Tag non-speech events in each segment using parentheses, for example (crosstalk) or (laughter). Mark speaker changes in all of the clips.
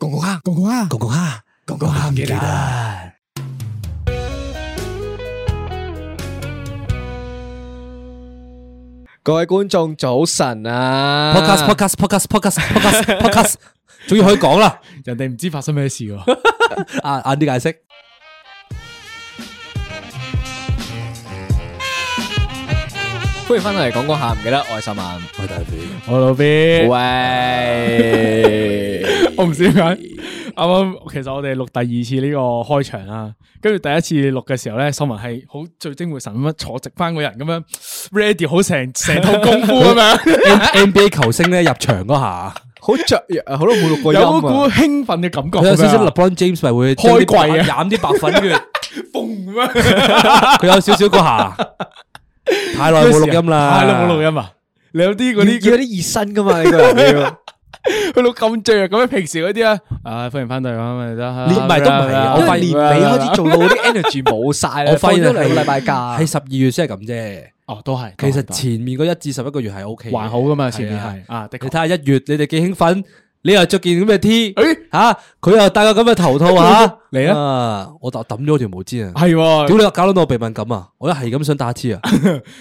Speaker 1: 공공하 공공하 공공하 공공하 계란
Speaker 2: Các khán giả chào sớm
Speaker 1: podcast
Speaker 2: Podcast
Speaker 1: podcast podcast podcast podcast podcast 終於可以講啦！
Speaker 3: 人哋唔知發生咩事喎，
Speaker 1: 啊，晏啲解釋。
Speaker 2: Chào mừng các bạn đến với Cộng Cộng Hạ Không Nhớ Được, tôi là Sâm Hạnh
Speaker 1: 喂，大表，
Speaker 3: 我老 B，
Speaker 2: Uầy
Speaker 3: 我唔知點解，啱啱其實我哋錄第二次呢個開場啦，跟住第一次錄嘅時候咧，秀文係好聚精會神咁樣坐直翻個人咁樣 ready 好成成套功夫咁
Speaker 1: (laughs)
Speaker 3: 樣，
Speaker 1: N- NBA 球星咧入場嗰下，
Speaker 2: Rất tự nhiên, rất lâu không có
Speaker 3: 有
Speaker 2: được âm nhạc
Speaker 3: 嗰股興奮嘅感覺
Speaker 1: 佢有
Speaker 3: 咁 (laughs)
Speaker 1: 少少
Speaker 3: 樣啊，
Speaker 1: LeBron James 咪會將啲
Speaker 3: 開季啊
Speaker 1: 白染啲白粉嘅，
Speaker 3: 嘣咁樣，
Speaker 1: 佢有少少嗰下。太耐冇錄音啦，
Speaker 3: (laughs) 係冇錄音啊！你有啲嗰
Speaker 2: Có những
Speaker 3: 啲
Speaker 2: người nhiệt sinh mà,
Speaker 1: (laughs)
Speaker 2: các bạn Đúng rồi
Speaker 3: 去到咁著咁樣，平時嗰啲啊，啊歡迎翻到嚟啊咪得，
Speaker 1: 連埋都唔係我
Speaker 2: Từ
Speaker 1: 發
Speaker 2: năm
Speaker 1: 現
Speaker 2: mới bắt đầu, energy của tôi đã
Speaker 1: 我
Speaker 2: mất
Speaker 1: 發
Speaker 2: hết
Speaker 1: 現係
Speaker 2: Ờ, Tôi đã nghỉ 2 tuần假 Thật
Speaker 1: 係十二月先係咁啫。
Speaker 3: 哦都係，
Speaker 1: 其實
Speaker 3: 都係
Speaker 1: 前面嗰一至十一個月係 O K，
Speaker 3: 還好噶嘛，前面
Speaker 1: 係啊。
Speaker 3: 係啊，的
Speaker 1: 你睇
Speaker 3: 確，
Speaker 1: 下一月你哋幾興奮，你又着件咁嘅 T，
Speaker 3: 誒
Speaker 1: 吓佢又戴個咁嘅頭套
Speaker 3: (laughs)
Speaker 1: 吓，
Speaker 3: 嚟啊
Speaker 1: 啊！我就抌咗條毛巾啊！
Speaker 3: 係喎
Speaker 1: 屌你，搞到我鼻敏感啊！我一係咁想打乞嗤啊！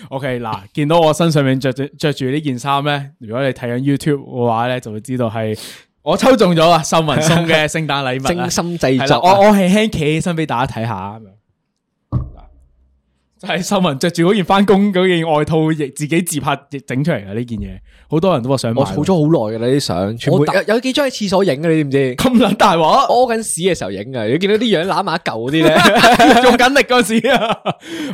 Speaker 3: OK 嗱，見到我身上面着住着住呢件衫咧，如果你睇緊 YouTube 嘅話咧，就會知道係我抽中咗啊，秀文送嘅聖誕禮物啊
Speaker 2: Tinh thần chế
Speaker 3: 係啦
Speaker 2: tạo
Speaker 3: 我我輕輕企起身俾大家睇下咁樣。就係秀文着住嗰件翻工嗰件外套，亦自己自拍亦整出嚟嘅呢件嘢，好多人都話想買
Speaker 2: 我
Speaker 3: 喎。
Speaker 2: 儲咗好耐噶啦啲相，全部
Speaker 1: 我打
Speaker 2: 有有幾張喺廁所影嘅，你知唔知？
Speaker 3: 咁撚大鑊，啊
Speaker 2: 屙緊屎嘅時候影嘅，你見到啲樣攬埋一嚿嗰啲咧，
Speaker 3: 用緊力嗰時啊。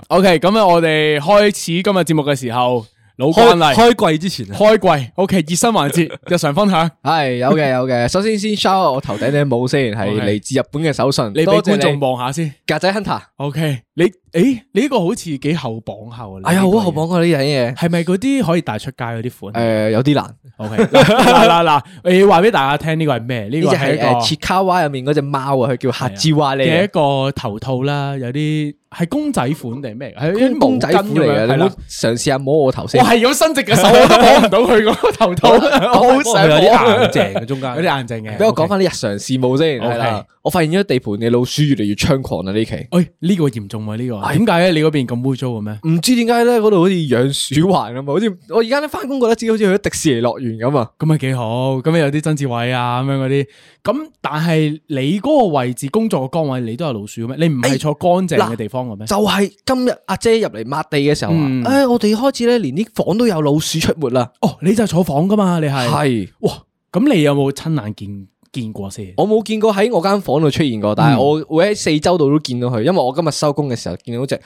Speaker 3: OK，咁啊，我哋開始今日節目嘅時候，老 (laughs) 慣例
Speaker 1: 開開季之前啊，
Speaker 3: 開季，OK 熱身環節，日常分享。
Speaker 2: 係有嘅有嘅。首先先 show 我頭頂頂帽先，係
Speaker 3: OK
Speaker 2: 嚟自日本嘅手信。
Speaker 3: 你俾
Speaker 2: 多謝
Speaker 3: 觀眾望下先。
Speaker 2: 格仔 hunter，
Speaker 3: OK，你诶，你呢個好似幾後榜後啊！
Speaker 1: 哎呀好後
Speaker 2: 講，過呢樣嘢，
Speaker 3: 系咪嗰啲可以帶出街嗰啲
Speaker 2: 誒
Speaker 3: 款
Speaker 2: 呃有啲難。
Speaker 3: ？OK，嗱嗱嗱，你話俾大家聽呢個係咩？呢
Speaker 2: 呢
Speaker 3: 個
Speaker 2: 只
Speaker 3: 係
Speaker 2: 係
Speaker 3: 一個
Speaker 2: 誒切卡哇入面嗰只貓啊，佢叫黑之蛙
Speaker 3: 嘅一
Speaker 2: 咧，
Speaker 3: 個頭套啦，有啲係公仔款定係咩？係啲
Speaker 2: 公仔
Speaker 3: 毛
Speaker 2: 褲
Speaker 3: 巾咁
Speaker 2: 嚟嘅。
Speaker 3: 樣
Speaker 2: 你唔好
Speaker 3: 係啦。
Speaker 2: 嘗試下摸我頭先
Speaker 3: 我。係咁伸直嘅手，我都摸唔到佢嗰個頭套，我好
Speaker 1: 不過佢
Speaker 3: 想
Speaker 1: 有啲
Speaker 3: 摸
Speaker 1: 硬淨嘅中間，
Speaker 3: 有啲硬淨嘅。
Speaker 2: 俾我講
Speaker 3: OK，
Speaker 2: 翻啲日常事務先，係啦
Speaker 3: OK。
Speaker 2: 我發現咗地盤嘅老鼠越嚟越猖狂啦呢期。
Speaker 3: 喂，呢個嚴重喎，呢個點解咧？你嗰邊咁污糟嘅咩？
Speaker 2: 唔知點解咧，嗰度好似養鼠環咁啊！好似我而家咧翻工覺得自己好似去咗迪士尼樂園咁啊！
Speaker 3: 咁咪幾好，咁咪有啲曾志偉啊咁樣嗰啲，咁但係你嗰個位置工作嘅崗位，你都有老鼠嘅咩？你唔係坐乾淨嘅地方嘅咩？
Speaker 2: 哎就係今日阿姐入嚟抹地嘅時候啊，
Speaker 3: 嗯
Speaker 2: 唉、我哋開始咧連啲房都有老鼠出沒啦。
Speaker 3: 哦，你就係坐房噶嘛，你係，
Speaker 2: 係，
Speaker 3: 哇，咁你有冇親眼見見過先？
Speaker 2: 我冇見過喺我間房度出現過，但係我會喺四周度都見到佢，因為我今日收工嘅時候見到只，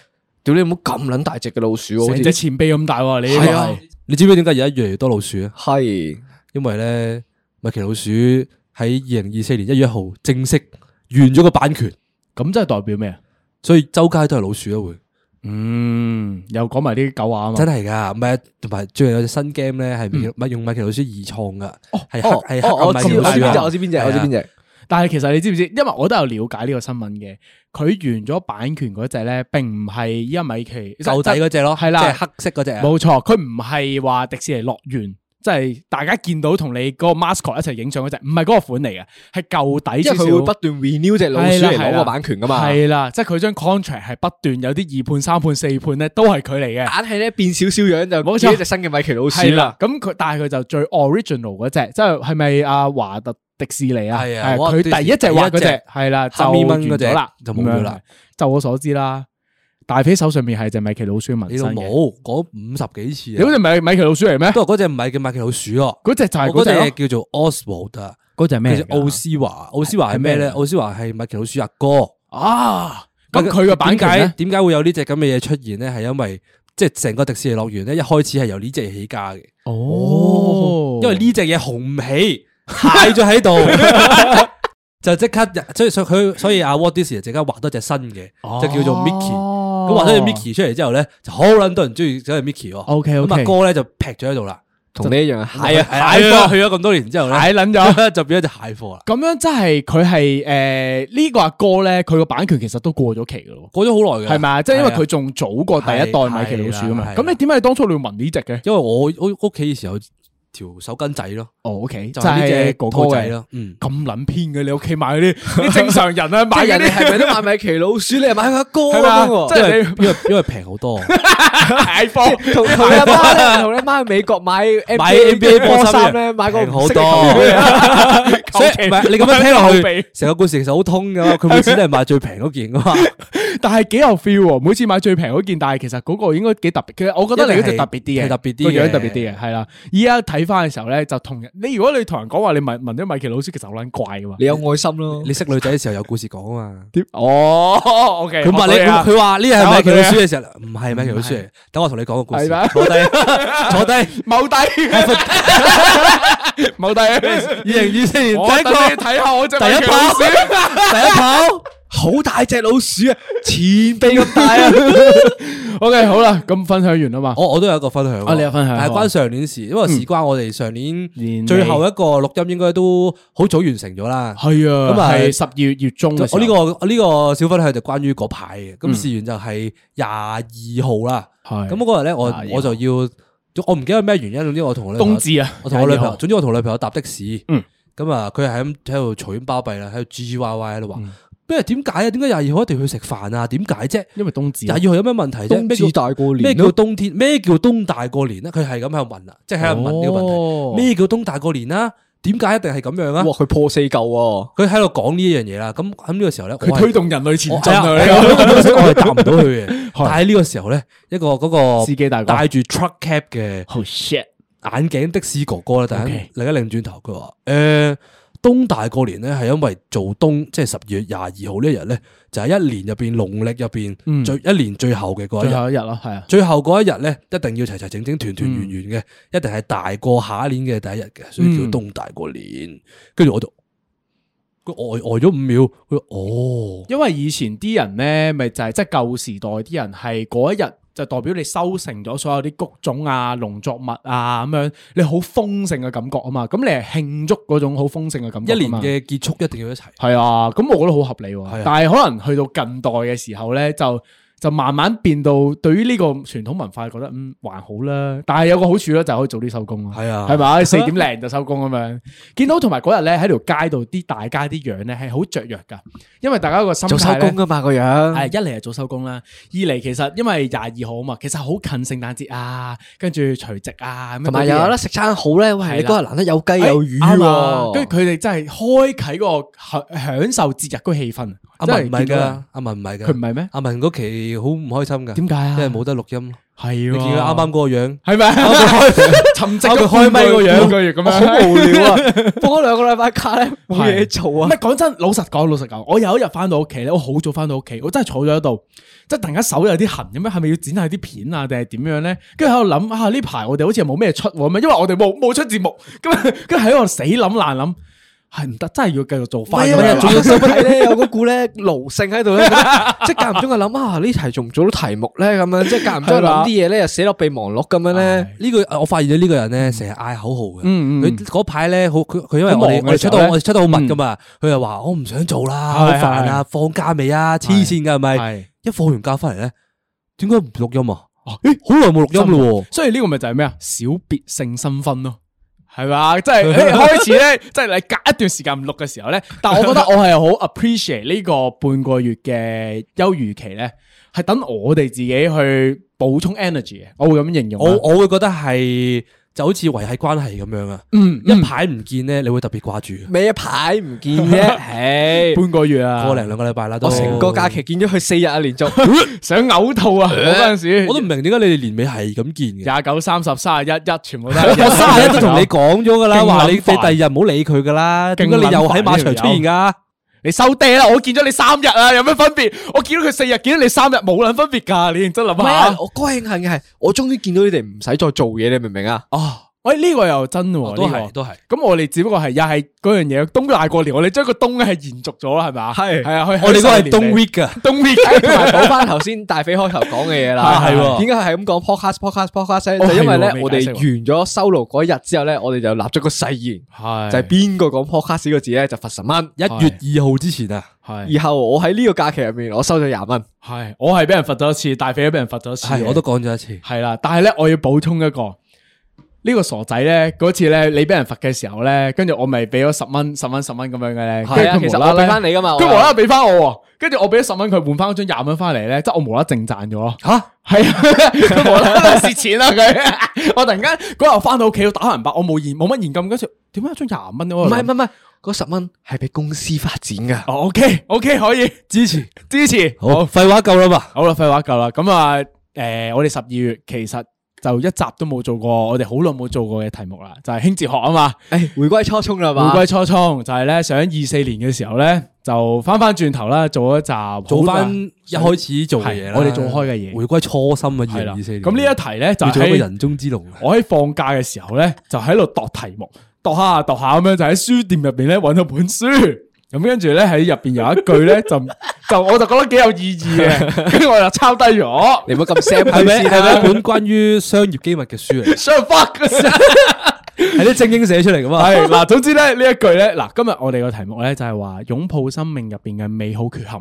Speaker 2: 屌你唔好咁撚大隻嘅老鼠喎，好
Speaker 3: 成
Speaker 2: 似
Speaker 3: 隻前臂咁大喎，你呢個
Speaker 2: 係啊
Speaker 3: 係，
Speaker 1: 你知唔知點解而家越嚟越多老鼠啊？
Speaker 2: 係
Speaker 1: 因為咧米奇老鼠喺二零二四年一月一號正式完咗個版權，
Speaker 3: 咁真係代表咩啊？
Speaker 1: 所以周街都係老鼠啊會。
Speaker 3: 嗯，又講埋啲狗話啊嘛嗯
Speaker 1: 真，係噶，唔係同埋最近有隻新 game 咧，係米用米奇老鼠二創噶，係
Speaker 2: 哦
Speaker 1: 黑係
Speaker 2: 哦，我
Speaker 1: 黑暗米
Speaker 2: 知
Speaker 1: 奇
Speaker 2: 我
Speaker 1: 老
Speaker 2: 知
Speaker 1: 鼠啊
Speaker 2: 邊只，我知邊只，我知邊只，
Speaker 3: 但係其實你知唔知？因為我都有了解呢個新聞嘅，佢完咗版權嗰只咧，並唔係依家米奇
Speaker 1: 舊底嗰只咯，
Speaker 3: 係啦
Speaker 1: 即係黑色嗰只啊，
Speaker 3: 冇錯，佢唔係話迪士尼樂園，即係大家見到同你嗰個 mascot 一齊影相嗰只，唔係嗰個款嚟嘅，係舊
Speaker 1: 嗯
Speaker 3: 底
Speaker 2: 因
Speaker 3: 少
Speaker 2: 為
Speaker 3: 少。
Speaker 2: 佢會不斷 renew 只老鼠嚟攞個版權噶嘛，硬
Speaker 3: 係啦，即係佢張 contract 係不斷有啲二判、三判、四判咧，都係佢嚟嘅。
Speaker 2: 係咧變少少樣就
Speaker 3: 冇錯
Speaker 2: 變一隻新嘅米奇老鼠
Speaker 3: 係
Speaker 2: 啦
Speaker 3: 啦，。咁佢但係佢就最 original 嗰只，即係係咪阿華特迪士尼啊？
Speaker 1: 係啊
Speaker 3: 係
Speaker 1: 華特
Speaker 3: 佢
Speaker 1: 迪士尼
Speaker 3: 第一隻畫嗰
Speaker 1: 第一隻
Speaker 3: 只係啦，
Speaker 1: 黑
Speaker 3: 就
Speaker 1: 咪蚊嗰隻
Speaker 3: 完咗啦，
Speaker 1: 就冇咗啦
Speaker 3: 咁樣。就我所知啦，大肥手上面係隻米奇老鼠嘅紋
Speaker 1: 你老
Speaker 3: 身嘅。
Speaker 1: 母講五十幾次
Speaker 3: 你好
Speaker 1: 啊，
Speaker 3: 似咪米奇老鼠嚟咩？
Speaker 1: 都係嗰只唔係叫米奇老鼠哦，
Speaker 3: 嗰隻就係
Speaker 1: 我
Speaker 3: 嗰隻
Speaker 1: 嗰
Speaker 3: 咯，
Speaker 1: 只叫做 Oswald 啊，
Speaker 3: 嗰隻係咩
Speaker 1: 叫
Speaker 3: 嚟
Speaker 1: 做
Speaker 3: 㗎？
Speaker 1: 奧斯華，奧斯華係咩咧？
Speaker 3: 係咩嚟㗎
Speaker 1: 奧斯華係米奇老鼠阿哥。
Speaker 3: 啊，咁佢嘅版
Speaker 1: 點解
Speaker 3: 解
Speaker 1: 點解會有呢只咁嘅嘢出現咧？係因為即係成個迪士尼樂園咧，一開始係由呢只嘢起家嘅，
Speaker 3: 哦
Speaker 1: 因為呢只嘢紅唔起，蟹咗喺度，就即刻所以所以佢所以阿 Walt Disney 即刻畫多隻新嘅，
Speaker 3: 哦
Speaker 1: 就叫做 Mickey。咁畫咗隻 Mickey 出嚟之後咧，就好撚多人中意走去 Mickey 喎。咁
Speaker 3: OK，OK
Speaker 1: 阿啊哥咧就劈咗喺度啦，
Speaker 2: 同你一樣，
Speaker 1: 係
Speaker 2: 係啊，
Speaker 1: 蟹貨去咗咁多年之後咧，
Speaker 3: 蟹撚咗。
Speaker 1: 咗就變咗隻蟹貨啦。
Speaker 3: 咁樣真係佢係诶呢個阿哥咧，佢個版權其實都過咗期噶咯，
Speaker 1: 過咗好耐嘅，
Speaker 3: 係咪啊？即係因為
Speaker 1: 係啊
Speaker 3: 佢仲早過第一代米奇老鼠啊嘛。
Speaker 1: 係係
Speaker 3: 咁你點解你當初你要問呢只嘅？
Speaker 1: 因為我屋屋企以前有條手巾仔咯，
Speaker 3: 哦，OK，
Speaker 1: 就
Speaker 3: 就
Speaker 1: 係呢
Speaker 3: 係
Speaker 1: 隻
Speaker 3: 哥
Speaker 1: 哥
Speaker 3: 哥
Speaker 1: 哥
Speaker 3: 仔
Speaker 1: 仔
Speaker 3: 咯。
Speaker 1: 咯，嗯。
Speaker 3: 咁撚偏嘅，你屋企買嗰啲，啲正
Speaker 1: (laughs)
Speaker 3: 常人啊買
Speaker 2: 買
Speaker 3: 嗰
Speaker 2: 人哋
Speaker 3: 啲
Speaker 2: 係咪都買米奇老鼠？你係買佢阿哥
Speaker 3: 係嘛
Speaker 2: 咁喎
Speaker 3: 即
Speaker 1: 因
Speaker 3: 係
Speaker 1: 為
Speaker 3: 你
Speaker 1: 因為因為平好多，
Speaker 3: 蟹貨。
Speaker 2: 同同你阿媽咧，同你阿媽去美國買 NBA
Speaker 1: NBA
Speaker 2: 波
Speaker 1: 波
Speaker 2: 衫
Speaker 1: 衫
Speaker 2: 咧，
Speaker 1: 咧
Speaker 2: 買個
Speaker 1: 平
Speaker 2: 唔
Speaker 1: 好
Speaker 2: 識嘅
Speaker 1: 多
Speaker 2: 球員，
Speaker 1: 所以唔係你咁樣聽
Speaker 3: (laughs)
Speaker 1: 落
Speaker 3: 後備
Speaker 1: 去，成個故事其實好通噶嘛。佢每次都係買最平嗰件
Speaker 3: (laughs)
Speaker 1: 噶嘛，
Speaker 3: 但係幾有 feel 喎，每次買最平嗰件，但係其實嗰個應該幾特別。其實我覺得你嗰隻特別啲嘅，
Speaker 1: 係特別啲嘅
Speaker 3: 個樣特別啲嘅，係啦。依家睇翻嘅時候咧，就同人你如果你同人講話你問問咗米奇老師，其實好撚怪噶嘛。
Speaker 2: 你有愛心咯。
Speaker 1: 你識女仔嘅時候有故事講啊嘛。
Speaker 3: 點哦，OK，
Speaker 1: 佢問你，
Speaker 3: 學到嘢啊
Speaker 1: 佢佢話呢啲係米奇老鼠嘅時候，唔係米奇老鼠嚟。等我同你講個故事，
Speaker 3: 啊係嘛
Speaker 1: 坐低 (laughs) 坐低。
Speaker 3: 某底， (laughs) 某底，
Speaker 1: 二零二四年第一
Speaker 3: (laughs) 我等
Speaker 1: 個
Speaker 3: 你睇下我隻
Speaker 1: 第
Speaker 3: 米
Speaker 1: 一
Speaker 3: 奇
Speaker 1: 炮
Speaker 3: 老，
Speaker 1: 第
Speaker 3: 鼠。
Speaker 1: 一炮，
Speaker 2: 好大隻老鼠啊，前臂咁大啊！
Speaker 3: (laughs) OK，好啦，咁分享完啦嘛。
Speaker 1: 我我都有一個分享喎。
Speaker 3: 啊你有分享
Speaker 1: 但係
Speaker 3: 好啊
Speaker 1: 關上年事，因為事關我哋上
Speaker 3: 年
Speaker 1: 年最後一個錄音應該都好早完成咗啦。
Speaker 3: 係啊，
Speaker 1: 咁啊
Speaker 3: 係十二月月中嘅時候
Speaker 1: 我呢、個我呢、個小分享就關於嗰排嘅，
Speaker 3: 嗯
Speaker 1: 咁事完就係廿二號啦。
Speaker 3: 係
Speaker 1: 咁嗰日咧，我
Speaker 3: 廿二號
Speaker 1: 我就要，我唔記得咩原因，總之我同我女朋
Speaker 3: 冬
Speaker 1: 友，
Speaker 3: 至啊，
Speaker 1: 我同我女朋友，總之我同我女朋友搭的士，
Speaker 3: 嗯
Speaker 1: 咁啊，佢係咁喺度嘈冤巴閉啦，喺度 G G Y Y 喺度
Speaker 3: 嗯
Speaker 1: 話，咩點解啊？點解廿二號一定要去食飯啊？點解啫？
Speaker 3: 因為冬至啊
Speaker 1: 廿二號有咩問題啫？
Speaker 2: 冬
Speaker 1: 咩
Speaker 2: 至
Speaker 1: 叫
Speaker 2: 大過
Speaker 1: 咩
Speaker 2: 年
Speaker 1: 叫
Speaker 2: 咯，
Speaker 1: 冬天？咩叫冬大過年咧？佢係咁喺度問啊，即係喺度問呢個問
Speaker 3: 哦
Speaker 1: 題，咩叫冬大過年啦？點解一定係咁樣
Speaker 2: 哇！
Speaker 1: 啊？
Speaker 2: 佢破四嚿喎，
Speaker 1: 佢喺度講呢一樣嘢啦。咁喺呢個時候咧，我
Speaker 3: 佢
Speaker 1: 係
Speaker 3: 推動人類前進啊！
Speaker 1: 我
Speaker 3: 呢
Speaker 1: 係
Speaker 3: 個
Speaker 1: 我本身我係答唔到佢
Speaker 3: (laughs)
Speaker 1: 嘅。但係呢個時候咧，一個嗰個
Speaker 3: 司機大哥
Speaker 1: 戴住 truck cap 嘅眼
Speaker 3: Oh shit！
Speaker 1: 鏡的士哥哥咧，突然
Speaker 3: OK
Speaker 1: 另一擰轉頭，佢話：誒東大過年咧係因為做冬，即係十二月廿二號呢一日咧，就係一年入邊農曆入邊
Speaker 3: 嗯
Speaker 1: 最一年最後嘅嗰一
Speaker 3: 最
Speaker 1: 日。
Speaker 3: 後一日咯，係啊，
Speaker 1: 最後嗰一日咧，一定要齊齊整整、團團圓圓
Speaker 3: 嗯
Speaker 1: 嘅，一定係大過下一年嘅第一日嘅，所以叫東大過年。跟住我就佢呆呆咗五秒，佢話哦。
Speaker 3: 因為以前啲人咧，咪就係即係舊時代啲人係嗰一日。就代表你收成咗所有啲谷種啊、農作物啊咁樣，你好豐盛嘅感覺啊嘛，咁你係慶祝嗰種好豐盛嘅感覺
Speaker 1: 一
Speaker 3: 啊
Speaker 1: 年
Speaker 3: 嘛
Speaker 1: 嘅結束一定要一齊。
Speaker 3: 係啊，咁我覺得好合理
Speaker 1: 係
Speaker 3: 喎
Speaker 1: 啊。
Speaker 3: 但係可能去到近代嘅時候咧，就就慢慢變到對於呢個傳統文化覺得嗯還好啦。但係有個好處咧，就可以早啲收工咯。
Speaker 1: 係啊
Speaker 3: 係咪？四點零就收工咁樣。見到同埋嗰日咧喺條街度啲大家啲樣咧係好雀躍㗎，因為大家個心
Speaker 2: 早收
Speaker 3: 態咧
Speaker 2: 工噶嘛個樣
Speaker 3: 係。一嚟係早收工啦，二嚟其實因為廿二號啊嘛，其實好近聖誕節啊，跟住除夕啊，咁樣
Speaker 2: 同埋
Speaker 3: 嗰啲嘢
Speaker 2: 有得食餐好咧，
Speaker 3: 係啦
Speaker 2: 喂！你嗰日難得有雞
Speaker 3: 哎
Speaker 2: 有魚
Speaker 3: 啱啊
Speaker 2: 喎，
Speaker 3: (laughs) 跟住佢哋真係開啟嗰個享享受節日嗰個氣氛。
Speaker 1: 阿
Speaker 3: 真係
Speaker 1: 文唔係
Speaker 3: 見到人
Speaker 1: 噶，阿文唔係噶，
Speaker 3: 佢唔係咩？
Speaker 1: 阿文嗰期好唔開心噶，
Speaker 3: 點解啊？
Speaker 1: 因為冇得錄音咯。
Speaker 3: 係
Speaker 1: 你
Speaker 3: 喎，
Speaker 1: 見佢啱啱嗰個樣，
Speaker 3: 係咪？ (laughs) 沉寂咗開咪個樣，個月咁樣，
Speaker 2: 好無聊啊！
Speaker 3: (laughs)
Speaker 2: 放咗兩個禮拜假咧，冇嘢做
Speaker 3: 唔
Speaker 2: 啊
Speaker 3: 係！講真，老實講，老實講，我有一日翻到屋企咧，我好早翻到屋企，我真係坐咗喺度，即係突然間手有啲痕咁樣，係咪要剪下啲片啊，定係點樣咧？跟住喺度諗啊，呢排我哋好似係冇咩出喎咁樣，因為我哋冇冇出節目，咁啊跟住喺度死諗爛諗，係唔得，真係要繼續做
Speaker 2: 唔係啊
Speaker 3: 翻
Speaker 2: 因
Speaker 3: 咁
Speaker 2: 為
Speaker 3: 樣
Speaker 2: 仲要收睇咧，有嗰股咧奴性喺度 (laughs) 咧，即係間唔中就諗啊，呢題做唔做到題目咧咁樣，即係間唔中
Speaker 3: 係嘛
Speaker 2: 諗啲嘢咧，又寫落備忘錄咁樣咧。
Speaker 1: 呢個我發現咗呢個人咧，成日嗌口號嘅。
Speaker 3: 嗯嗯
Speaker 1: 佢嗰排咧，好佢佢因為我
Speaker 3: 好
Speaker 1: 哋
Speaker 3: 忙
Speaker 1: 我哋
Speaker 3: 嘅時
Speaker 1: 出
Speaker 3: 候
Speaker 1: 到
Speaker 3: 咧
Speaker 1: 我哋出到好密噶嘛，佢就話我唔想做啦，好
Speaker 3: 嗯係
Speaker 1: 煩啊，放假未啊，黐線噶係咪？
Speaker 3: 係。
Speaker 1: 一放完假翻嚟咧，點解唔錄音啊？咦，好耐冇錄音咯喎。
Speaker 3: 所以呢個咪就係咩啊？小別勝新婚咯。係 (laughs) 嘛，即係誒開始咧，即係你隔一段時間唔錄嘅時候咧，但我覺得我係好 appreciate 呢個半個月嘅休漁期咧，係等我哋自己去補充 energy 嘅，我會咁形容啊
Speaker 1: 我
Speaker 3: 啦。
Speaker 1: 我會覺得係就好似維係關係咁樣啊，
Speaker 3: 嗯
Speaker 1: 一排唔見咧，你會特別掛住。
Speaker 2: 咩牌唔見啫？ (laughs) 唉，
Speaker 3: 半個月啊，
Speaker 1: 個零兩個禮拜啦，都
Speaker 2: 我成個假期見咗佢四日啊，連續。
Speaker 3: 想嘔吐啊！我嗰陣時
Speaker 1: 我都唔明點解你哋年尾係咁見嘅。
Speaker 3: 廿九、三十、三十一、一，全部都
Speaker 1: (laughs) 我
Speaker 3: (laughs) 係
Speaker 1: 三十一都同你講咗噶啦，
Speaker 3: 勁撚
Speaker 1: 話你你
Speaker 3: 煩
Speaker 1: 第二日唔好理佢噶啦，點解你又喺馬場出現噶？
Speaker 3: 你收爹啦！我見咗你三日啊，有咩分別？我見到佢四日，見到你三日冇撚分別㗎，你認真諗
Speaker 2: 唔係啊
Speaker 3: 下！。
Speaker 2: 我高興係嘅係，我終於見到你哋唔使再做嘢，你明唔明啊？
Speaker 3: 哦，喂，呢個又真喎，
Speaker 1: 都
Speaker 3: 呢個
Speaker 1: 係都係。
Speaker 3: 咁我哋只不過係又係嗰樣嘢，冬大過年，我哋將個冬係延續咗啦，係咪啊？
Speaker 2: 係
Speaker 3: 係啊，去
Speaker 1: 我哋都係冬
Speaker 3: 冬
Speaker 1: week 噶，
Speaker 3: 冬 week
Speaker 2: 哎同埋講翻頭先大飛開頭講嘅嘢啦，
Speaker 1: 係喎
Speaker 2: 點解係咁講 podcast podcast podcast 咧？
Speaker 3: 哦
Speaker 2: 就因為咧
Speaker 3: 係，喎
Speaker 2: 我哋
Speaker 3: 未解釋
Speaker 2: 完
Speaker 3: 喎
Speaker 2: 咗收爐嗰日之後咧，我哋就立咗個誓言，
Speaker 3: 係
Speaker 2: 就係邊個講 podcast 呢個字咧就罰十蚊。
Speaker 1: 一月二號之前啊，
Speaker 3: 係
Speaker 2: 然後我喺呢個假期入面，我收咗廿蚊。
Speaker 3: 係，我係俾人罰咗一次，大肥都俾人罰咗一次嘅，
Speaker 1: 係我都講咗一次，
Speaker 3: 係啦。但係咧，我要補充一個。呢個傻仔咧，嗰次咧，你俾人罰嘅時候咧，跟住我咪俾咗十蚊、十蚊、十蚊咁樣嘅咧，
Speaker 2: 係啊，其
Speaker 3: 跟住佢無
Speaker 2: 實
Speaker 3: 啦
Speaker 2: 我
Speaker 3: 啦
Speaker 2: 俾翻你噶嘛，
Speaker 3: 佢無
Speaker 2: 我
Speaker 3: 啦啦俾翻我喎，跟住我俾咗十蚊佢換翻嗰張廿蚊翻嚟咧，即係我無啦啦淨賺咗咯。
Speaker 1: 吓
Speaker 3: 係啊，佢無啦啦蝕錢啦佢。 (laughs) 我突然間嗰日翻到屋企，我打銀包，我冇現冇乜現金，跟住點解有張廿蚊
Speaker 2: 唔
Speaker 3: 喎？
Speaker 2: 係唔係唔係，嗰十蚊係俾公司發展噶。
Speaker 3: 哦，OK OK，可以
Speaker 1: 支持，
Speaker 3: 支持。
Speaker 1: 好，廢話夠啦嘛，
Speaker 3: 好啦，廢話夠啦。咁啊，誒，我哋十二月其實就一集都冇做過，我哋好耐冇做過嘅題目啦，就係輕哲學啊嘛。
Speaker 2: 誒，哎回歸初衷啦嘛，
Speaker 3: 回歸初衷就係咧，想二四年嘅時候咧，就翻翻轉頭啦，做一集
Speaker 1: 做
Speaker 3: 好
Speaker 1: 翻
Speaker 3: 耐
Speaker 1: 一開始做嘅嘢啦，
Speaker 3: 係我哋做開嘅嘢
Speaker 1: 回歸初心啊，二
Speaker 3: 係
Speaker 1: 零
Speaker 3: 啦。
Speaker 1: 二四年。
Speaker 3: 咁呢一題咧就
Speaker 1: 要做一個
Speaker 3: 係
Speaker 1: 人中之龍啊，
Speaker 3: 我喺放假嘅時候咧，就喺度度題目，度下度下咁樣，就喺書店入邊咧揾到本書。咁跟住咧喺入邊有一句咧就就我就覺得幾有意義嘅，跟住我就抄低
Speaker 2: (laughs)
Speaker 3: 咗。
Speaker 2: 你唔好咁 sam
Speaker 1: 係
Speaker 2: 佢
Speaker 1: 咪
Speaker 2: 先
Speaker 1: 係咪
Speaker 2: 啦
Speaker 1: 一。本關於商業機密嘅書
Speaker 2: (laughs)
Speaker 1: 嚟？
Speaker 3: Shut the fuck！
Speaker 1: 係啲精英寫出嚟噶嘛？
Speaker 3: 係嗱，總之咧呢一句咧，嗱今日我哋個題目咧就係話擁抱生命入邊嘅美好缺陷。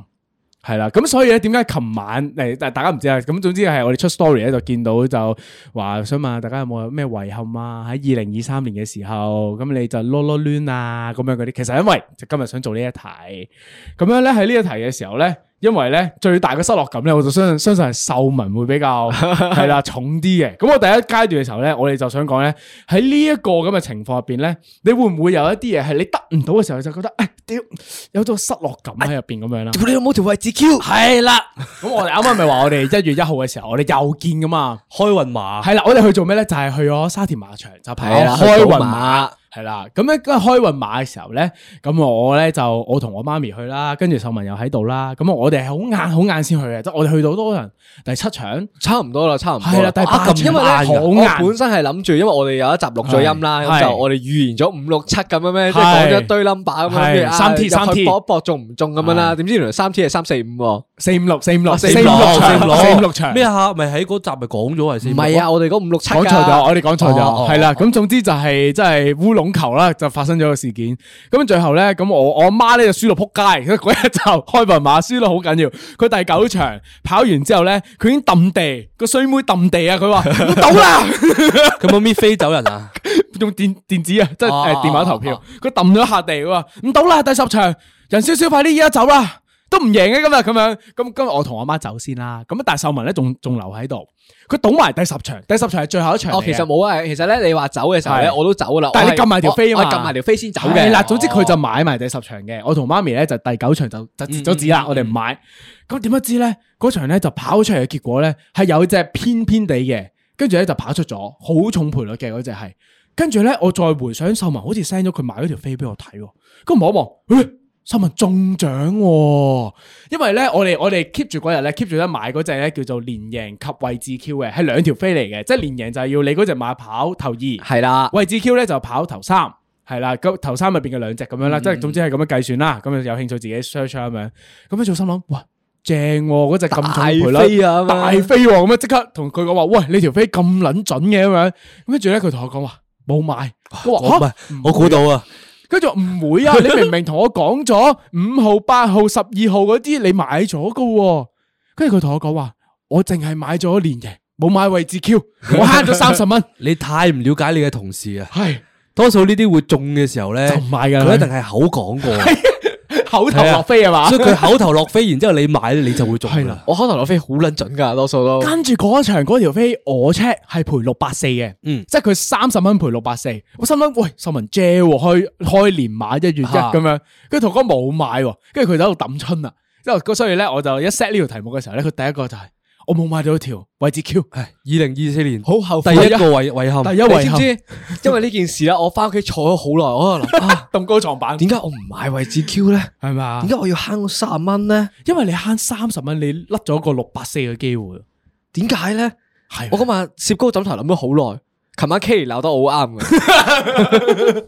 Speaker 3: 係啦，咁所以咧，點解琴晚誒，但大家唔知啊。咁總之係我哋出 story 咧，就見到就話想問下大家有冇咩遺憾啊？喺二零二三年嘅時候，咁你就囉囉攣啊咁樣嗰啲。其實因為就今日想做呢一題，咁樣咧喺呢一題嘅時候咧，因為咧最大嘅失落感咧，我就相信相信係秀文會比 (laughs) 較係啦重啲嘅。咁我第一階段嘅時候咧，我哋就想講咧喺呢一個咁嘅情況入邊咧，你會唔會有一啲嘢係你得唔到嘅時候就覺得誒屌有種失落感喺入邊咁樣啦？
Speaker 2: 屌你老母條位置 Q，
Speaker 3: 系啦，咁我哋啱啱咪話我哋一月一號嘅時候，我哋又見噶嘛，
Speaker 1: 開運馬哦
Speaker 3: 係啦，我哋去做咩咧？就係去咗沙田馬場就跑
Speaker 2: 係啦
Speaker 3: 開
Speaker 2: 去
Speaker 3: 運
Speaker 2: 賭
Speaker 3: 馬
Speaker 2: 馬，
Speaker 3: 係啦。咁咧，跟住開運馬嘅時候咧，咁我咧就我同我媽咪去啦，跟住秀文又喺度啦。咁我哋係好晏好晏先去嘅，即係我哋去到多人第七場，
Speaker 2: 差唔多啦，差唔多。
Speaker 3: 係啦第八
Speaker 2: 啊咁
Speaker 3: 集
Speaker 2: 因為
Speaker 3: 慢㗎
Speaker 2: 咧，
Speaker 3: 好
Speaker 2: 我
Speaker 3: 硬
Speaker 2: 本身係諗住，因為我哋有一集錄咗音啦，
Speaker 3: 係
Speaker 2: 咁就我哋預言咗五六七咁樣咩，即係
Speaker 3: 係
Speaker 2: 講咗一堆 number 咁
Speaker 3: 係
Speaker 2: 樣，跟住啊
Speaker 3: 三 T，
Speaker 2: 入去
Speaker 3: 三 T
Speaker 2: 搏一搏中唔中咁樣啦。點知原來三 T 係三四五喎。
Speaker 3: 四五六四五六
Speaker 2: 啊
Speaker 3: 四
Speaker 2: 四
Speaker 3: 五
Speaker 2: 五
Speaker 3: 六
Speaker 2: 六
Speaker 3: 場四五六場
Speaker 1: 咩啊？咪喺嗰集咪講咗係四
Speaker 2: 唔
Speaker 1: 五六
Speaker 2: 係啊，我哋嗰五六七
Speaker 3: 講錯咗，我哋講錯
Speaker 2: 哦
Speaker 3: 咗，
Speaker 2: 哦
Speaker 3: 係啦。咁總之就係即係烏龍球啦，就發生咗個事件。咁最後咧，咁我我阿媽咧就輸到撲街， (laughs) 嗰日就開運馬輸到好緊要。佢第九場跑完之後咧，佢已經揼地，個衰妹揼地啊！佢話唔到啦，
Speaker 1: (laughs) 佢冇搣飛走人
Speaker 3: (laughs)
Speaker 1: 啊？
Speaker 3: 用電電子啊，即係誒
Speaker 1: 哦哦
Speaker 3: 電話投票。佢揼咗下地，佢話唔到啦，第十場人少少，快啲而家走啦，都唔贏嘅今日咁樣。咁今日我同我媽走先啦。咁但係秀文咧仲仲留喺度，佢賭埋第十場，第十場係最後一場嚟嘅。
Speaker 2: 哦，其實冇啊，其實咧你話走嘅時候咧，
Speaker 3: 係
Speaker 2: 我都走噶啦。
Speaker 3: 但係
Speaker 2: 我係
Speaker 3: 你撳埋條飛啊嘛
Speaker 2: 我我係撳埋條飛先走
Speaker 3: 係
Speaker 2: 嘅。
Speaker 3: 啦，總之佢就買埋第十場嘅，我同媽咪咧就第九場
Speaker 2: 嗯
Speaker 3: 就就截咗止啦，我哋唔買。咁點不知咧，嗰場咧就跑出嚟嘅結果咧係有隻偏偏地嘅，跟住咧就跑出咗，好重賠率嘅嗰隻係。跟住咧，我再回想秀文好似 send 咗佢買嗰條飛俾我睇喎，咁望一望，咦秀文中獎喎！因為咧，我哋我哋 keep 住嗰日咧，keep 住咧買嗰只咧叫做連贏及位置 Q 嘅，係兩條飛嚟嘅，即係連贏就係要你嗰只馬跑頭二。
Speaker 2: 係啦，
Speaker 3: 位置 Q 咧就跑頭三，係啦，咁頭三入邊嘅兩隻咁樣啦，即係總之係咁樣計算啦。咁有興趣自己 search 下咁樣，咁啊樣做心諗，哇，正喎嗰只咁重賠
Speaker 2: 大
Speaker 3: 率
Speaker 2: 飛啊咁樣
Speaker 3: 大飛喎，咁樣即刻同佢講話，喂，你條飛咁撚準嘅咁樣，咁跟住咧佢同我講話冇買，我
Speaker 1: 我唔
Speaker 3: 話嚇
Speaker 1: 係，我估到啊，
Speaker 3: 跟住我唔會啊！你明明同我講咗五號、八號、十二號嗰啲，你買咗噶喎。跟住佢同我講話，我淨係買咗連贏，冇買位置 Q，我慳咗三十蚊。
Speaker 1: 你太唔了解你嘅同事啊！
Speaker 3: 係
Speaker 1: 多數呢啲會中嘅時候咧，
Speaker 3: 就唔買㗎啦
Speaker 1: 佢一定係口講過，
Speaker 3: 口頭落飛係啊嘛？
Speaker 1: 所以佢口頭落飛，然之後你買咧，你就會中㗎
Speaker 3: 係
Speaker 1: 啦
Speaker 3: 啦。
Speaker 2: 我開頭攞飛好撚準噶，多數都。
Speaker 3: 跟住嗰場嗰條飛我 check 係賠六百四嘅，
Speaker 1: 嗯
Speaker 3: 即係佢三十蚊賠六百四，我心諗喂，秀文 J 喎，開開年馬一月一
Speaker 1: 嚇
Speaker 2: 啊
Speaker 3: 咁樣，跟住同我講冇買喎，跟住佢就喺度抌春啦，之後所以咧我就一 set 呢條題目嘅時候咧，佢第一個就係、我冇買到條位置 Q，
Speaker 1: 唉，二零二四年
Speaker 2: 好後
Speaker 1: 第
Speaker 2: 悔
Speaker 1: 一個遗遗憾，
Speaker 3: 第一
Speaker 2: 你
Speaker 3: 位
Speaker 2: 知唔知？因為呢件事咧，我翻屋企坐咗好耐，我喺度諗啊，
Speaker 3: 咁高撞板，
Speaker 2: 點解我唔買位置 Q 咧？
Speaker 3: 係咪啊
Speaker 2: 點解？我要慳嗰三十蚊咧？
Speaker 3: 因為你慳三十蚊，你甩咗個六百四嘅機會。
Speaker 2: 點解咧？
Speaker 3: 係啊
Speaker 2: (laughs) 我今日攝高枕頭諗咗好耐，琴晚 K 鬧得我好啱
Speaker 3: (laughs)
Speaker 2: 嘅，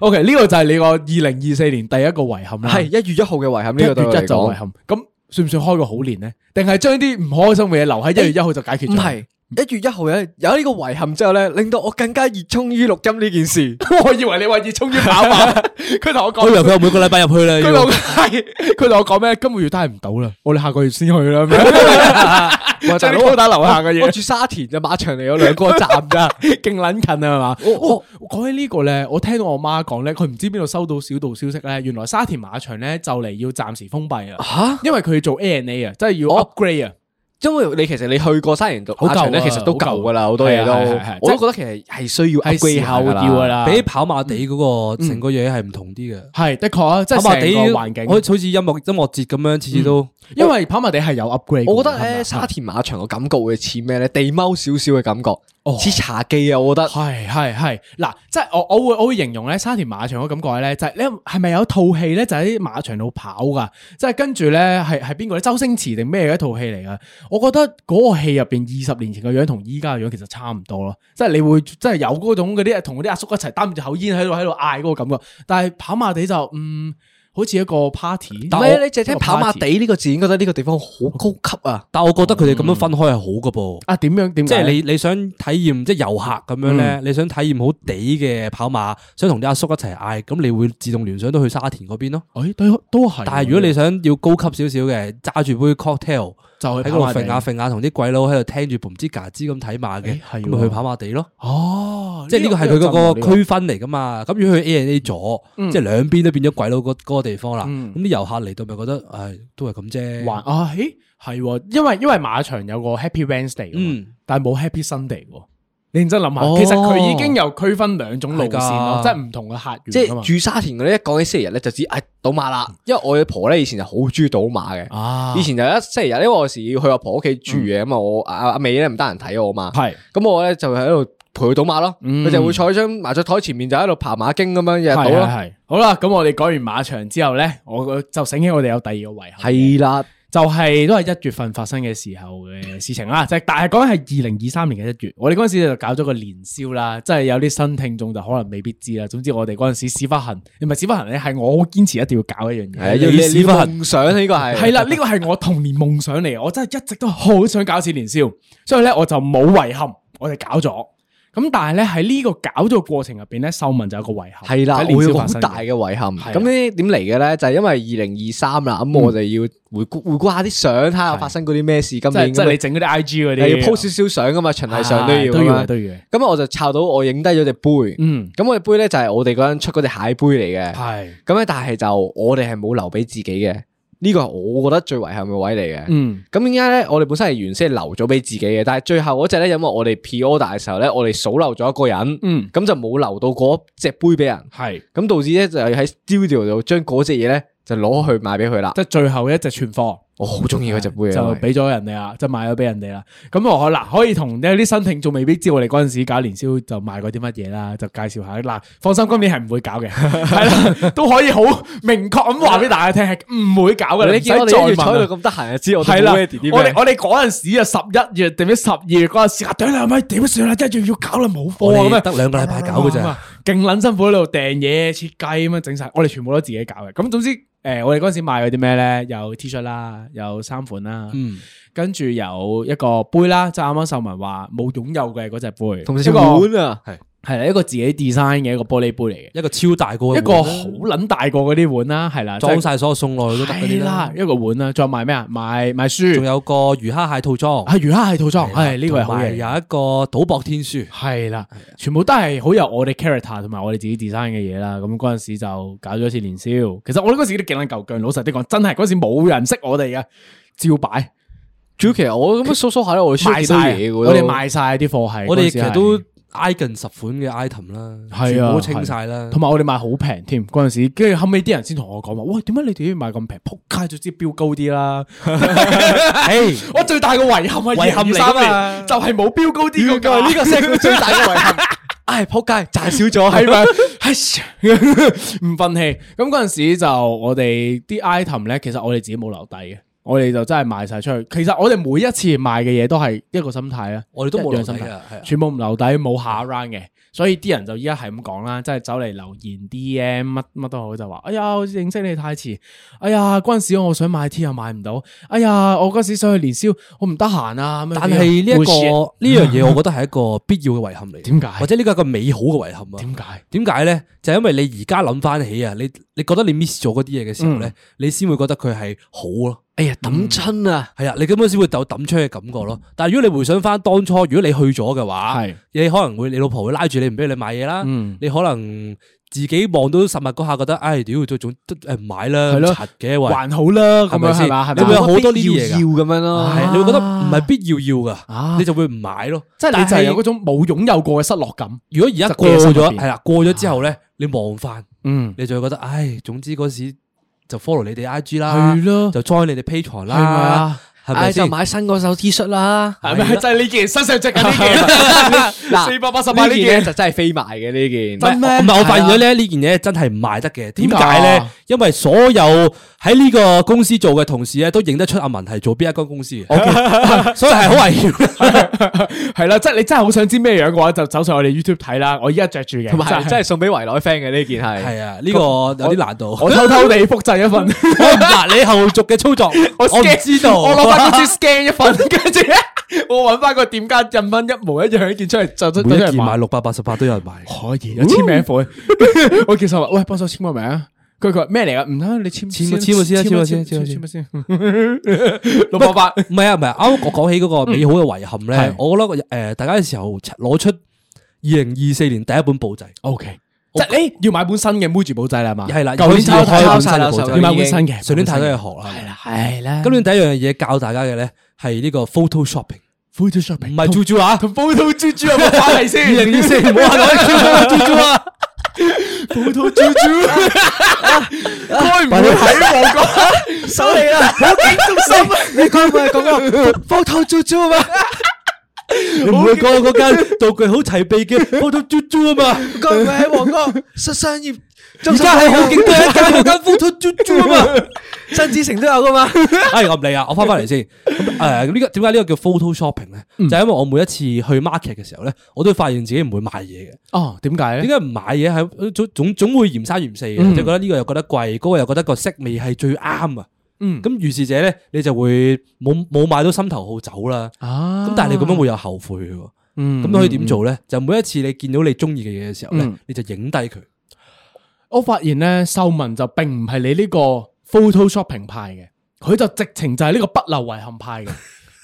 Speaker 3: OK，呢個就係你個二零二四年第一個遺憾啦。
Speaker 2: 係一月一號嘅遺憾
Speaker 3: 啊一
Speaker 2: 呢
Speaker 3: 月
Speaker 2: 個對我嚟
Speaker 3: 一就遺
Speaker 2: 講，
Speaker 3: 憾，咁算唔算開個好年呢？定係將啲唔開心嘅嘢留喺一月一號就解決
Speaker 2: 唔
Speaker 3: 咗？
Speaker 2: 係一月一號咧有呢個遺憾之後咧，令到我更加熱衷於錄音呢件事。
Speaker 3: (laughs) 我以為你話熱衷於跑
Speaker 2: (laughs)
Speaker 3: 馬，佢同我
Speaker 1: 我以為
Speaker 3: 講，
Speaker 1: 佢每個禮拜入去啦，
Speaker 3: 佢同
Speaker 1: 要
Speaker 3: 我係 (laughs) 佢同我講咩？今個月都係唔到啦，我哋下個月先去啦。
Speaker 2: (laughs) 喂
Speaker 3: 將啲高打留下嘅
Speaker 2: 我 (laughs)
Speaker 3: 嘢，
Speaker 2: 住沙田嘅馬場嚟，有兩個
Speaker 3: (laughs)
Speaker 2: 站咋。
Speaker 3: 勁撚近啊係嘛！
Speaker 2: (laughs) 我
Speaker 3: 我講起呢個咧，我聽到我媽講咧，佢唔知邊度收到小道消息咧，原來沙田馬場咧就嚟要暫時封閉
Speaker 2: (laughs)
Speaker 3: 啦，
Speaker 2: 吓，
Speaker 3: 因為佢要做 A and A 啊，即係要
Speaker 2: 哦
Speaker 3: upgrade 啊。
Speaker 2: 因為你其實你去過沙田度
Speaker 3: 好舊
Speaker 2: 馬
Speaker 3: 啊
Speaker 2: 場咧，其實都舊噶啦，好多嘢都
Speaker 3: 好舊係係啊係係，
Speaker 2: 我都覺得其實係需要 upgrade
Speaker 3: 係時啊候
Speaker 2: 下㗎
Speaker 3: 要噶。啦，
Speaker 1: 比跑馬地嗰個成個嘢係唔同啲嘅。
Speaker 3: 係的確嗯啊，即係
Speaker 1: 跑馬地
Speaker 3: 成個環境嗯
Speaker 1: 好。好似音樂音樂節咁樣，次次都
Speaker 3: 因為跑馬地係有 upgrade 嘅。
Speaker 2: 我覺得
Speaker 3: 係咪啊
Speaker 2: 咧，沙田馬場個感覺會似咩咧？地踎少少嘅感覺
Speaker 3: 哦，
Speaker 2: 似茶記啊！我覺得
Speaker 3: 係係係嗱，即係我我會我會形容咧沙田馬場嗰感覺咧，就係咧係咪有套戲咧就喺馬場度跑噶？即係跟住咧係係邊個咧？周星馳定咩嘅一套戲嚟噶？我覺得嗰個戲入邊二十年前嘅樣同依家嘅樣其實差唔多咯，即係你會即係有嗰種嗰啲同嗰啲阿叔一齊擔住口煙喺度喺度嗌嗰個感覺，但係跑馬地就嗯好似一個 party，
Speaker 2: 唔係啊你淨係聽跑馬地呢個字，已經覺得呢個地方好高級 (laughs) 啊！
Speaker 1: 但我覺得佢哋咁
Speaker 3: 嗯
Speaker 1: 樣分開係好嘅噃，
Speaker 3: 啊點樣點
Speaker 1: 即
Speaker 3: 解嗯
Speaker 1: 係
Speaker 3: 咧？
Speaker 1: 你你想體驗即係遊客咁樣咧，你想體驗好地嘅跑馬，想同啲阿叔一齊嗌，咁你會自動聯想到去沙田嗰邊咯。
Speaker 3: 誒都都係喎，啊
Speaker 1: 但係如果你想要高級少少嘅，揸住杯 cocktail
Speaker 3: 就
Speaker 1: 喺
Speaker 3: 去
Speaker 1: 嗰度
Speaker 3: 跑馬地
Speaker 1: 揈下揈下，同啲鬼佬喺度聽住嘭吱嘎吱咁睇馬嘅，
Speaker 3: 誒係
Speaker 1: 咁
Speaker 3: 喎
Speaker 1: 咪去跑馬地咯。
Speaker 3: 哦，
Speaker 1: 即係呢個係佢嗰個
Speaker 3: 呢個
Speaker 1: 區分嚟噶嘛。咁如果佢 A and A 咗，即係兩邊都變咗鬼佬嗰嗰個地方啦。
Speaker 3: 嗯
Speaker 1: 咁啲遊客嚟到咪覺得，唉，都係咁啫。
Speaker 3: 還啊，咦，係喎，因為因為馬場有個 Happy Wednesday，㗎嘛
Speaker 1: 嗯，
Speaker 3: 但係冇 Happy Sunday 喎。你認真諗
Speaker 2: 哦
Speaker 3: 下，其實佢已經有區分兩種路線
Speaker 1: 係㗎，
Speaker 3: 咯即係唔同嘅客
Speaker 2: 即
Speaker 3: 源㗎嘛
Speaker 2: 係住沙田嗰啲，一講起星期日咧就知誒賭馬啦。因為我嘅婆咧以前就好中意賭馬嘅，
Speaker 3: 啊
Speaker 2: 以前就一星期日，因為我有時要去阿婆屋企住嘅，咁啊我阿阿美咧唔得閒睇我嘛，
Speaker 3: 係
Speaker 2: 咁我咧就喺度陪佢賭馬咯。
Speaker 3: 嗯
Speaker 2: 佢就會坐喺張麻雀台前面就喺度爬馬經咁樣日日
Speaker 3: 係
Speaker 2: 賭咯。
Speaker 3: 係好啦，咁我哋講完馬場之後咧，我就醒起我哋有第二個遺憾嘅，
Speaker 2: 係啦，
Speaker 3: 就係都係一月份發生嘅時候嘅事情啦，就係但係講緊係二零二三年嘅一月，我哋嗰陣時就搞咗個年宵啦，即係有啲新聽眾就可能未必知啦。總之我哋嗰陣時屎忽痕，唔係屎忽痕咧，係我好堅持一定要搞一樣嘢
Speaker 2: 係。啊要
Speaker 1: 你
Speaker 2: 你
Speaker 1: 屎
Speaker 2: 你
Speaker 1: 忽痕
Speaker 2: 夢想呢個係
Speaker 3: 系啦，呢個係我童年夢想嚟，我真係一直都好想搞一次年宵，所以咧我就冇遺憾，我哋搞咗。咁但係咧喺呢個搞咗嘅過程入邊咧，秀文就有個遺憾，
Speaker 2: 係啦，
Speaker 3: 喺
Speaker 2: 我
Speaker 3: 年
Speaker 2: 有
Speaker 3: 宵
Speaker 2: 個
Speaker 3: 發
Speaker 2: 好
Speaker 3: 生
Speaker 2: 大嘅
Speaker 3: 嘅。
Speaker 2: 遺憾。
Speaker 3: 係啊嗯
Speaker 2: 咁呢點嚟嘅咧？就係因為二零二三啦，咁我就要回顧回顧下啲相，睇下發生過啲咩事。今
Speaker 3: 即係
Speaker 2: 年
Speaker 3: 即係
Speaker 2: 咁
Speaker 3: 你整嗰啲 I G 嗰
Speaker 2: 又要
Speaker 3: 啲
Speaker 2: po 少少相噶嘛，循例上都
Speaker 3: 啊
Speaker 2: 要
Speaker 3: 都
Speaker 2: 㗎
Speaker 3: 要
Speaker 2: 嘛
Speaker 3: 嘅都要嘅。
Speaker 2: 咁我就抄到我影低咗隻杯，咁
Speaker 3: 嗯，
Speaker 2: 我隻杯咧就係我哋嗰陣出嗰隻蟹杯嚟嘅。
Speaker 3: 係，
Speaker 2: 咁咧，但係就我哋係冇留俾自己嘅，呢個係我覺得最遺憾嘅位嚟嘅。
Speaker 3: 嗯，
Speaker 2: 咁點解咧？我哋本身係原先係留咗俾自己嘅，但係最後嗰隻咧，因為我哋 pre order 嘅時候咧，我哋數漏咗一個人，
Speaker 3: 嗯
Speaker 2: 咁就冇留到嗰隻杯俾人，
Speaker 3: 係，
Speaker 2: 咁導致咧就係喺 studio 度將嗰隻嘢咧就攞去賣俾佢啦。
Speaker 3: 即係最後一隻存貨。
Speaker 2: 我好中意嗰隻杯啊，
Speaker 3: 就
Speaker 2: 因為
Speaker 3: 俾咗人哋啦，即係買咗俾人哋啦。咁我可嗱可以同有啲新聽眾未必知我哋嗰陣時搞年宵就賣過啲乜嘢啦，就介紹下。嗱，放心，今年係唔會
Speaker 2: (laughs)
Speaker 3: 搞嘅，係啦，都可以好明確咁話俾大家聽，係唔會搞嘅。
Speaker 2: 你
Speaker 3: 唔使
Speaker 2: 見我
Speaker 3: 再
Speaker 2: 哋一月
Speaker 3: 問
Speaker 2: 坐喺
Speaker 3: 啦
Speaker 2: 度咁得閒，就知我
Speaker 3: 係
Speaker 2: 哋
Speaker 3: 啦，
Speaker 2: 冇
Speaker 3: 我
Speaker 2: ready 啲咩
Speaker 3: 哋我哋嗰陣時啊，十一月定唔知十二月嗰陣時啊，屌你阿咪，屌算啦，一月要搞啦，冇貨啊
Speaker 1: 我
Speaker 3: 咁
Speaker 1: 哋
Speaker 3: 啊，
Speaker 1: 得兩個禮拜搞嘅咋
Speaker 3: 咁啊，勁撚辛苦喺度訂嘢、設計咁樣整晒，我哋全部都自己搞嘅。咁總之，誒我哋嗰陣時賣嗰啲咩咧？有 T 恤啦，有衫款啦，
Speaker 1: 嗯，
Speaker 3: 跟住有一個杯啦，即係啱啱秀文話冇擁有嘅嗰只杯，
Speaker 2: 同埋
Speaker 3: 一
Speaker 2: 隻
Speaker 3: 個
Speaker 2: 碗啊，
Speaker 3: 係啦，一個自己 design 嘅一個玻璃杯嚟嘅。
Speaker 1: 一個超大個嘅碗啦，
Speaker 3: 一個好撚大個嗰啲碗啦，係啦，即係
Speaker 1: 裝晒所有餸落去都得嗰
Speaker 3: 係
Speaker 1: 啲
Speaker 3: 啦
Speaker 1: 啦，，
Speaker 3: 一個碗啦，再賣咩啊？賣賣書，
Speaker 1: 仲有個魚蝦蟹套裝，
Speaker 3: 啊，魚蝦蟹套裝，係呢個係好
Speaker 1: 同埋
Speaker 3: 嘢，
Speaker 1: 有一個賭博天書，
Speaker 3: 係啦，全部都係好有我哋 character 同埋我哋自己 design 嘅嘢啦。咁嗰陣時就搞咗一次年宵，其實我哋嗰陣時都勁撚舊姜，老實啲講，真係嗰陣時冇人識我哋嘅，照擺
Speaker 2: 啊主要其實我咁樣數數下咧，我哋輸咗
Speaker 3: 賣
Speaker 2: 幾多
Speaker 3: 晒
Speaker 2: 嘢嘅
Speaker 3: 啊，
Speaker 2: 喎
Speaker 3: 我哋賣晒啲貨係，
Speaker 1: 我哋其實都挨近十款嘅 item 啦，
Speaker 3: 係
Speaker 1: 全
Speaker 3: 啊
Speaker 1: 部都清晒啦。
Speaker 3: 同埋我哋賣好平添，嗰陣時，跟住後尾啲人先同我講話，喂，點解你哋要賣咁平？仆街，就知標高
Speaker 1: (laughs)
Speaker 3: 啲啦。 (laughs) 我最大嘅遺憾係
Speaker 1: 遺憾嚟㗎嘛
Speaker 3: 2023啊就係冇標高啲個價。
Speaker 2: 呢個先係佢最大嘅
Speaker 3: (laughs)
Speaker 2: 遺憾。唉，仆街，賺少咗係
Speaker 3: 係 (laughs)
Speaker 2: 咪？
Speaker 3: 咪？唔忿氣。咁嗰陣時就我哋啲 item 咧，其實我哋自己冇留低嘅，我哋就真係賣晒出去。其實我哋每一次賣嘅嘢都係一個心態啦，
Speaker 1: 我哋都冇
Speaker 3: 一樣
Speaker 1: 留底
Speaker 3: 心態
Speaker 1: 啊，係啊
Speaker 3: 全部唔留底，冇下一 round 嘅。所以啲人就依家係咁講啦，即係走嚟留言 D.M. 乜乜都好，就話：哎呀，我認識你太遲。哎呀，嗰陣時我想買 T 又買唔到。哎呀，我嗰陣時想去年宵，我唔得閒啊。咁樣
Speaker 1: 但係呢一個
Speaker 3: Bullshit
Speaker 1: 呢樣嘢，我覺得係一個必要嘅遺憾
Speaker 3: (laughs)
Speaker 1: 嚟。
Speaker 3: 點解
Speaker 1: 或者呢個係一個美好嘅遺憾啊？
Speaker 3: 點解？
Speaker 1: 點解咧？就係因為你而家諗翻起啊，你你覺得你 miss 咗嗰啲嘢嘅時候
Speaker 3: 嗯
Speaker 1: 咧，你先會覺得佢係好咯。
Speaker 2: 哎呀，抌親啊！
Speaker 1: 係啊，你根本先會有抌出去嘅感覺咯。但係如果你回想翻當初，如果你去咗嘅話，
Speaker 3: 嗯係
Speaker 1: 你可能會你老婆會拉住你唔俾你買嘢啦。
Speaker 3: 啊嗯
Speaker 1: 你可能自己望到實物嗰下覺得，唉，屌，最總都誒唔買啦，
Speaker 3: 係咯
Speaker 1: 柒嘅喂。
Speaker 3: 還好啦，咁
Speaker 1: 係咪
Speaker 3: 樣
Speaker 1: 先
Speaker 3: 係嘛？係
Speaker 1: 你會
Speaker 3: 咪
Speaker 1: 有？好多呢啲嘢㗎
Speaker 2: 要要咁樣咯。
Speaker 1: 係，你會覺得唔係必要要噶
Speaker 3: 啊，
Speaker 1: 你就會唔買咯。
Speaker 3: 即係
Speaker 1: 但
Speaker 3: 你就係有嗰種冇擁有過嘅失落感。
Speaker 1: 如果而家
Speaker 3: 就
Speaker 1: 過
Speaker 3: 記喺心入
Speaker 1: 咗，
Speaker 3: 邊
Speaker 1: 係啦，過咗之後
Speaker 3: 啊
Speaker 1: 咧，你望翻，
Speaker 3: 嗯，
Speaker 1: 你就會覺得，唉，總之嗰時就 follow 你哋 I G 啦，
Speaker 3: 係咯，
Speaker 1: 就 join 你哋 Patreon
Speaker 3: 啊係咪
Speaker 1: 啦，
Speaker 3: 啊？
Speaker 1: 係咪
Speaker 2: 唉，就
Speaker 1: 先？
Speaker 2: 買新嗰手 T 恤啦。
Speaker 3: 係咪就係呢件身上着緊 (laughs) 呢件？
Speaker 2: 嗱
Speaker 3: (laughs) 四百八十八
Speaker 2: 呢
Speaker 3: 呢
Speaker 2: 件咧
Speaker 3: 件，
Speaker 2: 就真係飛賣嘅呢件。
Speaker 3: 真
Speaker 1: 哦唔
Speaker 3: 咩
Speaker 1: 係，唔係我發現
Speaker 2: 係
Speaker 1: 咗
Speaker 2: 啊
Speaker 1: 咧呢件嘢真係唔賣得嘅。點
Speaker 3: 點解
Speaker 1: 解
Speaker 3: 啊
Speaker 1: 咧？因為所有喺呢個公司做嘅同事咧，都認得出阿文係做邊一間公司嘅， (laughs) 所以係好危險。
Speaker 3: 係啦，即係你真係好想知咩樣嘅話，就走上我哋 YouTube 睇啦。我依家着住嘅，
Speaker 2: 同埋係
Speaker 3: 真
Speaker 2: 真
Speaker 3: 係
Speaker 2: 係送俾維內 friend 嘅呢件係。
Speaker 1: 係啊，呢個有啲難度。
Speaker 3: 我偷偷地複製一份，
Speaker 1: (laughs) 我唔嗱你後續嘅操作，我唔
Speaker 3: scan-
Speaker 1: 知道。
Speaker 3: 我攞翻嗰支 scan 一份， (laughs) 跟住咧我揾翻個店家印翻一模一樣一件出嚟，就出
Speaker 1: 每一
Speaker 3: 咗
Speaker 1: 件
Speaker 3: 嚟
Speaker 1: 賣
Speaker 3: 賣。
Speaker 1: 六百八十八都有人買，
Speaker 3: 可以有簽名款， (laughs) 我叫手話喂幫手簽個名啊。佢佢話咩嚟噶？唔得，你簽
Speaker 1: 簽簽個先啊簽個先簽個
Speaker 3: 簽
Speaker 1: 先
Speaker 3: 個先， (laughs) 六百八。
Speaker 1: (laughs) 唔係啊，唔係啊啱啱我講起嗰個美好嘅遺憾咧
Speaker 3: 係，
Speaker 1: 我覺得誒大家嘅時候攞出二零二四年第一本簿仔，
Speaker 3: O K，即係你要買本新嘅 Muji 簿仔啦係嘛？
Speaker 1: 係啦，
Speaker 3: 舊年
Speaker 1: 要開
Speaker 3: 抄抄
Speaker 1: 本
Speaker 2: 抄
Speaker 1: 新
Speaker 2: 晒
Speaker 1: 嘅
Speaker 2: 啦
Speaker 1: 簿
Speaker 2: 手
Speaker 1: 仔
Speaker 2: 機
Speaker 3: 要，買本新嘅，
Speaker 1: 上年太多嘢學啦。
Speaker 3: 係啦，係
Speaker 2: 嗯
Speaker 3: 啦。
Speaker 1: 今年第一樣嘢教大家嘅咧係呢個 photo shopping，
Speaker 3: Photoshop
Speaker 1: 唔係豬豬啊，
Speaker 3: 同 Photo 豬豬有冇關係先？
Speaker 1: 二零二四唔
Speaker 3: (laughs)
Speaker 1: 好話啊攞豬豬啊，
Speaker 2: (laughs)
Speaker 3: Photo 豬豬，該唔會喺旺角收你啦？我警中心
Speaker 2: 你講唔係講個 photo 做做 (laughs) 啊嘛？
Speaker 1: 你唔會講嗰間道具好齊備嘅
Speaker 2: (laughs)
Speaker 1: photo 豬豬啊嘛，
Speaker 2: 佢唔係喺旺 (laughs) 角商商業中
Speaker 1: 而
Speaker 2: 心
Speaker 1: 家係好景都有一間嗰間 photo 豬豬啊嘛。
Speaker 2: (laughs) 新子城都有噶嘛？
Speaker 1: (laughs) 哎，我唔理啊，我翻翻嚟先。咁誒，呢個點解呢個叫 photo shopping 咧？
Speaker 2: 嗯
Speaker 1: 就係因為我每一次去 market 嘅時候咧，我都會發現自己唔會買嘢嘅。
Speaker 3: 哦，點解
Speaker 1: 點
Speaker 3: 咧？
Speaker 1: 解唔買嘢係總總總會嫌三嫌四嘅，
Speaker 3: 嗯
Speaker 1: 就覺得呢個又覺得貴，嗰個又覺得個色味係最啱啊。
Speaker 3: 嗯
Speaker 1: 咁於是者咧，你就會冇冇買到心頭好走啦。
Speaker 3: 啊
Speaker 1: 咁但係你咁樣會有後悔嘅喎。
Speaker 3: 嗯
Speaker 1: 咁可以點？做咧？就每一次你見到你中意嘅嘢嘅時候咧
Speaker 3: 嗯，
Speaker 1: 你就影低佢。
Speaker 3: 我發現咧，秀文就並唔係你呢個 Photoshopping 派嘅，佢就直情就係呢個不留遺憾派嘅。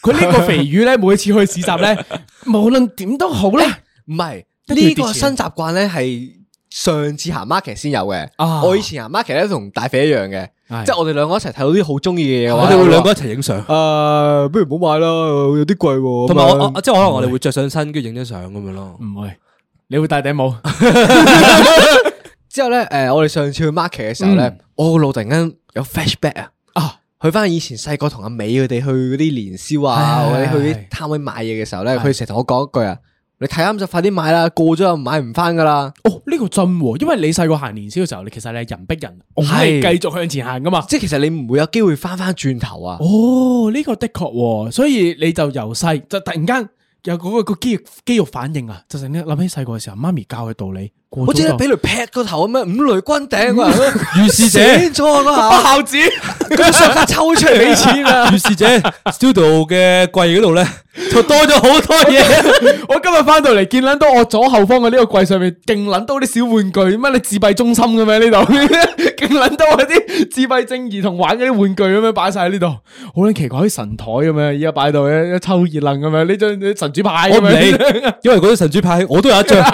Speaker 3: 佢呢個肥魚咧，每次去市集咧，無論點都好咧，
Speaker 2: 唔係
Speaker 3: 定要
Speaker 2: 呢
Speaker 3: 跌
Speaker 2: 個
Speaker 3: 錢
Speaker 2: 新習慣咧係上次行 market 先有嘅。
Speaker 3: 啊
Speaker 2: 我以前行 market 咧同大肥一樣嘅，
Speaker 3: 係
Speaker 2: 即係我哋兩個一齊睇到啲好中意嘅嘢嘅
Speaker 1: 我
Speaker 2: 話，
Speaker 1: 哋會兩個
Speaker 2: 誒
Speaker 1: 一齊影相，，
Speaker 2: 不如唔好買啦，有啲貴喎。
Speaker 1: 同埋
Speaker 2: 咁樣
Speaker 3: 啊
Speaker 1: 我我即係
Speaker 3: 嗯
Speaker 1: 可能我哋會着上身跟住影張相咁樣
Speaker 3: (laughs)
Speaker 1: 咯。
Speaker 3: 唔會，你會戴頂帽，
Speaker 2: 之後咧，誒，我哋上次去 market 嘅時候咧
Speaker 3: 嗯，
Speaker 2: 我個腦突然間有 flashback 啊！
Speaker 3: 啊，
Speaker 2: 去翻以前細個同阿美佢哋去嗰啲年宵啊，
Speaker 3: 係
Speaker 2: 或者
Speaker 3: 係
Speaker 2: 去啲
Speaker 3: 係
Speaker 2: 攤位買嘢嘅時候咧，佢成日同我講一句啊：你睇啱就快啲買啦，過咗又買唔翻噶啦。
Speaker 3: 哦，呢個真喎，因為你細個行年宵嘅時候，你其實你係人逼人，我
Speaker 2: 係
Speaker 3: 係繼續向前行噶嘛。
Speaker 2: 即係其實你唔會有機會翻翻轉頭啊。
Speaker 3: 哦，呢個的確喎，所以你就由細就突然間有嗰個個肌肉肌肉反應啊，就成日諗起細個嘅時候，媽咪教嘅道理，過
Speaker 2: 我
Speaker 3: 咗
Speaker 2: 即
Speaker 3: 就
Speaker 2: 係俾雷劈個頭咁樣，五雷轟頂嗰人，
Speaker 1: 於是者。
Speaker 2: 醒咗啊嗰下，
Speaker 3: 孝子。
Speaker 2: 咁上下抽出嚟俾錢啊！
Speaker 1: 於是者 studio 嘅櫃嗰度咧，就多咗好多
Speaker 3: (laughs)
Speaker 1: 嘢。
Speaker 3: 我今日翻到嚟見撚到我左後方嘅呢個櫃上面，勁撚到啲小玩具，乜你自閉中心嘅咩呢度？ (laughs) 勁撚到我啲自閉症兒童玩嗰啲玩具咁樣擺晒喺呢度，好撚奇怪，啲神台咁樣，而家擺到一一抽熱楞咁樣，呢張神主牌
Speaker 1: 我
Speaker 3: 咁
Speaker 1: 唔理
Speaker 3: 樣。， (laughs)
Speaker 1: 因為嗰啲神主牌我都有一張。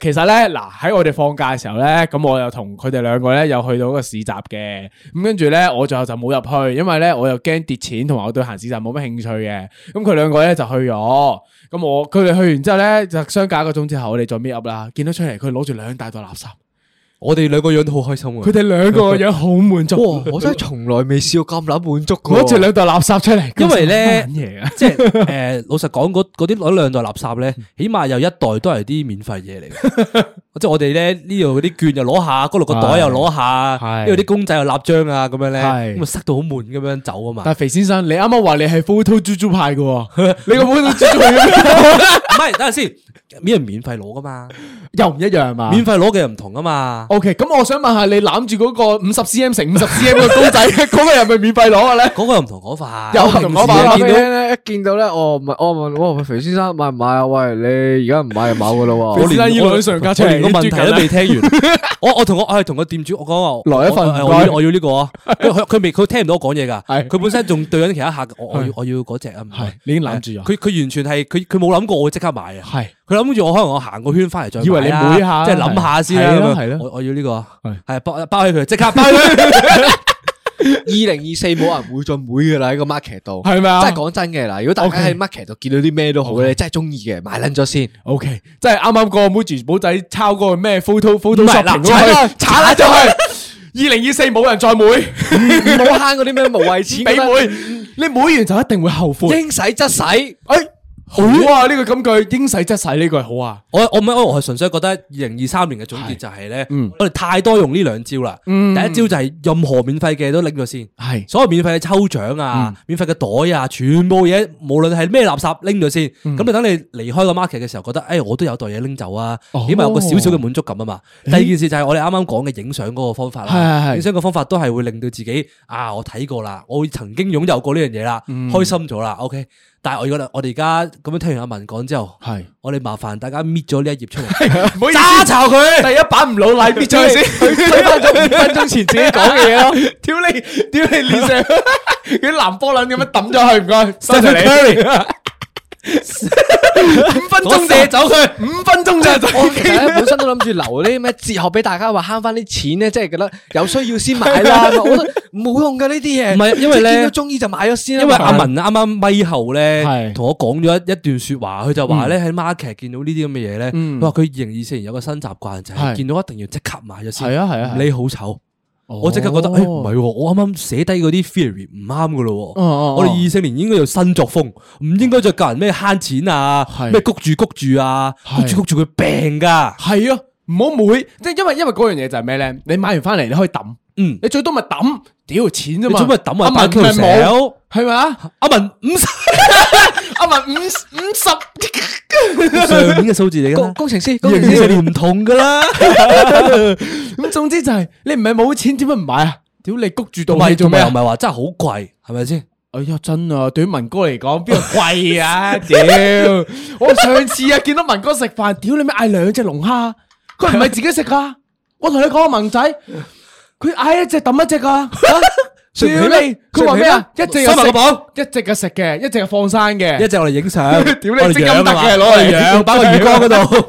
Speaker 3: 其實咧，嗱喺我哋放假嘅時候咧，咁我又同佢哋兩個咧又去到一個市集嘅，咁跟住咧我最後就冇入去，因為咧我又驚跌錢，同埋我對行市集冇乜興趣嘅。咁佢兩個咧就去咗，咁我佢哋去完之後咧就相隔一個鐘之後，我哋再 meet up 啦。見到出嚟佢攞住兩大袋垃圾，
Speaker 1: 我哋兩個樣都好開心啊
Speaker 3: 佢
Speaker 1: 嘅。
Speaker 3: 哋兩個樣好滿足，
Speaker 2: 哇！我真系从来未试過咁捻滿足嘅喎，
Speaker 3: 攞住兩袋垃圾出嚟，
Speaker 1: 因為咧
Speaker 3: 咁嘢 (laughs) 啊！
Speaker 1: 即系诶， (laughs) 誒老實講，嗰嗰啲攞兩袋垃圾咧，
Speaker 3: 嗯
Speaker 1: 起碼有一袋都係啲免費嘢嚟嘅。 (laughs) 即系我哋咧呢度嗰啲券又攞下，嗰度個袋又攞下，
Speaker 3: 係
Speaker 1: 因為啲公仔又立章啊咁樣咧，
Speaker 3: 係
Speaker 1: 咁啊塞到好悶咁樣走啊嘛。
Speaker 3: 但係肥先生，你啱啱話你係 photo 豬豬派嘅 (laughs) 喎，你個 photo 豬豬派
Speaker 1: (laughs) 唔係，等陣先，呢係免費攞噶嘛，
Speaker 3: 又唔一樣 (laughs) 嘛？
Speaker 1: 免費攞嘅又唔同啊嘛。
Speaker 3: O K，咁我想問下你攬住嗰個五十 C M 乘五十 C M 嘅公仔， (laughs) 嗰個又咪免費攞嘅咧？
Speaker 1: 嗰個又唔同講法，
Speaker 3: 又
Speaker 2: 有
Speaker 3: 唔
Speaker 2: 同
Speaker 3: 同
Speaker 2: 我
Speaker 3: 講
Speaker 2: 爸
Speaker 3: 法
Speaker 2: 爸
Speaker 3: 見
Speaker 2: 咧，
Speaker 3: 到
Speaker 2: 一見到咧，我唔係我問我話肥先生買唔買啊？喂，你而家唔買就冇噶啦
Speaker 3: 我
Speaker 2: 喎。
Speaker 3: 連依兩上架出
Speaker 1: 我
Speaker 3: 嚟
Speaker 1: 連個問題都
Speaker 3: 已
Speaker 1: 未聽完。 (laughs) 我我同我我係同個店主我講話，
Speaker 3: 來一份
Speaker 1: 我
Speaker 3: 唔
Speaker 1: 我
Speaker 3: 該
Speaker 1: 我要我要呢個啊，因為佢佢未佢聽唔到我講嘢㗎，
Speaker 3: (laughs) 係
Speaker 1: 佢本身仲對緊其他客㗎，我我要我要嗰只啊，唔該
Speaker 3: 係你已經攬住咗
Speaker 1: 佢佢完全係佢佢冇諗過我會即刻買啊，
Speaker 3: 係
Speaker 1: 佢諗住我可能我行個圈翻嚟再買啊，
Speaker 3: 以為你妹下
Speaker 1: 即係諗下先啦
Speaker 3: 係咯
Speaker 1: 咁樣
Speaker 3: 係咯
Speaker 1: 我我要呢個啊
Speaker 3: 係
Speaker 1: 係包包起佢，即
Speaker 3: (laughs)
Speaker 1: 刻包起佢。
Speaker 2: 二零二四冇人會進會噶啦，喺個 market 度。
Speaker 3: 係咪啊？
Speaker 2: 真係講真嘅嗱，如果大家喺 market 度見到啲咩都好咧，真係中意嘅，買撚咗先。
Speaker 3: O K，即係啱啱個妹住寶仔抄嗰個咩 photo photo
Speaker 1: 唔
Speaker 3: s
Speaker 1: 係
Speaker 3: h o
Speaker 1: 嗱
Speaker 3: p
Speaker 1: 踩啦
Speaker 3: 查啦就去。二零二四冇人再妹，
Speaker 2: 唔好慳嗰啲咩無謂錢
Speaker 3: 俾
Speaker 2: 㗎啦，
Speaker 3: 妹，你妹完就一定會後悔。
Speaker 2: 應使則使。
Speaker 3: 哎，好啊，呢個咁句應使則使呢句好啊。
Speaker 1: 我我唔係我係純粹覺得二零二三年嘅總結就係咧
Speaker 3: 嗯，
Speaker 1: 我哋太多用呢兩招啦。第一招就係任何免費嘅都拎咗先。
Speaker 3: 係
Speaker 1: 所有免費嘅抽獎
Speaker 3: 嗯
Speaker 1: 啊、免費嘅袋啊，全部嘢無論係咩垃圾拎咗先，
Speaker 3: 嗯
Speaker 1: 咁你等你離開個 market 嘅時候，覺得誒、哎我都有袋嘢拎走啊，
Speaker 3: 哦
Speaker 1: 起碼有個少少嘅滿足感啊嘛。第二件事就係我哋啱啱講嘅影相嗰個方法
Speaker 3: 係係
Speaker 1: 啦，
Speaker 3: 係
Speaker 1: 影相嘅方法都係會令到自己啊，我睇過啦，我曾經擁有過呢樣嘢啦，
Speaker 3: 嗯
Speaker 1: 開心咗啦，OK。但係我覺得我哋而家咁樣聽完阿文講之後，
Speaker 3: 係，
Speaker 1: 我哋麻煩大家搣咗呢一頁出嚟，
Speaker 3: (laughs) 唔好意
Speaker 1: 揸
Speaker 3: 思，
Speaker 1: 巢佢。
Speaker 3: 第一版唔老禮，搣咗
Speaker 2: (laughs)
Speaker 3: 佢先。
Speaker 2: 推翻咗五分鐘前自己講嘅嘢咯。
Speaker 3: 屌你，屌你脸上啲藍波撚咁樣抌咗佢，唔該，收住你。 (laughs) 五分鐘
Speaker 1: 我射
Speaker 3: 走佢，五分鐘咋就
Speaker 2: 我
Speaker 3: 已
Speaker 2: 其
Speaker 3: 經
Speaker 2: 實
Speaker 3: (laughs)
Speaker 2: 咧本身都諗住留啲咩哲學俾大家，話慳翻啲錢咧，即係覺得有需要先買
Speaker 3: (laughs)
Speaker 2: 啦。我覺得冇用噶呢啲嘢，
Speaker 1: 唔係因為咧
Speaker 2: 即係見到中意就買咗先啦。
Speaker 1: 因為阿文啱啱咪後咧，
Speaker 3: 係
Speaker 1: 同我講咗一一段说話，佢就
Speaker 3: 嗯
Speaker 1: 話咧喺 market 見到呢啲咁嘅嘢咧，佢話佢二零二四年有個新習慣就係
Speaker 3: 係
Speaker 1: 見到一定要即刻買咗先，
Speaker 3: 係啊係啊係
Speaker 1: 你好醜，我即刻覺得
Speaker 3: 哦
Speaker 1: 诶唔係喎，我啱啱寫低嗰啲 theory 唔啱噶咯喎，
Speaker 3: 哦
Speaker 1: 我哋二四年應該有新作風，唔應該再教人咩慳錢啊，
Speaker 3: 係
Speaker 1: 咩谷住谷住啊，谷
Speaker 3: 係
Speaker 1: 住谷住佢病噶，
Speaker 3: 係啊，唔好妹，即係因為因為嗰樣嘢就係咩咧？你買完翻嚟你可以抌，
Speaker 1: 嗯，
Speaker 3: 你最多咪抌，屌錢啫
Speaker 1: 你
Speaker 3: 嘛。
Speaker 1: 做咩抌啊？
Speaker 3: 阿文
Speaker 1: 打
Speaker 3: 咪
Speaker 1: Q
Speaker 3: 冇，
Speaker 1: 手
Speaker 3: 係咪啊？
Speaker 1: 阿文五十
Speaker 3: 阿文五五十， (laughs)
Speaker 1: 上年嘅數字嚟噶
Speaker 2: 工
Speaker 1: 啦，
Speaker 2: 工程師，
Speaker 1: (laughs) 二
Speaker 2: 工程
Speaker 1: 零二四
Speaker 2: 師
Speaker 1: 年唔同噶啦。
Speaker 3: 咁總之就係你唔係冇錢，點解唔買啊？屌你谷住
Speaker 1: 同
Speaker 3: 到
Speaker 1: 埋
Speaker 3: 你 (laughs) 做
Speaker 1: 同
Speaker 3: 咩
Speaker 1: 埋又
Speaker 3: 啊
Speaker 1: 唔？係話真係好貴，係咪先？
Speaker 3: 哎呀，真啊！對於文哥嚟講，邊度貴啊？
Speaker 1: (laughs)
Speaker 3: 屌！ (laughs) 我上次啊，見到文哥食飯，屌你咪嗌兩隻龍蝦，佢唔係自己食噶。我同你講啊，文仔，佢嗌一隻抌一隻噶。
Speaker 2: 食
Speaker 3: 屌
Speaker 2: 唔起咩
Speaker 3: 你！佢話咩啊？一隻又
Speaker 1: 收埋個
Speaker 3: 食
Speaker 1: 榜，
Speaker 3: 一隻嘅食嘅，一隻嘅放生嘅
Speaker 1: 一。隻我哋影相，
Speaker 3: (laughs) 屌你
Speaker 1: 我哋
Speaker 3: 即
Speaker 1: 養啊
Speaker 3: 咁特
Speaker 1: 嘛
Speaker 3: 嘅攞嚟
Speaker 1: 養，擺個魚缸嗰
Speaker 3: (laughs)
Speaker 1: 度。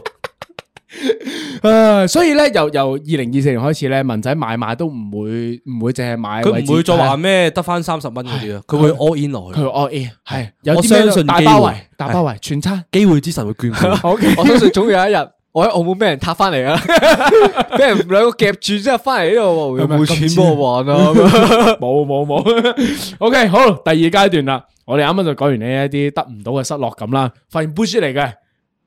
Speaker 3: 誒，所以咧，由由二零二四年開始咧，文仔買買都唔會唔會淨係買為
Speaker 1: 佢
Speaker 3: 自
Speaker 1: 唔會
Speaker 3: 己
Speaker 1: 再話咩得翻三十蚊嗰啲啊，佢會 all in 落
Speaker 3: 佢
Speaker 1: 去。
Speaker 3: all in 係有
Speaker 1: 我
Speaker 3: 啲咩
Speaker 1: 相
Speaker 3: 都
Speaker 1: 信
Speaker 3: 大
Speaker 1: 機
Speaker 3: 包
Speaker 1: 會
Speaker 3: 圍大包圍全餐。
Speaker 1: 機會之神會眷顧。
Speaker 3: O K。
Speaker 2: (laughs) 我相信總有一日，我喺澳門俾人撻翻嚟
Speaker 3: (laughs)
Speaker 2: 啊！俾人兩個夾住之後翻嚟呢度，有冇錢幫我還啊？咁樣
Speaker 3: (laughs) 冇 (laughs) 冇冇。OK，好，第二階段啦，我哋啱啱就講完呢一啲得唔到嘅失落感啦，發現 bush 嚟嘅，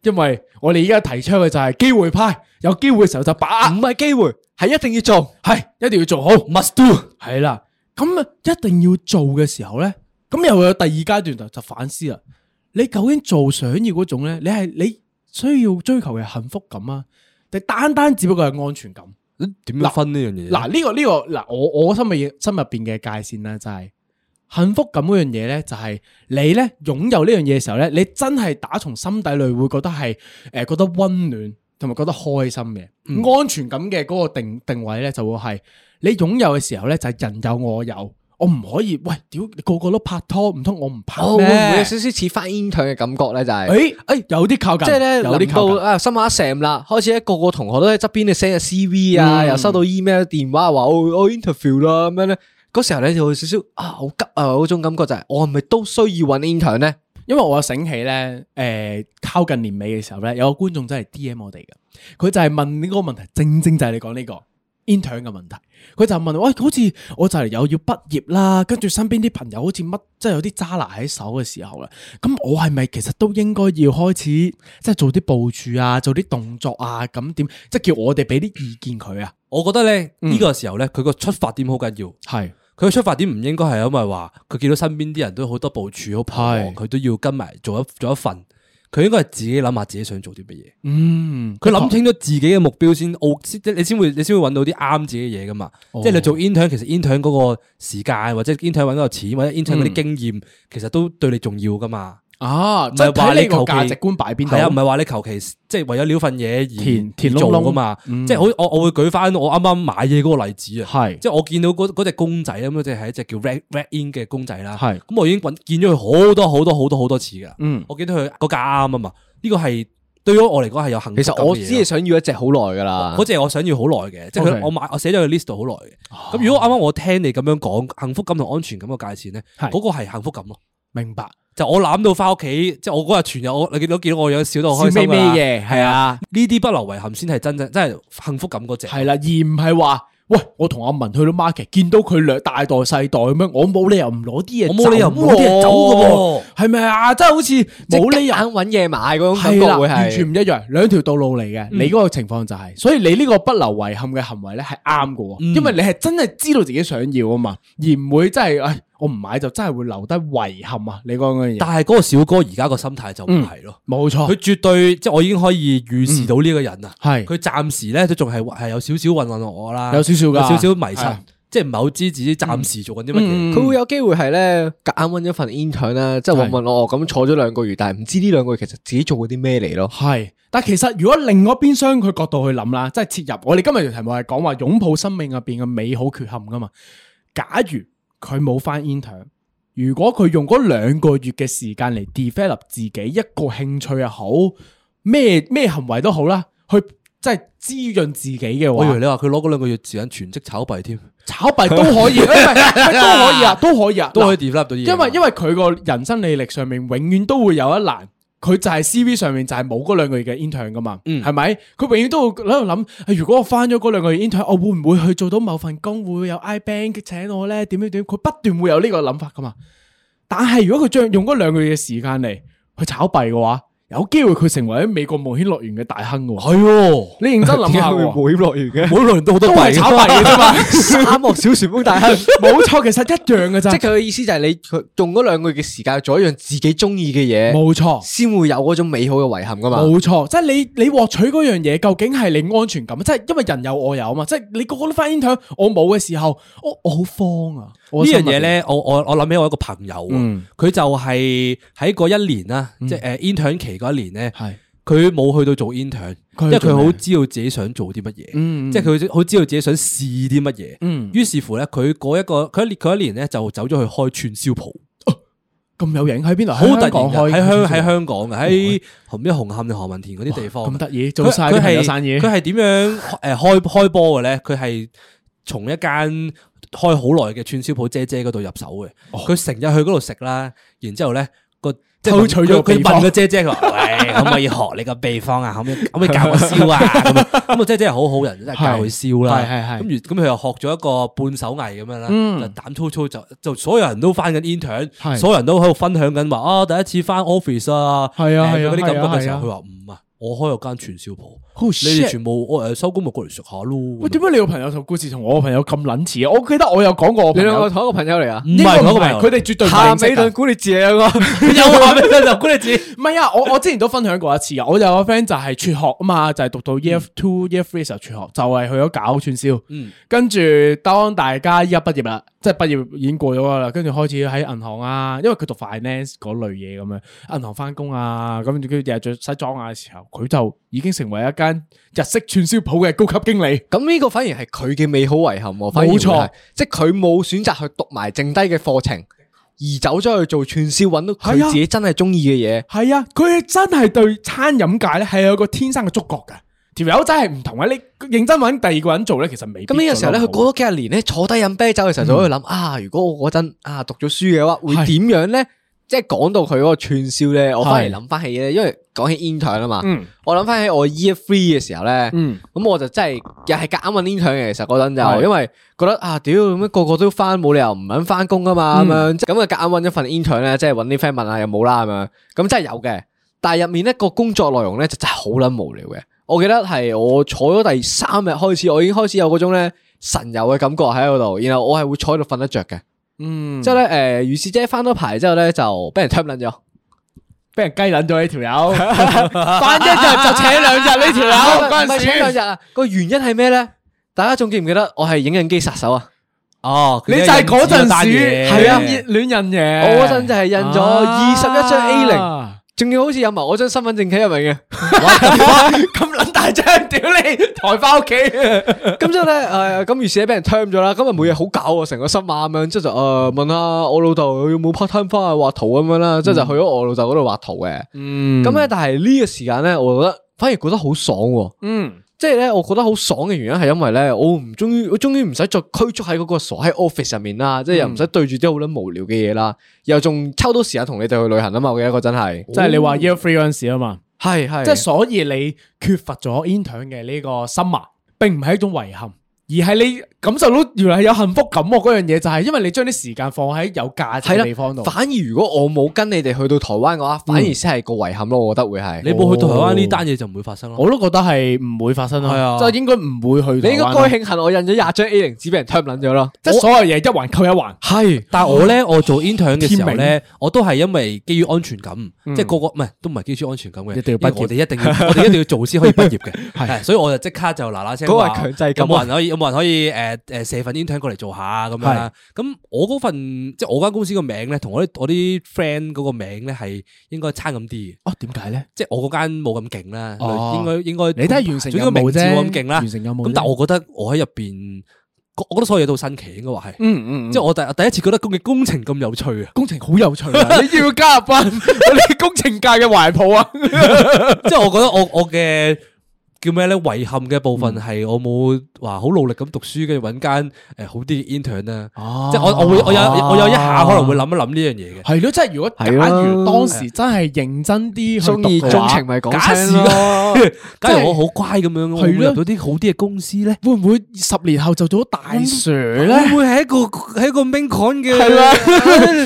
Speaker 3: 因為我哋而家提倡嘅就係機會派，有機會嘅時候就把握，
Speaker 2: 唔係機會，係一定要做。
Speaker 3: 係一定要做好，
Speaker 1: Must do。
Speaker 3: 係啦。咁啊，一定要做嘅時候咧，咁又有第二階段就就反思啦。你究竟做想要嗰種咧，你係你需要追求嘅幸福感啊，定單單只不過係安全感？
Speaker 1: 點樣分呢樣嘢？
Speaker 3: 嗱，呢、個呢、個嗱，我我心入面心入邊嘅界線咧，就係幸福感嗰樣嘢咧，就係你咧擁有呢樣嘢嘅時候咧，你真係打從心底裏會覺得係誒、呃、覺得温暖同埋覺得開心嘅、
Speaker 2: 嗯
Speaker 3: 安全感嘅嗰個定定位咧，就會係你擁有嘅時候咧，就係人有我有，我唔可以，喂，屌你個個都拍拖，唔通我唔拍
Speaker 2: 哦，會唔會有
Speaker 3: 咩？
Speaker 2: 少少似翻 intern 嘅感覺咧？就係、
Speaker 3: 诶诶，有啲靠近，
Speaker 2: 即係咧，
Speaker 3: 有啲
Speaker 2: 臨到
Speaker 3: 靠近。
Speaker 2: 啊，心下成啦，開始一個個同學都喺側邊你 send 嘅 CV 啊，
Speaker 3: 嗯
Speaker 2: 又收到 email、電話話我我 interview 啦咁樣咧，嗰時候咧就會少少啊好急啊嗰種感覺就係我係咪都需要揾 intern 咧？
Speaker 3: 因為我醒起咧，诶、靠近年尾嘅時候咧，有個觀眾真係 D M 我哋嘅，佢就係問呢個問題，正正就係你講呢、個 intern 嘅問題。佢就問：喂，好似我就嚟有要畢業啦，跟住身邊啲朋友好似乜，即係有啲渣拿喺手嘅時候啦。啊咁我係咪其實都應該要開始即係做啲部署啊，做啲動作啊，咁點？即係叫我哋俾啲意見佢啊？
Speaker 1: 我覺得咧呢個時候咧，佢個出發點好緊要。
Speaker 3: 係
Speaker 1: 佢嘅出發點唔應該係因為話佢見到身邊啲人都好多部署好彷徨，
Speaker 3: 係
Speaker 1: 佢都要跟埋做一做一份。佢應該係自己諗下自己想做啲乜嘢，
Speaker 3: 嗯，
Speaker 1: 佢諗清咗自己嘅目標先，澳即係你先會你先會揾到啲啱自己嘅嘢噶嘛。
Speaker 3: 哦
Speaker 1: 即係你做 intern，其實 intern 嗰個時間或者 intern 揾嗰個錢或者 intern
Speaker 3: 嗯
Speaker 1: 嗰啲經驗，其實都對你重要噶嘛。
Speaker 3: 啊，
Speaker 1: 唔
Speaker 3: 即係
Speaker 1: 係話
Speaker 3: 睇你
Speaker 1: 你
Speaker 3: 個
Speaker 1: 求其
Speaker 3: 價值觀擺邊度
Speaker 1: 係啊，唔係話你求其即係為咗呢份嘢而
Speaker 3: 填填
Speaker 1: 而
Speaker 3: 窿
Speaker 1: 做
Speaker 3: 窿
Speaker 1: 噶嘛。
Speaker 3: 嗯
Speaker 1: 即係好，我我會舉翻我啱啱買嘢嗰個例子啊。
Speaker 3: 係
Speaker 1: 即係我見到嗰嗰只公仔咁，嗰只係一隻叫 Red Red In 嘅公仔啦。
Speaker 3: 係
Speaker 1: 咁我已經揾見咗佢好多好多好多好多次噶啦。
Speaker 3: 嗯
Speaker 1: 我見到佢嗰架啱啊嘛，呢個係對於我嚟講係有幸福
Speaker 2: 其
Speaker 1: 感
Speaker 2: 實
Speaker 1: 嘅
Speaker 2: 我
Speaker 1: 嘢
Speaker 2: 只
Speaker 1: 咯
Speaker 2: 係想要一隻好耐噶啦
Speaker 1: 嗰，隻我想要好耐嘅，即係
Speaker 3: OK 啊
Speaker 1: 佢我買我寫咗佢 list 度好耐嘅。咁
Speaker 3: 哦
Speaker 1: 如果啱啱我聽你咁樣講幸福感同安全感嘅界線咧，
Speaker 3: 係
Speaker 1: 嗰個係幸福感咯。
Speaker 3: 明白。
Speaker 1: 就我攬到翻屋企，即係我嗰日全日我你見到見到我樣笑到開
Speaker 3: 笑
Speaker 1: 心啊
Speaker 3: 眯
Speaker 1: 㗎
Speaker 3: 眯
Speaker 1: 啦
Speaker 3: 嘅，係啊，
Speaker 1: 呢啲不留遺憾先係真正真係幸福感嗰只。
Speaker 3: 係啦，而唔係話，喂，我同阿文去到 market，見到佢兩大袋細袋咁樣，我冇理由唔攞啲嘢，
Speaker 1: 我冇理由唔攞啲嘢走㗎喎，
Speaker 3: 係咪啊？真係好似冇理由
Speaker 2: 揀揾嘢買嗰種感
Speaker 3: 係
Speaker 2: 覺
Speaker 3: 啦，
Speaker 2: 會
Speaker 3: 完全
Speaker 2: 係
Speaker 3: 唔。一樣，兩條道路嚟嘅。
Speaker 1: 嗯
Speaker 3: 你嗰個情況就係，所以你呢個不留遺憾嘅行為咧係啱嘅喎，
Speaker 1: 嗯
Speaker 3: 因為你係真係知道自己想要啊嘛，而唔會真係，唉，我唔買就真係會留低遺憾啊！你講嗰樣嘢
Speaker 1: 但，係嗰個小哥而家個心態就
Speaker 3: 嗯
Speaker 1: 唔係咯，
Speaker 3: 冇
Speaker 1: 佢
Speaker 3: 錯，
Speaker 1: 絕對即係我已經可以預示到呢個人啊。
Speaker 3: 係
Speaker 1: 佢暫時咧都仲係係有少少混混我啦，
Speaker 3: 嗯有少少㗎
Speaker 1: 有少少迷失
Speaker 3: 係，嗯
Speaker 1: 即係唔係好知自己暫時做緊啲乜嘢。
Speaker 2: 佢會有機會係咧，夾硬揾一份 intern 啦，即係
Speaker 3: 係
Speaker 2: 問問我哦我咁坐咗兩個月，但係唔知呢兩個月其實自己做過啲咩嚟咯。
Speaker 3: 系，但其實如果另外一邊相佢角度去諗啦，即係切入我哋今日條題目係講話擁抱生命入啊边嘅美好缺陷噶嘛。假如佢冇翻 intern，如果佢用嗰兩個月嘅時間嚟 develop 自己一個興趣又好，咩咩行為都好啦，去即係滋潤自己嘅
Speaker 1: 我以為
Speaker 3: 話，
Speaker 1: 你話佢攞嗰兩個月時間全職炒幣添，
Speaker 3: 炒幣都
Speaker 1: (laughs)
Speaker 3: 可以，喂喂喂都可以啊，都可以啊，
Speaker 1: 都可以
Speaker 3: 嗱
Speaker 1: develop 到嘢㗎嘛。
Speaker 3: 因為因為佢個人生履歷上面永遠都會有一欄，佢就係 CV 上面就係冇嗰兩個月嘅 intern 噶嘛，
Speaker 1: 嗯
Speaker 3: 係咪、佢永遠都會喺度諗，啊如果我翻咗嗰兩個月 intern，我會唔會去做到某份工，會唔會有 iBank 請我咧？點點點，佢不斷會有呢個諗法噶嘛。但係如果佢將用嗰兩個月嘅時間嚟去炒幣嘅話，有機會佢成為喺美國冒險樂園嘅大
Speaker 1: (laughs)
Speaker 3: 亨嘅喎。
Speaker 1: 係啊喎，
Speaker 3: 你認真
Speaker 2: (laughs)
Speaker 3: 諗
Speaker 1: (laughs)
Speaker 3: 下喎，
Speaker 2: 險樂園嘅？
Speaker 1: 每輪都好多
Speaker 3: 都係
Speaker 1: 幣
Speaker 3: 炒幣嘅啫
Speaker 2: (laughs)
Speaker 3: 嘛。
Speaker 2: 沙漠小旋風大亨。
Speaker 3: 冇錯，其實一樣嘅咋
Speaker 2: 即係。佢嘅意思就係你佢用嗰兩個月嘅時間做一樣自己中意嘅嘢，
Speaker 3: 冇錯。
Speaker 2: 先會有嗰種美好嘅遺憾噶嘛。
Speaker 3: 冇錯，即係你你獲取嗰樣嘢，究竟係你安全感，啊即係因為人有我有啊嘛，即係你個個都翻 intern，我冇嘅時候，我我好慌啊！我
Speaker 1: 呢
Speaker 3: 心嗯
Speaker 1: 樣
Speaker 3: 入邊
Speaker 1: 嘢，咧，我我我諗起我一個朋友啊，佢就係喺嗰一年啦，
Speaker 3: 嗯
Speaker 1: 即係诶 intern 期嗰一年咧，
Speaker 3: 係
Speaker 1: 佢冇去到做 intern，
Speaker 3: 佢
Speaker 1: 因為
Speaker 3: 做
Speaker 1: 佢
Speaker 3: 咩嗯
Speaker 1: 好知道自己想做啲乜嘢，即係佢嗯好知道自己想試啲乜嘢。於是乎咧，佢嗰一個佢一佢一年咧就走咗去開串燒鋪，
Speaker 3: 咁有影喺邊度？
Speaker 1: 好突然
Speaker 3: 香港
Speaker 1: 㗎
Speaker 3: 開
Speaker 1: 喺香喺
Speaker 3: 哇
Speaker 1: 香港嘅喺紅咩紅磡定何文田嗰啲地方
Speaker 3: 咁
Speaker 1: 㗎。
Speaker 3: 得意，做晒
Speaker 1: 佢
Speaker 3: 啲朋友
Speaker 1: 係
Speaker 3: 生意，
Speaker 1: 佢係點樣诶開开波嘅咧？佢係從一間開好耐嘅串燒鋪姐姐嗰度入手嘅。
Speaker 3: 哦
Speaker 1: 佢成日去嗰度食啦，然之后咧個即係
Speaker 3: 偷
Speaker 1: 問
Speaker 3: 取
Speaker 1: 佢
Speaker 3: 咗
Speaker 1: 佢
Speaker 3: 秘方
Speaker 1: 問個姐姐佢話：，喂，可唔可以學你個秘方啊？可唔
Speaker 3: (laughs)
Speaker 1: 可以可唔可以教我燒啊？咁樣咁個姐姐係好好人，真係教佢燒啦。
Speaker 3: 係係係嗯
Speaker 1: 咁如咁佢又學咗一個半手藝咁樣啦，就膽粗粗就就所有人都翻緊 intern，
Speaker 3: 係啊
Speaker 1: 所有人都喺度分享緊話啊，第一次翻 office 啊，
Speaker 3: 係啊
Speaker 1: 誒
Speaker 3: 係啊
Speaker 1: 嗰啲感覺嘅時
Speaker 3: 係啊
Speaker 1: 候，佢話唔啊，我開咗間串燒鋪。
Speaker 3: Oh
Speaker 1: 你
Speaker 3: shit
Speaker 1: 哋全部我誒收工咪過嚟食下咯。
Speaker 3: 喂，點解你個朋友同故事同我個朋友咁撚似啊？我記得我有講過我
Speaker 2: 你
Speaker 3: 朋
Speaker 2: 兩個
Speaker 3: 友，
Speaker 2: 同一個朋友嚟啊？
Speaker 1: 唔係
Speaker 3: 應該
Speaker 1: 嗰
Speaker 3: 唔
Speaker 1: 個
Speaker 3: 係
Speaker 1: 朋友
Speaker 3: 佢哋絕對唔
Speaker 2: 夏
Speaker 3: 係
Speaker 2: 美
Speaker 3: 認識
Speaker 2: 頓
Speaker 3: 㗎
Speaker 2: 古烈治啊兩個，
Speaker 3: (laughs)
Speaker 1: 有話俾佢就估你自己。
Speaker 3: 唔係啊，我我之前都分享過一次啊，我有個 friend 就係輟學啊嘛，就係、讀到 year
Speaker 2: 嗯
Speaker 3: two、year three 時候輟學，就係去咗搞串燒，
Speaker 1: 嗯
Speaker 3: 跟住當大家依家畢業啦，即係畢業已經過咗㗎啦，跟住開始喺銀行啊，因為佢讀 finance 嗰類嘢咁樣，銀行翻工啊，咁佢日日着西裝啊嘅時候，佢就已經成為一間日式串燒鋪嘅高級經理。
Speaker 2: 咁呢個反而係佢嘅美好遺憾喎，反而
Speaker 3: 冇錯
Speaker 2: 會係，即係佢冇選擇去讀埋剩低嘅課程，而走咗去做串燒，揾到
Speaker 3: 係啊
Speaker 2: 佢自己真係中意嘅嘢。
Speaker 3: 係啊，佢係真係對餐飲界咧係有個天生嘅觸覺㗎。條友仔係唔同啊！你認真揾第二個人做咧，其實未必
Speaker 2: 咁呢個時候咧，佢
Speaker 3: 做得好啊
Speaker 2: 過咗幾廿年咧，坐低飲啤酒嘅時候就喺度諗啊，如果我嗰陣啊讀咗書嘅話，會
Speaker 3: 嗯係
Speaker 2: 點樣咧？即係講到佢嗰個串燒咧，我反而
Speaker 3: 係
Speaker 2: 諗翻起咧，因為講起 intern 啊嘛，
Speaker 3: 嗯
Speaker 2: 我諗翻起我 year three 嘅時候咧，
Speaker 3: 嗯
Speaker 2: 咁我就真係又係夾硬揾 intern 嘅，其實嗰陣
Speaker 3: 係
Speaker 2: 就因為覺得啊，屌咁樣個個都翻，冇理由唔肯翻工噶嘛，咁樣
Speaker 3: 嗯
Speaker 2: 咁啊夾硬揾一份 intern 咧，即係揾啲 friend 問下啊有冇啦咁樣，咁真係有嘅，但係入面咧個工作內容咧就真係好撚無聊嘅。我記得係我坐咗第三日開始，我已經開始有嗰種咧神遊嘅感覺喺嗰度，然後我係會坐喺度瞓得着嘅。
Speaker 3: 嗯，
Speaker 2: 之後咧，誒於是姐翻咗排之後咧就俾人 turn 撚咗，
Speaker 3: (laughs) 俾人雞撚咗呢條
Speaker 2: (laughs)
Speaker 3: 友， (laughs)
Speaker 2: 翻一日就請兩日呢
Speaker 1: (laughs)
Speaker 2: 條
Speaker 3: 友嗰陣
Speaker 2: 唔係
Speaker 3: 時
Speaker 2: 請兩日啊！個原因係咩咧？大家仲記唔記得我係影印機殺手啊？
Speaker 1: 哦，
Speaker 3: 你就係嗰陣時
Speaker 1: 係
Speaker 2: 啊
Speaker 3: 熱戀人嘅，啊
Speaker 2: 我嗰陣就係印咗
Speaker 1: 啊
Speaker 2: 二十一張 A 零，
Speaker 3: 零。
Speaker 2: 仲要好似有埋我張身份證喺入面嘅。
Speaker 3: (laughs) 咁撚大張，屌你，抬翻屋企。
Speaker 2: 咁之後咧，誒咁於是咧俾人 term 咗啦，咁啊每日好搞我成個心啊咁樣，之後就誒問下我老豆有冇 part time 翻去畫圖咁樣啦，之後就去咗我老豆嗰度畫圖嘅。
Speaker 3: 嗯
Speaker 2: 咁咧，但係呢個時間咧，我覺得反而覺得好爽喎。
Speaker 3: 嗯，
Speaker 2: 即係咧，我覺得好爽嘅原因係因為咧，我唔終於，我終於唔使再拘束喺嗰個傻喺 office 入面啦，即係又唔使對住啲好撚無聊嘅嘢啦，又仲抽到時間同你哋去旅行啊嘛，我記得嗰陣係，
Speaker 3: 即係你話 year three 嗰陣時啊嘛，
Speaker 2: 係係，
Speaker 3: 即係所以你缺乏咗 intern 嘅呢個 summer，並唔係一種遺憾。而係你感受到原來係有幸福感喎，嗰樣嘢就係因為你將啲時間放喺有價值
Speaker 2: 係
Speaker 3: 嘅
Speaker 2: 啦
Speaker 3: 地方度，
Speaker 2: 反而如果我冇跟你哋去到台灣嘅話，反而先係個遺憾咯，我覺得會係。
Speaker 1: 你冇去到台
Speaker 3: 哦
Speaker 1: 灣呢單嘢就唔會發生咯。
Speaker 3: 我都覺得係唔會發生咯，
Speaker 1: 係啊
Speaker 3: 即係應該唔會去
Speaker 2: 你
Speaker 3: 台
Speaker 2: 應
Speaker 3: 灣
Speaker 2: 該
Speaker 3: 咯。
Speaker 2: 該慶幸我印咗廿張 A 零紙俾人 turn 撚咗咯。
Speaker 3: 即係所有嘢一環扣一環。
Speaker 2: 係
Speaker 1: 但係我咧，我做 intern 嘅時候
Speaker 3: 啊天嗯
Speaker 1: 咧，我都係因為基於安全感，即係個個唔係都唔係基於安全感嘅，
Speaker 3: 一定要畢業
Speaker 1: 因為我哋
Speaker 3: (laughs)
Speaker 1: 一定要，我哋一定要做先可以畢業嘅， (laughs) 係，所以我就即刻就嗱嗱聲
Speaker 2: 嗰個係
Speaker 1: 話
Speaker 2: 強制
Speaker 1: 有
Speaker 2: 感
Speaker 1: 冇
Speaker 2: 啊
Speaker 1: 人可以有冇人可以誒誒射份 intern 過嚟做下咁樣啦。咁我嗰份即係我間公司個名咧，同我啲我啲 friend 嗰個名咧係應該差咁啲嘅，
Speaker 3: 哦，點解咧？
Speaker 1: 即係我嗰間冇咁勁啦，
Speaker 3: 哦
Speaker 1: 應該應該
Speaker 3: 你都係完成
Speaker 1: 總
Speaker 3: 任
Speaker 1: 之個名
Speaker 3: 務
Speaker 1: 字
Speaker 3: 啫，
Speaker 1: 冇咁勁啦
Speaker 3: 完。成任務啫。
Speaker 1: 咁但係我覺得我喺入邊，我覺得所有嘢都好新奇，應該話係。
Speaker 3: 嗯嗯，
Speaker 1: 即係我第第一次覺得工嘅工程咁有趣啊！
Speaker 3: 工程好有趣啊！你要加入
Speaker 2: (laughs)
Speaker 3: 翻我哋工程界嘅懷抱啊！
Speaker 1: (laughs) 即係我覺得我我嘅叫咩咧遺憾嘅部分係我冇話好努力咁讀書，跟住揾間誒好啲嘅 intern 啦。
Speaker 2: 啊
Speaker 1: 即係我我會我有我有一下可能會諗一諗呢樣嘢嘅。
Speaker 3: 係咯，即係如果假
Speaker 2: 係咯
Speaker 3: 如當時真係認真啲去
Speaker 2: 中意
Speaker 3: 讀嘅話
Speaker 2: 鍾情咪講
Speaker 3: 假使
Speaker 2: 聲咯
Speaker 1: (laughs) 假如我好乖咁樣，我會
Speaker 3: 係咯
Speaker 1: 入到啲好啲嘅公司咧，
Speaker 3: 會唔會十年後就做咗大 Sir
Speaker 1: 會
Speaker 3: 咧？
Speaker 1: 唔會係一個係一個 main con 嘅
Speaker 3: 係
Speaker 1: (laughs)
Speaker 3: 啦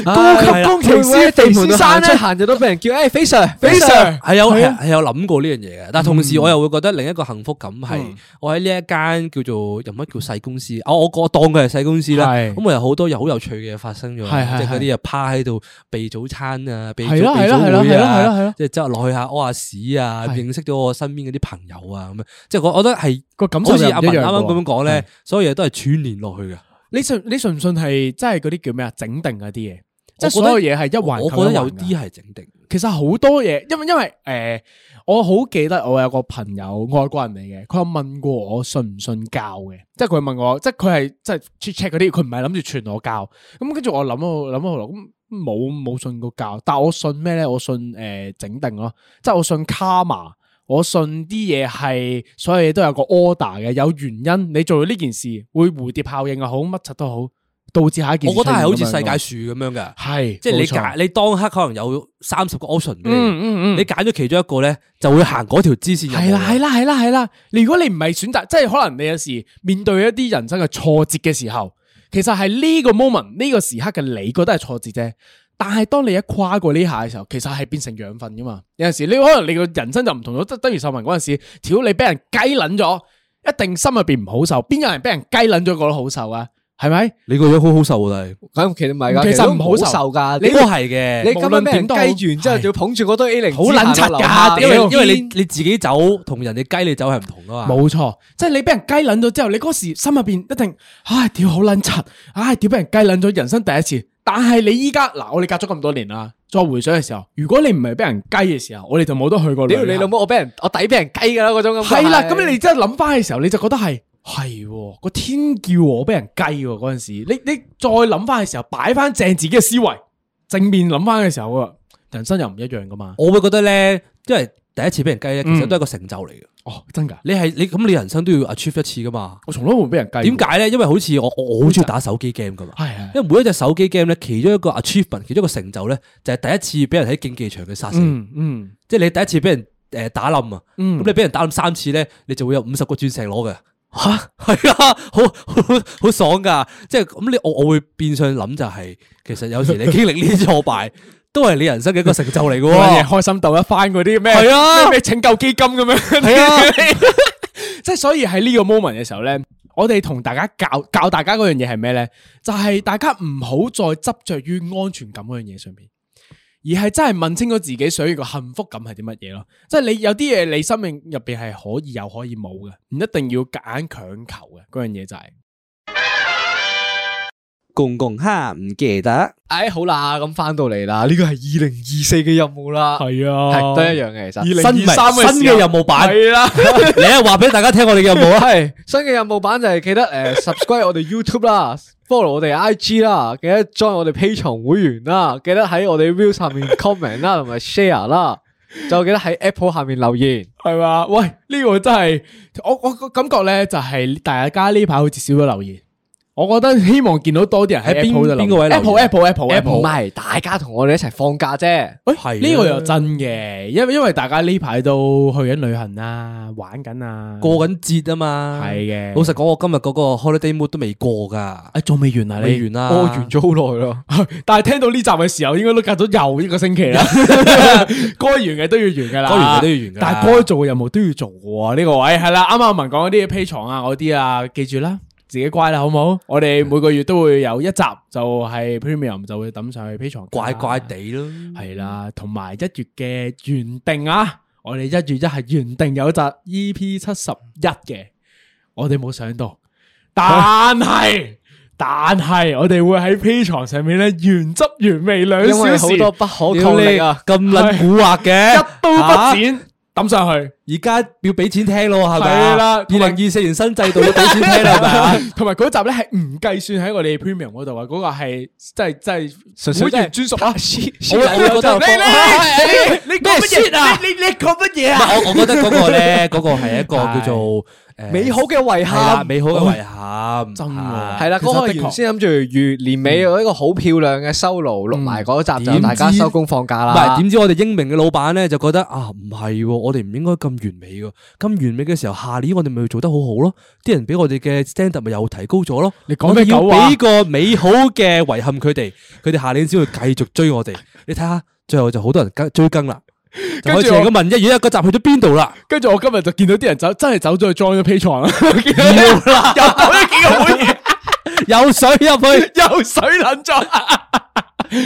Speaker 1: 高級工
Speaker 2: 工
Speaker 1: 程
Speaker 2: 程
Speaker 1: 師
Speaker 2: 師
Speaker 1: 肥
Speaker 2: 肥
Speaker 1: 先
Speaker 2: 先
Speaker 1: 生
Speaker 2: 生
Speaker 1: 咧
Speaker 2: 咧，？行咗都俾人叫誒哎肥 Sir，
Speaker 3: 非 (laughs) 常
Speaker 1: 係有
Speaker 3: 係
Speaker 1: 係
Speaker 3: 啊
Speaker 1: 係有諗過呢樣嘢嘅，但係同時我又會覺得另一個幸福感係
Speaker 3: 嗯
Speaker 1: 我喺呢一間叫做又乜叫細公司，啊我我當佢係細公司啦，
Speaker 3: 係
Speaker 1: 咁我有好多又好有趣嘅嘢發生咗，
Speaker 3: 係係
Speaker 1: 即係嗰啲
Speaker 3: 係
Speaker 1: 又趴喺度避早餐啊，避早避
Speaker 3: 係
Speaker 1: 早
Speaker 3: 咯係咯係咯
Speaker 1: 會
Speaker 3: 係咯係咯係
Speaker 1: 啊
Speaker 3: 咯，
Speaker 1: 即係走落去下屙下屎啊，
Speaker 3: 係
Speaker 1: 認識咗我身邊嗰啲朋友啊咁樣，即係我我覺得係
Speaker 3: 個感受
Speaker 1: 好
Speaker 3: 又
Speaker 1: 似
Speaker 3: 唔一
Speaker 1: 阿文啱
Speaker 3: 樣
Speaker 1: 啱咁
Speaker 3: 喎
Speaker 1: 樣。講咧，所有嘢都係串連落去嘅。
Speaker 3: 你信你信唔信係真係嗰啲叫咩啊？整定嗰啲嘢，即係
Speaker 1: 我覺得
Speaker 3: 所有嘢係一環
Speaker 1: 我
Speaker 3: 扣
Speaker 1: 覺得
Speaker 3: 一環
Speaker 1: 有
Speaker 3: 㗎
Speaker 1: 啲係整定，
Speaker 3: 其實好多嘢，因為因為诶、呃我好記得我有個朋友外國人嚟嘅，佢有問過我信唔信教嘅，即係佢問我，即係佢係即係 check check 嗰啲，佢唔係諗住傳我教，咁跟住我諗我諗我諗咁冇冇信過教，但我信咩咧？我信诶、呃整定咯，即係我信卡瑪，我信啲嘢係所有嘢都有個 order 嘅，有原因，你做咗呢件事會蝴蝶效應又好，乜柒都好，導致下一件
Speaker 1: 我
Speaker 3: 事
Speaker 1: 覺得係好似世
Speaker 3: 出
Speaker 1: 界
Speaker 3: 現咁樣咯
Speaker 1: 樹咁樣嘅，
Speaker 3: 係，
Speaker 1: 即係你
Speaker 3: 冇錯
Speaker 1: 揀你當刻可能有三十個 option 俾你
Speaker 3: 嗯嗯嗯，
Speaker 1: 你揀咗其中一個咧，就會行嗰條支線入嚟。
Speaker 3: 系啦，系啦，系啦，系啦。你如果你唔係選擇，即係可能你有時面對一啲人生嘅挫折嘅時候，其實係呢個 moment 呢個時刻嘅你覺得係挫折啫。但係當你一跨過呢下嘅時候，其實係變成養分噶嘛。有陣時你可能你個人生就唔同咗，即係等於秀文嗰陣時，屌你俾人雞撚咗，一定心入邊唔好受。邊有人俾人雞撚咗覺得好受啊？系咪？
Speaker 1: 你個樣好好瘦啊，
Speaker 2: 咁其實唔係㗎，
Speaker 3: 嗯其實
Speaker 2: 實
Speaker 3: 唔好受
Speaker 2: 受㗎。
Speaker 1: 但係
Speaker 2: 你
Speaker 1: 都係嘅。
Speaker 2: 你今日俾人
Speaker 3: 無論點都好
Speaker 2: 雞完之後，
Speaker 3: 係
Speaker 2: 仲要捧住嗰堆 A 零，
Speaker 3: 好撚柒㗎
Speaker 1: 啊因為
Speaker 3: 屌
Speaker 1: 因為你你自己走同人哋雞你走係唔同噶嘛。
Speaker 3: 冇錯，即係你俾人雞撚咗之後，你嗰時心入边一定，唉，屌好撚柒，唉，屌俾人雞撚咗，人生第一次。但係你依家嗱，我哋隔咗咁多年啦，再回想嘅時候，如果你唔係俾人雞嘅時候，我哋就冇得去過旅
Speaker 2: 屌
Speaker 3: 行。
Speaker 2: 你老
Speaker 3: (laughs)
Speaker 2: 母，我俾人我抵俾人雞㗎啦嗰種咁。
Speaker 3: 係啦，咁你真係諗翻嘅時候，你就覺得係係喎個天叫我俾人雞喎嗰阵时，你你再諗翻嘅時候，擺翻正自己嘅思維，正面諗翻嘅時候啊，人生又唔一樣噶嘛。
Speaker 1: 我會覺得咧，因為第一次俾人雞咧，其實
Speaker 3: 嗯
Speaker 1: 都係一個成就嚟嘅。
Speaker 3: 哦，真㗎，
Speaker 1: 你係你咁，你人生都要 achieve 一次噶嘛？
Speaker 3: 我從來都冇俾人雞過。
Speaker 1: 點解咧？因為好似我我我好中意打手機 game 噶嘛。
Speaker 3: 係？係
Speaker 1: 因為每一隻手機 game 咧，其中一個 achievement，其中一個成就咧，就係第一次俾人喺競技場嘅殺死，
Speaker 3: 嗯嗯
Speaker 1: 即係你第一次俾人诶打冧啊。
Speaker 3: 嗯，
Speaker 1: 咁你俾人打冧三次咧，你就會有五十個鑽石攞嘅。吓，係啊，好好好爽噶！即係咁，你我我會變相諗就係，其實有時你經歷呢啲挫敗，都係你人生嘅一個成就嚟嘅
Speaker 3: 哇！
Speaker 1: 喎。
Speaker 3: 開心鬥一番嗰啲咩？
Speaker 1: 係啊
Speaker 3: 咩咩拯救基金咁樣。
Speaker 1: 係啊，
Speaker 3: (laughs) 即係所以喺呢個 moment 嘅時候咧，我哋同大家教教大家嗰樣嘢係咩咧？就係、大家唔好再執着於安全感嗰樣嘢上面，而係真係問清楚自己想要個幸福感係啲乜嘢咯。即係你有啲嘢你生命入邊係可以有可以冇嘅，唔一定要夾硬強求嘅嗰樣嘢就係、
Speaker 4: 公公哈唔記得，
Speaker 2: 唉好啦，咁翻到嚟啦，呢個係二零二四嘅任務啦，
Speaker 3: 係啊
Speaker 2: 係都一樣嘅其實。
Speaker 3: 2023
Speaker 1: 新
Speaker 3: 嘅
Speaker 1: 新嘅任務版，
Speaker 3: 係啊啦，
Speaker 1: 啊 (laughs) 你一話俾大家聽我哋嘅任務啊！
Speaker 2: 系啊新嘅任務版就係記得
Speaker 1: (laughs)
Speaker 2: 诶 subscribe 我哋 YouTube 啦，follow 我哋 IG 啦，記得 join 我哋 P 床會員啦，記得喺我哋 view 上面 comment 啦，同埋 share 啦，就記得喺 Apple 下面留言。
Speaker 3: 係嘛？喂，呢、個真係我我我感覺咧，就係大家呢排好似少咗留言。我覺得希望見到多啲人喺
Speaker 1: 喺邊
Speaker 3: Apple 度留
Speaker 1: 邊個位留言啊
Speaker 3: Apple Apple Apple Apple
Speaker 2: 唔係大家同我哋一齊放假啫，
Speaker 3: 喂，
Speaker 1: 係
Speaker 3: 呢個
Speaker 1: 啊
Speaker 3: 又真嘅，因為因為大家呢排都去緊旅行啊，玩緊啊，
Speaker 1: 過緊節啊嘛，
Speaker 3: 係嘅
Speaker 1: 老實講，我今日嗰個 holiday mood 都未過噶，
Speaker 3: 誒仲未完啊，
Speaker 1: 未完啦，
Speaker 2: 我完咗好耐咯。
Speaker 3: 啦， (laughs) 但係聽到呢集嘅時候，應該都隔咗又一個星期
Speaker 1: (laughs)
Speaker 3: 啦， (laughs) 該完嘅都要完噶啦，
Speaker 1: 該完嘅都要完㗎啦
Speaker 3: 但係該做嘅任務都要做嘅喎，呢個位係啦，啱啱阿文講嗰啲 P 床啊嗰啲啊，記住啦。自己乖啦，好唔好？我哋每個月都會有一集，就係 premium 就會抌上去 P 床，
Speaker 1: 怪怪地咯。
Speaker 3: 系啦，同埋一月嘅原定啊，我哋一月一係原定有集 E.P. 七十一嘅，我哋冇上到，
Speaker 2: (laughs)
Speaker 3: 但係但係我哋會喺 P 床上面咧原汁原味兩
Speaker 2: 因為
Speaker 3: 小
Speaker 2: 好
Speaker 3: 時，
Speaker 2: 多不可抗力啊！
Speaker 1: 咁撚蠱惑嘅，
Speaker 3: (laughs) 一刀不剪抌上去，
Speaker 1: 而家要俾錢聽咯，係咪？
Speaker 3: 係啦同
Speaker 1: 二
Speaker 3: 埋
Speaker 1: 零二四年新制度要俾錢聽啦，係咪？
Speaker 3: 同埋嗰集咧係唔計算喺我哋 premium 嗰度啊，嗰個係即係即係
Speaker 2: 純粹
Speaker 3: 會員
Speaker 2: 專屬
Speaker 1: 我
Speaker 2: 啊！
Speaker 1: 我覺得
Speaker 3: (laughs) (laughs) 你你你講乜嘢啊？你你你講乜嘢啊？
Speaker 1: 我我覺得嗰個
Speaker 3: (laughs)
Speaker 1: 咧，嗰個係一個叫做誒
Speaker 2: 美好嘅遺
Speaker 1: 係啦
Speaker 2: 憾，
Speaker 1: 美好嘅遺憾，
Speaker 3: 真喎
Speaker 1: 係
Speaker 2: 係啦，
Speaker 3: 其實
Speaker 2: 嗰個
Speaker 3: 的確
Speaker 2: 原先諗住月年尾有一個好漂亮嘅收爐，錄埋嗰集就
Speaker 1: 嗯點
Speaker 2: 大家
Speaker 1: 知
Speaker 2: 收工放假
Speaker 1: 唔
Speaker 2: 啦
Speaker 1: 係。點知我哋英明嘅老闆咧就覺得啊唔係喎，我哋唔應該咁完美㗎。咁完美嘅時候，下年我哋咪做得好好咯，啲人俾我哋嘅 stand up 咪又提高咗咯。
Speaker 3: 你講
Speaker 1: 我
Speaker 3: 咩
Speaker 1: 哋要
Speaker 3: 狗啊
Speaker 1: 俾？個美好嘅遺憾佢哋，佢哋下年先會繼續追我哋。你睇下，最後就好多人跟追更啦，就
Speaker 3: 跟
Speaker 1: 開
Speaker 3: 住
Speaker 1: 始咁
Speaker 3: 我
Speaker 1: 問一月一個集去咗邊度
Speaker 3: (laughs)
Speaker 1: 啦？
Speaker 3: 跟住我今日就見到啲人走，真係走咗去 join 咗 P 床啦，
Speaker 1: 要啦，
Speaker 3: (laughs) 又講咗幾個會員。 (laughs)
Speaker 1: 有水入去，
Speaker 3: 游水捻咗，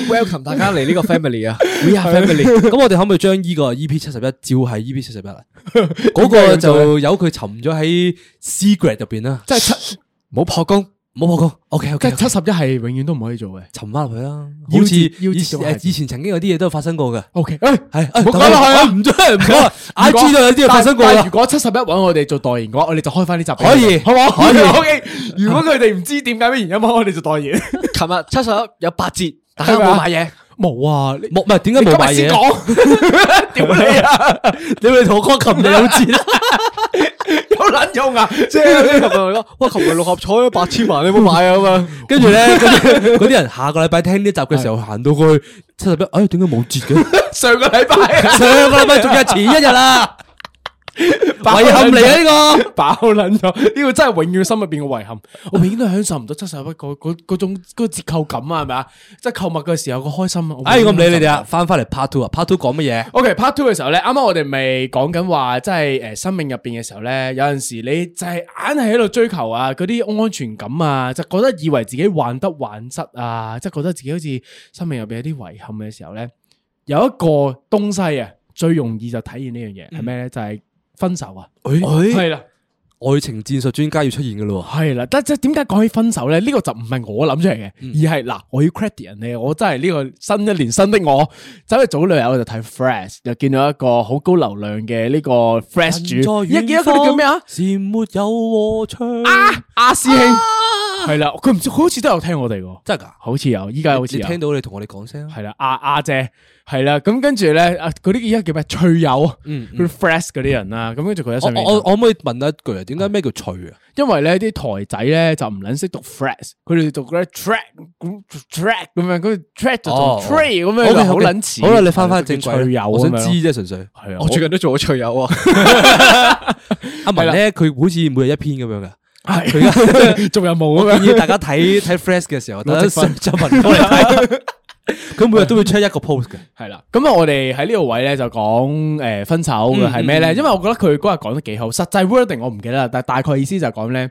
Speaker 2: Welcome 大家 (laughs) 嚟呢個 family 啊，We are family。
Speaker 1: 咁我哋可唔可以將呢個 E.P. 七十一照喺 E.P. 七十一啊？
Speaker 3: (laughs)
Speaker 1: 嗰個就由佢沉咗喺 secret 入邊啦，
Speaker 3: 即系七，
Speaker 2: 唔好破功。
Speaker 1: 冇破過。OK
Speaker 3: 即
Speaker 1: OK，
Speaker 3: 系七十一系永遠都唔可以做嘅。
Speaker 1: 沉翻入去啦。
Speaker 3: 腰
Speaker 1: 好似
Speaker 3: 節腰節
Speaker 1: 以
Speaker 3: 仲係
Speaker 1: 前以前曾經有啲嘢都發生過嘅，
Speaker 3: O K，诶，
Speaker 1: 係誒
Speaker 3: 唔好講落去啊
Speaker 1: 我唔追唔講啦
Speaker 3: 如
Speaker 1: ，I
Speaker 3: 果
Speaker 1: G 都有啲嘢發
Speaker 2: 啊
Speaker 1: 生過
Speaker 3: 但但
Speaker 1: 啦
Speaker 3: 如。果七十一搵我哋做代言嘅話，我哋就開翻呢集俾佢哋。
Speaker 1: 可以
Speaker 3: 好唔好？
Speaker 1: 可以
Speaker 2: (laughs)
Speaker 3: O K，如果佢哋唔知點解咩原因，我哋做代言。
Speaker 2: 琴日七十一有八折，大家有
Speaker 3: 係咪啊
Speaker 2: 冇買嘢？
Speaker 3: (laughs) 冇啊，你
Speaker 1: 冇唔係點解冇買嘢？
Speaker 2: (laughs)
Speaker 3: 講，屌你啊！
Speaker 1: 你咪同我講琴日有節啦，
Speaker 3: 有撚用啊！
Speaker 2: 即係琴日我講哇，琴日六合彩八千萬，你冇買啊嘛？
Speaker 1: (laughs) 跟住咧嗰啲嗰啲人下個禮拜聽呢集嘅時候行到過去
Speaker 3: (laughs)
Speaker 1: 七十一，哎點解冇節嘅？
Speaker 3: 上個禮拜啊 (laughs)
Speaker 1: 上個禮拜仲有前一日啦，遺憾嚟啊呢個。
Speaker 3: 爆撚咗，呢個真係永遠心入
Speaker 1: (laughs)
Speaker 3: 邊嘅遺憾。我永遠都享受唔到七十一嗰嗰嗰種嗰個折扣感啊，係咪啊？即係購物嘅時候個開心啊！
Speaker 1: 哎，我唔理你哋
Speaker 3: 啊。
Speaker 1: 啊，翻翻嚟 part two 啊，part two 講乜嘢？
Speaker 3: OK，part two 嘅時候咧，啱啱我哋咪講緊話，即係诶生命入边嘅時候咧，有陣時你就係硬係喺度追求啊嗰啲安全感啊，就覺得以為自己患得患失啊，即係覺得自己好似生命入边有啲遺憾嘅時候咧，有一個東西啊，最容易就體現呢樣嘢係
Speaker 1: 嗯
Speaker 3: 咩咧？就係分手啊，
Speaker 1: 誒，
Speaker 3: 係啦。
Speaker 1: 哎愛情戰術專家要出現噶咯
Speaker 3: 系啦，但即系点解講起分手咧？呢、個就唔係我諗出嚟嘅，
Speaker 1: 嗯
Speaker 3: 而係嗱，我要 credit 人哋，我真係呢個新一年新的我，走去早兩日我就睇 Fresh，就見到一個好高流量嘅呢個 Fresh
Speaker 1: 喎。
Speaker 3: 主，一見到佢叫咩啊？
Speaker 1: 是沒有和唱
Speaker 3: 阿師
Speaker 1: 啊
Speaker 3: 兄係啦，佢唔知佢好似都有聽我哋喎，
Speaker 1: 真係㗎？
Speaker 3: 好似有，依家好似
Speaker 1: 你
Speaker 3: 有
Speaker 1: 聽。到你同我哋講聲啊。
Speaker 3: 系啦，阿阿姐係啦，咁跟住咧，啊嗰啲而家叫咩？翠友啊，
Speaker 1: 嗯嗯
Speaker 3: 嗰啲 fresh 嗰啲人啦，咁跟住佢喺
Speaker 1: 我
Speaker 3: 上面
Speaker 1: 我我我可唔可以問一句啊？點解咩叫脆啊？
Speaker 3: 因為咧啲台仔咧就唔撚識讀 fresh，佢哋讀嗰啲 track track 咁樣，佢 track 就同
Speaker 1: 哦
Speaker 3: tree 咁樣
Speaker 1: OK，OK，
Speaker 3: 就好撚似。
Speaker 1: 好啦，你翻翻正
Speaker 3: 脆
Speaker 1: 軌
Speaker 3: 友
Speaker 1: 啦，我
Speaker 3: 咁
Speaker 1: 想
Speaker 3: 樣
Speaker 1: 知啫，純粹。
Speaker 3: 係啊，
Speaker 2: (laughs) 我最近都做咗翠友啊，
Speaker 1: 阿文咧，佢好似每日一篇咁
Speaker 3: (laughs)
Speaker 1: 樣噶。
Speaker 3: 係 (laughs)
Speaker 1: 佢而 (laughs)
Speaker 3: 我仲有冇咁樣？
Speaker 1: 家要大家睇睇 Flash 嘅時候，大家
Speaker 3: 積分
Speaker 1: 上就文過嚟睇。
Speaker 3: (laughs)
Speaker 1: 佢每日都會出一個 post 嘅。
Speaker 3: 係啦，咁啊，我哋喺呢個位咧就講诶分手嘅係咩咧？因為我覺得佢嗰日講得幾好，實際 wording 我唔記得啦，但係大概意思就係講咧，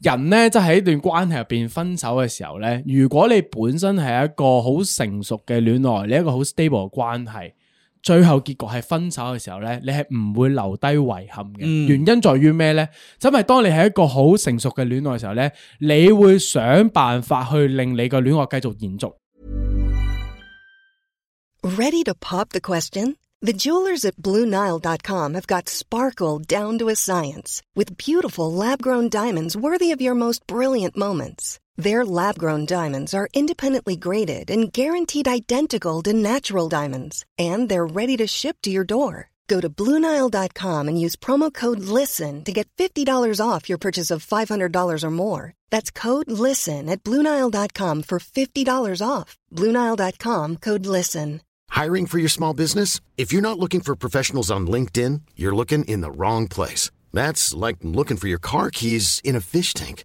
Speaker 3: 人咧即係喺一段關係入边分手嘅時候咧，如果你本身係一個好成熟嘅戀愛，你一個好 stable 嘅關係。最後結局係分手嘅時候咧，你係唔會留低遺憾嘅。原因在於咩咧？就因為當你係一個好成熟嘅戀愛嘅時候咧，你會想辦法去令你個戀愛繼續延續。
Speaker 5: Ready to pop the question? The jewelers at BlueNile.com have got sparkle down to a science with beautiful lab grown diamonds worthy of your most brilliant moments. Their lab grown diamonds are independently graded and guaranteed identical to natural diamonds, and they're ready to ship to your door. Go to BlueNile.com and use promo code LISTEN to get $50 off your purchase of $500 or more. That's code LISTEN at BlueNile.com for $50 off. BlueNile.com code LISTEN.
Speaker 6: Hiring for your small business? If you're not looking for professionals on LinkedIn, you're looking in the wrong place. That's like looking for your car keys in a fish tank.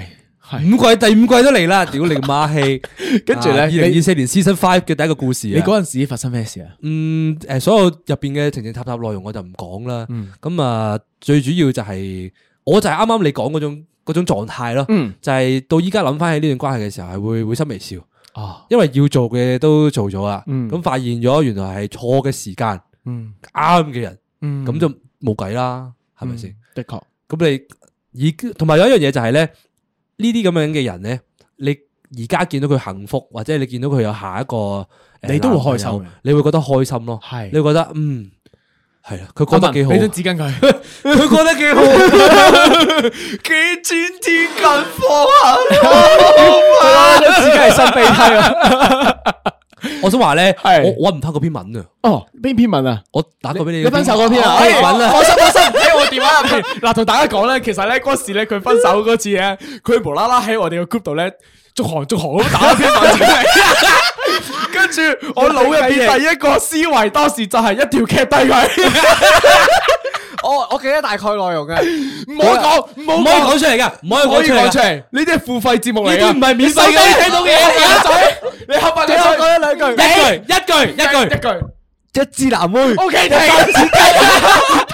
Speaker 1: 五季第五季都嚟啦，屌你個馬戲！
Speaker 3: (laughs)
Speaker 1: 啊
Speaker 3: 跟住咧，
Speaker 1: 二零
Speaker 3: 你
Speaker 1: 二四年 season five 嘅第一個故事啊
Speaker 3: 你嗰陣時發生咩事啊？
Speaker 1: 嗯誒，所有入邊嘅情情塔塔內容我就唔講啦。
Speaker 3: 嗯
Speaker 1: 咁啊，最主要就係我就係啱啱你講嗰種嗰種狀態咯，
Speaker 3: 嗯
Speaker 1: 就係到依家諗翻起呢段關係嘅時候係會會心微笑，
Speaker 3: 啊，
Speaker 1: 因為要做嘅都做咗啦。
Speaker 3: 嗯
Speaker 1: 咁發現咗原來係錯嘅時間，
Speaker 3: 嗯
Speaker 1: 啱嘅人，
Speaker 3: 嗯
Speaker 1: 咁就冇計啦，係咪先？？
Speaker 3: 的確。
Speaker 1: 咁你已同埋有一樣嘢就係咧，呢啲咁樣嘅人咧，你而家見到佢幸福，或者你見到佢有下一個，呃
Speaker 3: 你都會
Speaker 1: 男朋友
Speaker 3: 開心嘅
Speaker 1: 你會覺得開心咯。
Speaker 3: 係
Speaker 1: 你會覺得嗯係啦，佢過得幾好
Speaker 3: 俾，張紙巾佢，
Speaker 1: 佢過得幾
Speaker 3: (laughs)
Speaker 1: 好。
Speaker 2: 几千天近火啊！自己系新鼻涕啊！
Speaker 1: 我想話咧，
Speaker 3: 係
Speaker 1: 我搵唔翻嗰篇文啊，
Speaker 3: (laughs) 哦，邊篇文啊？
Speaker 1: 我打過俾你。哦
Speaker 3: 你分手嗰篇啊？
Speaker 1: 我搵啦。
Speaker 3: 放心放心，喺我電話啊入邊。嗱，同大家講咧，其實咧嗰時咧佢分手嗰次咧，佢無啦啦喺我哋個 group 度咧，逐行逐行咁打一篇文出嚟。跟住我腦入邊第一個思維，當時就係一條 cap 低佢，
Speaker 2: 我我记得大概內容嘅，
Speaker 3: 唔好講，
Speaker 1: 唔
Speaker 3: 唔
Speaker 1: 可以
Speaker 3: 好
Speaker 1: 講
Speaker 3: 講，
Speaker 1: 出嚟噶，唔
Speaker 3: 唔可
Speaker 1: 可以
Speaker 3: 以
Speaker 1: 講
Speaker 3: 講
Speaker 1: 出
Speaker 3: 出
Speaker 1: 嚟㗎。
Speaker 3: 嚟。呢啲係付費節目嚟
Speaker 1: 呢啲唔
Speaker 3: 㗎，
Speaker 1: 係免費嘅
Speaker 3: 你手機聽到嘢嚟㗎，你合埋你手講一兩句，
Speaker 1: 一句一句一句
Speaker 3: 一。句。
Speaker 2: 一支男妹。
Speaker 3: O K，停，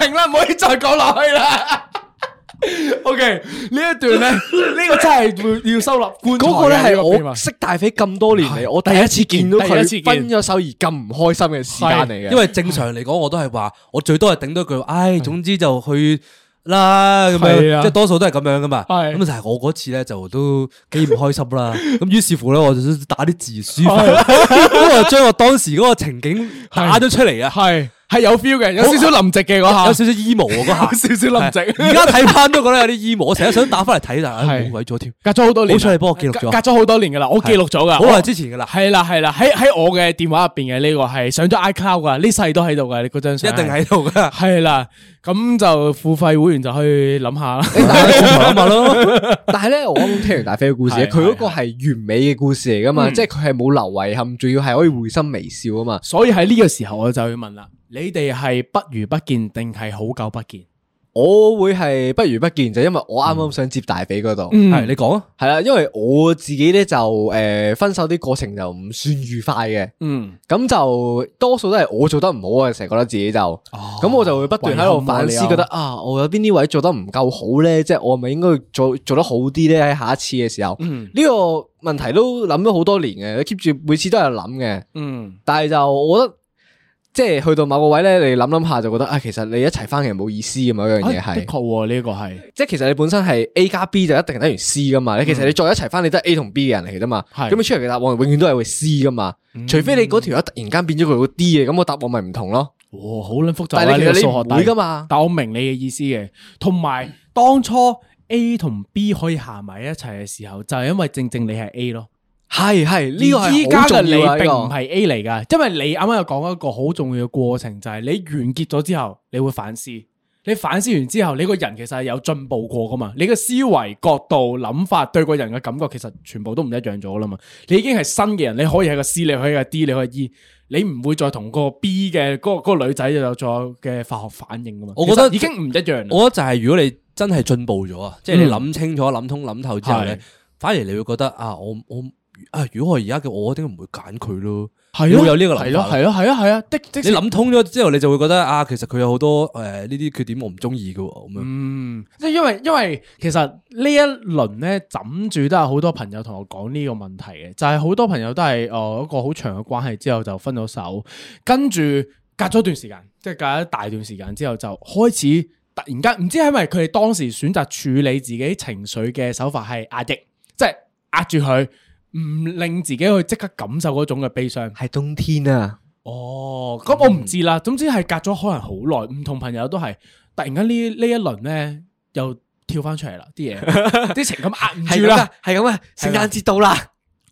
Speaker 3: 停啦，唔可以再講落去啦。O K，呢一段咧，呢個真係會要收納棺材嘅。
Speaker 2: 嗰個咧係
Speaker 3: 呢個秘密
Speaker 2: 我識大肥咁多年嚟，我第一次見到
Speaker 3: 第一
Speaker 2: 佢
Speaker 3: 次見
Speaker 2: 分咗手而咁唔開心嘅時間嚟嘅。
Speaker 1: 因為正常嚟講，我都係話，我最多係頂多句，唉，總之就去啦咁
Speaker 3: 係嗯啊
Speaker 1: 樣，即係多數都係咁樣噶嘛。
Speaker 3: 係
Speaker 1: 咁但係我嗰次咧就都幾唔開心
Speaker 3: (laughs)
Speaker 1: 啦。咁於是乎咧，我就打啲字書法，
Speaker 3: 哦
Speaker 1: 咁我就將我當時嗰個情景打咗出嚟啊，
Speaker 3: 係係有 feel 嘅，有少少林夕嘅嗰下，
Speaker 1: 有少少 emo 啊嗰下。
Speaker 3: (laughs) 有少少林夕。
Speaker 1: 而家睇翻都覺得有啲 emo，我成日想打翻嚟睇，但係唉
Speaker 3: 係
Speaker 1: 冇位咗添。
Speaker 3: 隔咗好多年
Speaker 1: 好
Speaker 3: 啊啦，
Speaker 1: 彩你幫我記錄咗
Speaker 3: 隔隔咗好多年噶啦，我記錄咗噶，
Speaker 1: 好耐之前噶啦，
Speaker 3: 係啦係啦，喺喺我嘅電話入邊嘅呢個係上咗 iCloud 噶，呢世都喺度噶，你嗰張
Speaker 1: 一定
Speaker 3: 相
Speaker 1: 喺度
Speaker 3: (laughs)
Speaker 1: 噶。
Speaker 3: 係啦，咁就付費會員就去諗下啦。
Speaker 1: 諗 (laughs) 下咯，
Speaker 2: 但係咧，我啱啱聽完大飛嘅故事，
Speaker 3: 係
Speaker 2: 佢嗰個係完美嘅故事嚟噶嘛，
Speaker 3: 嗯
Speaker 2: 即係佢係冇留遺憾，仲要係可以會心微笑啊嘛。
Speaker 3: 所以喺呢個時候我就要問啦，你哋係不如不見定係好久不見？
Speaker 2: 我會係不如不見，就因為我啱
Speaker 3: 嗯
Speaker 2: 啱想接大肥嗰度，
Speaker 1: 係你講啊。
Speaker 2: 係啦，因為我自己咧就诶分手啲過程就唔算愉快嘅，
Speaker 3: 嗯，
Speaker 2: 咁就多數都係我做得唔好啊，成日覺得自己就，咁我就會不斷喺度反
Speaker 3: 哦遺
Speaker 2: 思，
Speaker 3: 憾喎
Speaker 2: 覺得啊，我有邊啲位做得唔夠好咧，即係我係咪應該做做得好啲咧？喺下一次嘅時候，
Speaker 3: 嗯
Speaker 2: 呢個問題都諗咗好多年嘅，keep 住每次都有諗嘅。
Speaker 3: 嗯，
Speaker 2: 但係就我覺得，即係去到某個位咧，你諗諗下就覺得啊，其實你一齊翻其實冇意思咁樣一樣嘢
Speaker 3: 啊的
Speaker 2: 係，
Speaker 3: 確喎，呢個係
Speaker 2: 即係其實你本身係 A 加 B 就一定等於 C 噶嘛。你其實你再一齊翻，你都係 A 同 B 嘅人嚟噶嘛。
Speaker 3: 係
Speaker 2: 咁你出嚟嘅答案永遠都係會 C 噶嘛。除非你嗰條友突然間變咗佢個 D 嘅，咁個答案咪唔同咯。
Speaker 3: 哇，好撚複雜
Speaker 2: 但
Speaker 3: 啊！
Speaker 2: 係你其實
Speaker 3: 呢個
Speaker 2: 你
Speaker 3: 數學
Speaker 2: 唔
Speaker 3: 底
Speaker 2: 會噶嘛。
Speaker 3: 但我明你嘅意思嘅，同埋當初 A 同 B 可以行埋一齊嘅時候，就係因為正正你係 A 咯。
Speaker 2: 係係呢個係
Speaker 3: 依家
Speaker 2: 好
Speaker 3: 嘅
Speaker 2: 重
Speaker 3: 你
Speaker 2: 要啊
Speaker 3: 並唔
Speaker 2: 呢個
Speaker 3: 係 A 嚟噶，因為你啱啱有講一個好重要嘅過程，就係你完結咗之後，你會反思。你反思完之後，你個人其實係有進步過噶嘛？你嘅思維、角度、諗法對個人嘅感覺其實全部都唔一樣咗啦嘛。你已經係新嘅人，你可以係個 C，你可以係個 D，你可以係 E，你唔會再同個 B 嘅嗰、個嗰個女仔有再嘅化學反應噶嘛。
Speaker 1: 我覺得
Speaker 3: 其實已經唔一樣啦。
Speaker 1: 我覺得就係如果你真係進步咗啊，即係你
Speaker 3: 嗯
Speaker 1: 諗清楚、諗通、諗透之後
Speaker 3: 係
Speaker 1: 咧，反而你會覺得啊，我我啊，如果我而家嘅我，點解唔會揀佢咯？
Speaker 3: 係
Speaker 1: 你
Speaker 3: 咯，
Speaker 1: 會有呢個諗法
Speaker 3: 係咯，係咯，係咯，係啊，的的
Speaker 1: 你諗通咗之後，你就會覺得啊，其實佢有好多誒呢啲缺點我唔中意嘅喎，咁樣
Speaker 3: 嗯，即系因为因为其实呢一轮咧枕住都有好多朋友同我讲呢个问题嘅，就系、好多朋友都系诶、呃、一个好长嘅关系之后就分咗手，跟住隔咗一段时间，即系隔咗一大段时间之后就开始突然间唔知系咪佢哋当时选择处理自己情绪嘅手法系压抑，即系压住佢，唔令自己去即刻感受嗰种嘅悲伤。
Speaker 2: 係冬天啊，
Speaker 3: 哦，咁我唔知啦。總之係隔咗可能好耐，唔同朋友都係突然間呢呢一輪咧又跳翻出嚟啦，
Speaker 2: (laughs)
Speaker 3: 啲嘢啲情感壓唔
Speaker 2: 係
Speaker 3: 住
Speaker 2: 咁
Speaker 3: 啦
Speaker 2: 啊。，係咁啊，聖誕節到啦。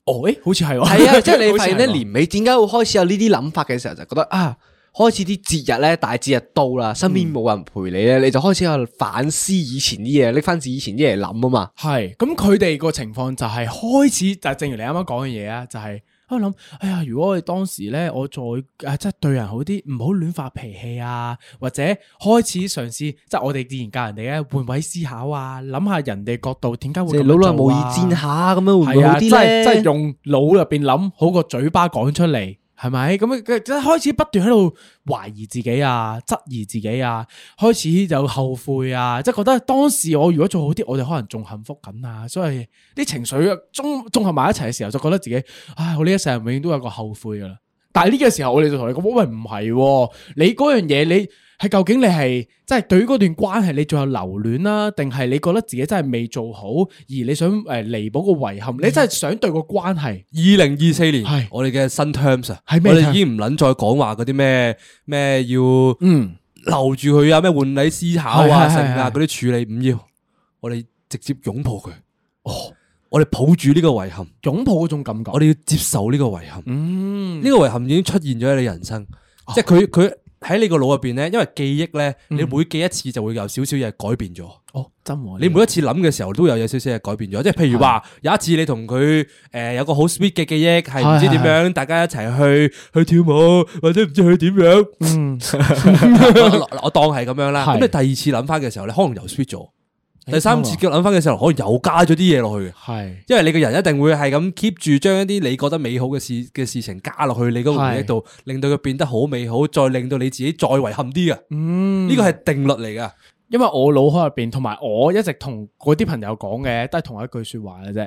Speaker 3: 哦，誒，好似係
Speaker 2: (laughs)
Speaker 3: 喎，(laughs)
Speaker 2: 係啊，即係你發現咧，
Speaker 3: 好似係喎
Speaker 2: 年尾點解會開始有呢啲諗法嘅時候，就覺得啊，開始啲節日咧，大節日到啦，身邊冇人陪你咧，你就開始喺度反思以前啲嘢，拎翻自己以前啲嘢嚟諗啊嘛。
Speaker 3: 係咁，佢哋個情況就係開始就正如你啱啱講嘅嘢啊，就係喺度諗，哎呀，如果我哋當時咧，我再啊，即係對人好啲，唔好亂發脾氣啊，或者開始嘗試，即係我哋自然教人哋咧換位思考啊，諗下人哋角度點解會
Speaker 2: 即
Speaker 3: 咁
Speaker 2: 係
Speaker 3: 樣
Speaker 2: 老來
Speaker 3: 做
Speaker 2: 無
Speaker 3: 啊
Speaker 2: 意煎下咁樣會唔
Speaker 3: 係
Speaker 2: 會好
Speaker 3: 啊，真
Speaker 2: 啲
Speaker 3: 係
Speaker 2: 咧？
Speaker 3: 真係用腦入邊諗好過嘴巴講出嚟，係咪？咁佢即係開始不斷喺度懷疑自己啊，質疑自己啊，開始有後悔啊，即係覺得當時我如果做好啲，我哋可能仲幸福緊啊，所以啲情緒綜綜合埋一齊嘅時候，就覺得自己唉，我呢一世人永遠都有個後悔噶啦。但係呢個時候，我哋就同你講：喂，唔係喎，你嗰樣嘢你。係究竟你係即係對於嗰段關係你仲有留戀啦，定係你覺得自己真係未做好，而你想诶弥补個遺憾，你真係想對個關係
Speaker 1: 二零二四年
Speaker 3: 係
Speaker 1: 我哋嘅新 terms 啊，
Speaker 3: 係咩
Speaker 1: 我哋
Speaker 3: term？
Speaker 1: 已經唔撚再講話嗰啲咩咩要
Speaker 3: 嗯
Speaker 1: 留住佢啊，咩換禮思考
Speaker 3: 係係
Speaker 1: 啊、
Speaker 3: 係
Speaker 1: 成啊嗰啲處理唔要，我哋直接擁抱佢。哦，我哋抱住呢個遺憾，
Speaker 3: 擁抱嗰種感覺。
Speaker 1: 我哋要接受呢個遺憾。
Speaker 3: 嗯
Speaker 1: 呢個遺憾已經出現咗喺你人生，即係佢佢喺你個腦入邊咧，因為記憶咧，你每記一次就會有少少嘢改變咗。
Speaker 3: 哦真喎，
Speaker 1: 你每一次諗嘅時候都有有少少嘢改變咗，即係譬如話有一次你同佢誒有個好 sweet 嘅記憶，係唔知點樣，大家一齊去去跳舞或者唔知去點樣，
Speaker 3: 嗯
Speaker 1: (laughs) 我我我當係咁啊樣啦。咁
Speaker 3: 係
Speaker 1: 你第二次諗翻嘅時候咧，可能又 sweet 咗；第三次嘅諗翻嘅時候，可能又加咗啲嘢落去嘅。
Speaker 3: 係
Speaker 1: 因為你個人一定會係咁 keep 住將一啲你覺得美好嘅事嘅事情加落去你嗰個回憶度，令到佢變得好美好，再令到你自己再遺憾啲嘅。
Speaker 3: 嗯
Speaker 1: 呢個係定律嚟
Speaker 3: (laughs)
Speaker 1: 噶。
Speaker 3: 因為我腦海入边，同埋我一直同嗰啲朋友講嘅，都係同一句说話嘅啫。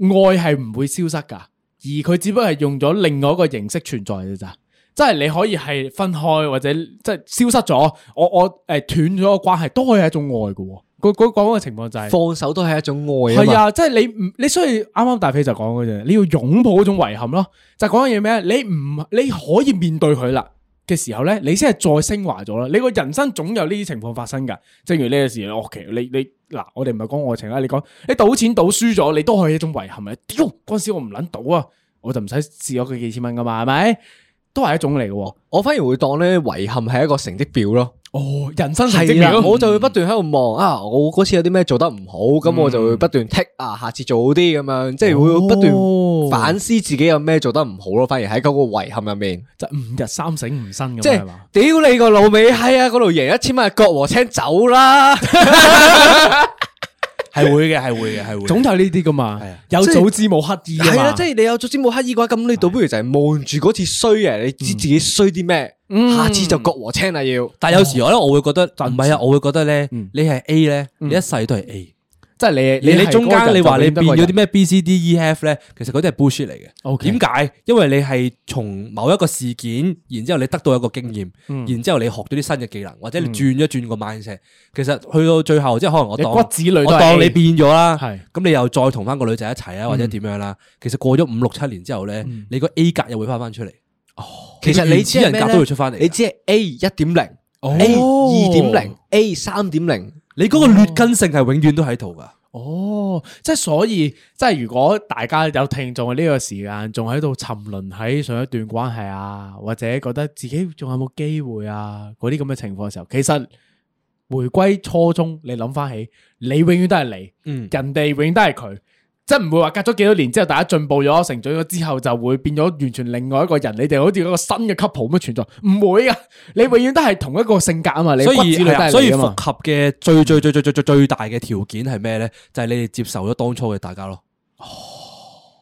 Speaker 3: 愛係唔會消失噶，而佢只不過係用咗另外一個形式存在嘅咋。即係你可以係分開或者即係消失咗，我我诶断咗個關係，都可以係一種愛嘅喎。嗰嗰嗰個情況就係
Speaker 2: 放手都係一種愛啊
Speaker 3: 係
Speaker 2: 嘛。
Speaker 3: 啊，即係你唔你所以啱啱大飛就講嗰樣，你要擁抱嗰種遺憾咯。就講緊嘢咩？你唔你可以面對佢啦嘅時候咧，你先係再升華咗啦。你個人生總有呢啲情況發生噶。正如呢個時哦我其你你嗱，我哋唔係講愛情啦，你講你賭錢賭輸咗，你都可以一種遺憾啊！屌嗰陣時我唔撚賭啊，我就唔使蝕咗佢幾千蚊噶嘛，係咪？都係一種嚟嘅喎。
Speaker 2: 我反而會當咧遺憾係一個成績表咯。
Speaker 3: 哦，人生成績
Speaker 2: 係啊啦，
Speaker 3: 表，
Speaker 2: 我就會不斷喺度望啊，我嗰次有啲咩做得唔好，咁我就會不斷剔啊，下次做好啲咁樣，即係會
Speaker 3: 哦
Speaker 2: 不斷反思自己有咩做得唔好咯。反而喺嗰個遺憾入面，
Speaker 3: 就五日三省吾身咁
Speaker 2: 即
Speaker 3: 樣
Speaker 2: 係
Speaker 3: 係嘛？
Speaker 2: 屌你個老味
Speaker 3: 哎
Speaker 2: 閪啊！嗰度贏一千蚊嘅割和青走 (laughs) 啦，
Speaker 1: 係會嘅，係會嘅，係會。
Speaker 3: 總有呢啲噶嘛
Speaker 1: 係啊，
Speaker 3: 有
Speaker 2: 即係
Speaker 3: 早知冇乞兒啊
Speaker 2: 係啦，
Speaker 3: 嘛
Speaker 2: 即。係你有做節目乞衣嘅話，咁你倒不如就係望住嗰次衰嘅，
Speaker 3: 嗯
Speaker 2: 你知自己衰啲咩，下次就割和青啦要。
Speaker 1: 但有時我咧，我會覺得唔係啊，我會覺得咧，
Speaker 3: 嗯
Speaker 1: 你係 A 咧，你一世都係 A。
Speaker 3: 即系你
Speaker 1: 你你中間你話你變咗啲
Speaker 3: 咩？
Speaker 1: 咩 B、C、D、E、F 咧，其實嗰啲係 bullshit 嚟嘅。
Speaker 3: OK
Speaker 1: 點解？因為你係從某一個事件，然之後你得到一個經驗，然之後你學咗啲新嘅技能，或者你轉一轉個 mindset。其實去到最後，即係可能我
Speaker 3: 你
Speaker 1: 當
Speaker 3: 骨子裏都
Speaker 1: 我
Speaker 3: 係
Speaker 1: 當
Speaker 3: A
Speaker 1: 你變咗啦，
Speaker 3: 係
Speaker 1: 咁你又再同翻個女仔一齊啊，或者點樣啦？其實過咗五六七年之後咧，你個 A 格又會翻翻出嚟。
Speaker 2: 其實你知
Speaker 1: 原始人
Speaker 2: 係咩
Speaker 1: 格
Speaker 2: 咧
Speaker 1: 都會出返嚟㗎
Speaker 2: 你只係 A 一點零、A
Speaker 3: 哦
Speaker 2: 二點零、A 三點零。
Speaker 1: 你嗰個劣根性係永遠都喺度㗎。
Speaker 3: 哦，即系所以，即系如果大家有聽眾呢個時間仲喺度沉淪喺上一段關係啊，或者覺得自己仲有冇機會啊，嗰啲咁嘅情況嘅時候，其實回歸初衷，你諗翻起，你永遠都係你，
Speaker 1: 嗯
Speaker 3: 人哋永遠都係佢。即係唔會話隔咗幾多年之後，大家進步咗、成長咗之後，就會變咗完全另外一個人。你哋好似一個新嘅 couple 咁樣存在，唔會噶。你永遠都係同一個性格啊嘛，你
Speaker 1: 所
Speaker 3: 骨子
Speaker 1: 以
Speaker 3: 裏都
Speaker 1: 係啊所
Speaker 3: 係
Speaker 1: 以
Speaker 3: 你啊
Speaker 1: 復
Speaker 3: 嘛。
Speaker 1: 合嘅最最最最最最最大嘅條件係咩咧？就係你哋接受咗當初嘅大家咯。
Speaker 3: 哦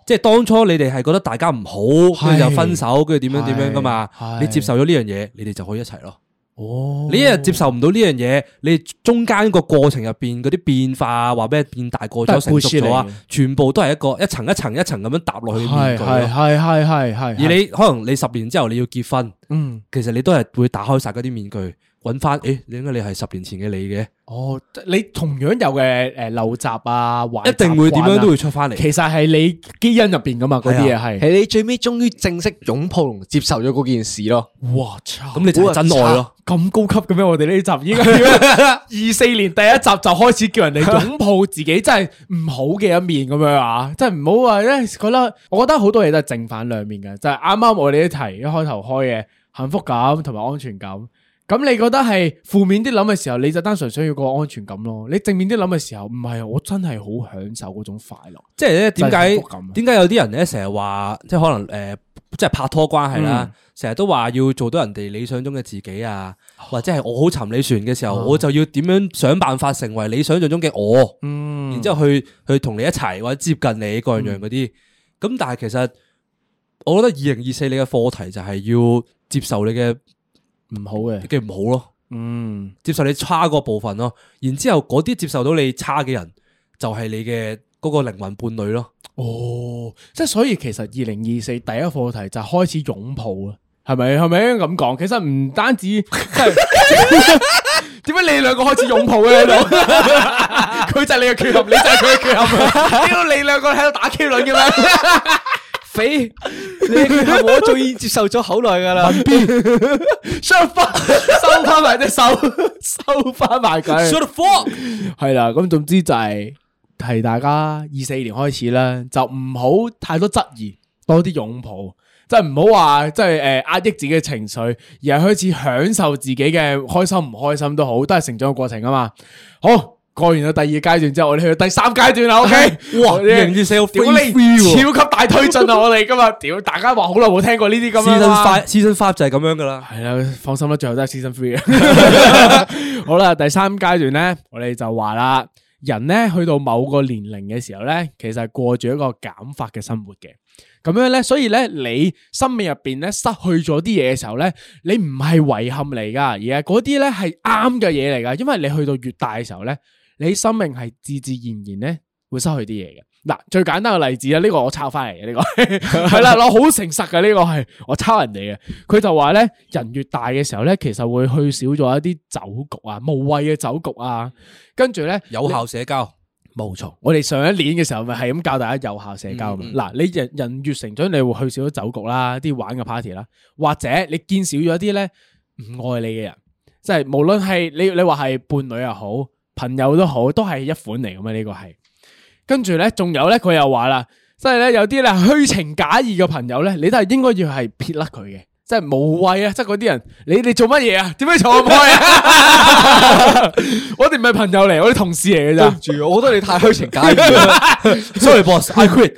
Speaker 1: 即係當初你哋係覺得大家唔好，跟住就分手，跟住點樣點樣噶嘛
Speaker 3: 係？
Speaker 1: 你接受咗呢樣嘢，你哋就可以一齊咯。
Speaker 3: 哦
Speaker 1: 你一日接受唔到呢樣嘢，你中間個過程入邊嗰啲變化啊，話咩變大個
Speaker 3: 都
Speaker 1: 咗、
Speaker 3: 係
Speaker 1: 成熟咗啊
Speaker 3: bullshit 嚟嘅，
Speaker 1: 全部都係一個一層一層一層咁樣搭落去嘅面
Speaker 3: 係
Speaker 1: 具
Speaker 3: 係
Speaker 1: 咯。
Speaker 3: 係係係係。
Speaker 1: 而你可能你十年之後你要結婚，
Speaker 3: 嗯，
Speaker 1: 其實你都係會打開晒嗰啲面具，揾翻誒點解你係十年前嘅你嘅？
Speaker 3: 哦，你同樣有嘅誒陋習啊，壞
Speaker 1: 一定會點樣都會
Speaker 3: 會。
Speaker 1: 出翻嚟。
Speaker 3: 其實係你基因入邊噶嘛，嗰啲
Speaker 1: 係
Speaker 3: 嘢
Speaker 1: 啊
Speaker 3: 係。
Speaker 2: 係你最尾終於正式擁抱同接受咗嗰件事 (laughs) 咯。
Speaker 3: 哇操！
Speaker 1: 咁你就係真愛咯。
Speaker 3: 咁高級嘅咩？我哋呢集已
Speaker 1: (laughs)
Speaker 3: 經二四年第一集就開始叫人哋擁抱自己真係唔好嘅一面咁樣啊！真係唔好話咧，覺得我覺得好多嘢都係正反兩面嘅，就係啱啱我哋一題一開頭開嘅幸福感同埋安全感。咁你覺得係負面啲諗嘅時候，你就單純想要個安全感咯；你正面啲諗嘅時候，唔係我真係好享受嗰種快樂。
Speaker 1: 即係咧，點解
Speaker 3: 就係幸福感啊
Speaker 1: 點解有啲人咧成日話，即係可能诶、呃即係拍拖關係啦，成日、都話要做到人哋理想中嘅自己啊，或者係我好沉你船嘅時候，我就要點樣想辦法成為你想象中嘅我，
Speaker 3: 嗯
Speaker 1: 然之后去去同你一齊或者接近你各樣樣嗰啲。咁、但係其實我覺得二零二四你嘅課題就係要接受你嘅
Speaker 3: 唔好嘅，
Speaker 1: 嘅唔好咯。
Speaker 3: 嗯，
Speaker 1: 接受你差嗰部分咯，然之後嗰啲接受到你差嘅人，就係你嘅嗰個靈魂伴侶咯。
Speaker 3: 哦，即係所以其實二零二四第一課題就係開始擁抱啊！系咪？係咪應該咁講？其實唔單止，即係點解你兩個開始擁抱嘅喺度？佢就係你嘅缺陷，你就係佢嘅缺陷。屌你兩個喺度打 K 輪嘅
Speaker 1: (laughs)
Speaker 3: 咩？
Speaker 2: 肥，你我早已接受咗好耐噶啦。
Speaker 3: 收翻收翻埋隻手，收翻埋佢。
Speaker 1: Shut the (laughs) fuck！
Speaker 3: 系啦，咁總之就係提大家二四年開始啦，就唔好太多質疑，多啲擁抱，即係唔好話即係诶压抑自己嘅情緒，而係開始享受自己嘅開心唔開心都好，都係成長嘅過程啊嘛。好。過完咗第二階段之後，我哋去到第三階段啦。OK，
Speaker 1: (laughs) 哇
Speaker 3: (laughs) 我哋
Speaker 1: 迎接社會
Speaker 3: 屌
Speaker 1: free free
Speaker 3: 你，超級大推進啊！我哋今日，屌大家話好耐冇聽過呢啲咁樣啊
Speaker 1: season
Speaker 3: 啦
Speaker 1: five season five 就係咁樣噶啦。
Speaker 3: 系啦，啊放心啦，最後都係 season three。好啦，第三階段咧，我哋就話啦，人咧去到某個年齡嘅時候咧，其實係過住一個減法嘅生活嘅。咁樣咧，所以咧，你生命入边咧失去咗啲嘢嘅時候咧，你唔係遺憾嚟噶，而係嗰啲咧係啱嘅嘢嚟噶。因為你去到越大嘅時候咧，你生命係自自然然咧會失去啲嘢嘅。嗱，最簡單嘅例子啊，呢、個我抄翻嚟嘅呢個係啦，我好誠實嘅呢、個係我抄人哋嘅。佢就話咧，人越大嘅時候咧，其實會去少咗一啲酒局啊，無謂嘅酒局啊，跟住咧
Speaker 1: 有效社交，
Speaker 3: 冇錯，我哋上一年嘅時候咪係咁教大家有效社交嘛。嗱、你人人越成長，你會去少咗酒局啦，啲玩嘅 party 啦，或者你見少咗啲咧唔愛你嘅人，即係無論係你你話係伴侶又好，朋友都好，都係一款嚟噶嘛。呢、個係。跟住咧，仲有咧，佢又話啦，即係咧有啲咧虛情假意嘅朋友咧，你都係應該要係撇甩佢嘅。即係無謂啊！即係嗰啲人，你你做乜嘢啊？點解坐我開啊？我哋唔係朋友嚟，我哋同事嚟嘅咋。
Speaker 2: 住，我覺得你太虛情假意啊 (laughs) 啦。
Speaker 3: (laughs)
Speaker 1: Sorry boss，I quit。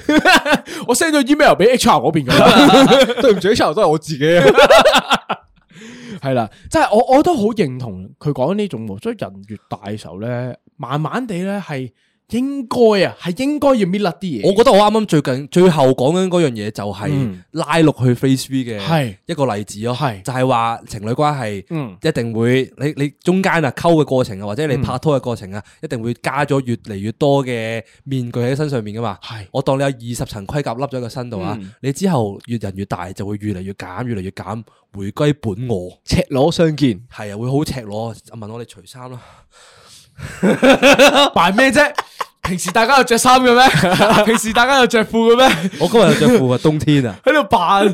Speaker 3: 我 send 咗 email 俾 HR 嗰邊噶，
Speaker 2: 對唔住，呢場都係我自己啊。
Speaker 3: 係啦，即係我我都好認同佢講呢種喎，所以人越大嘅時候咧，慢慢地咧係應該啊，係應該要搣甩啲嘢。
Speaker 1: 我覺得我啱啱最近最後講緊嗰樣嘢就係
Speaker 3: 嗯
Speaker 1: 拉落去 Face V 嘅
Speaker 3: 係
Speaker 1: 一個例子咯，
Speaker 3: 係
Speaker 1: 就係話情侶關係
Speaker 3: 嗯
Speaker 1: 一定會你你中間啊溝嘅過程啊，或者你拍拖嘅過程啊，一定會加咗越嚟越多嘅面具喺身上面噶嘛。
Speaker 3: 係嗯
Speaker 1: 我當你有二十層盔甲笠咗喺個身度啊，你之後越人越大就會越嚟越減，越嚟越減，回歸本我。
Speaker 2: 赤裸相見，
Speaker 1: 係啊，會好赤
Speaker 3: (laughs)
Speaker 1: 裸。阿文我哋除衫啦，
Speaker 3: 扮咩啫？平時大家有着衫嘅咩？ (laughs) 平時大家有着褲嘅咩？
Speaker 1: 我今日有着褲啊，冬天
Speaker 3: (laughs)
Speaker 1: 啊。
Speaker 3: 喺度扮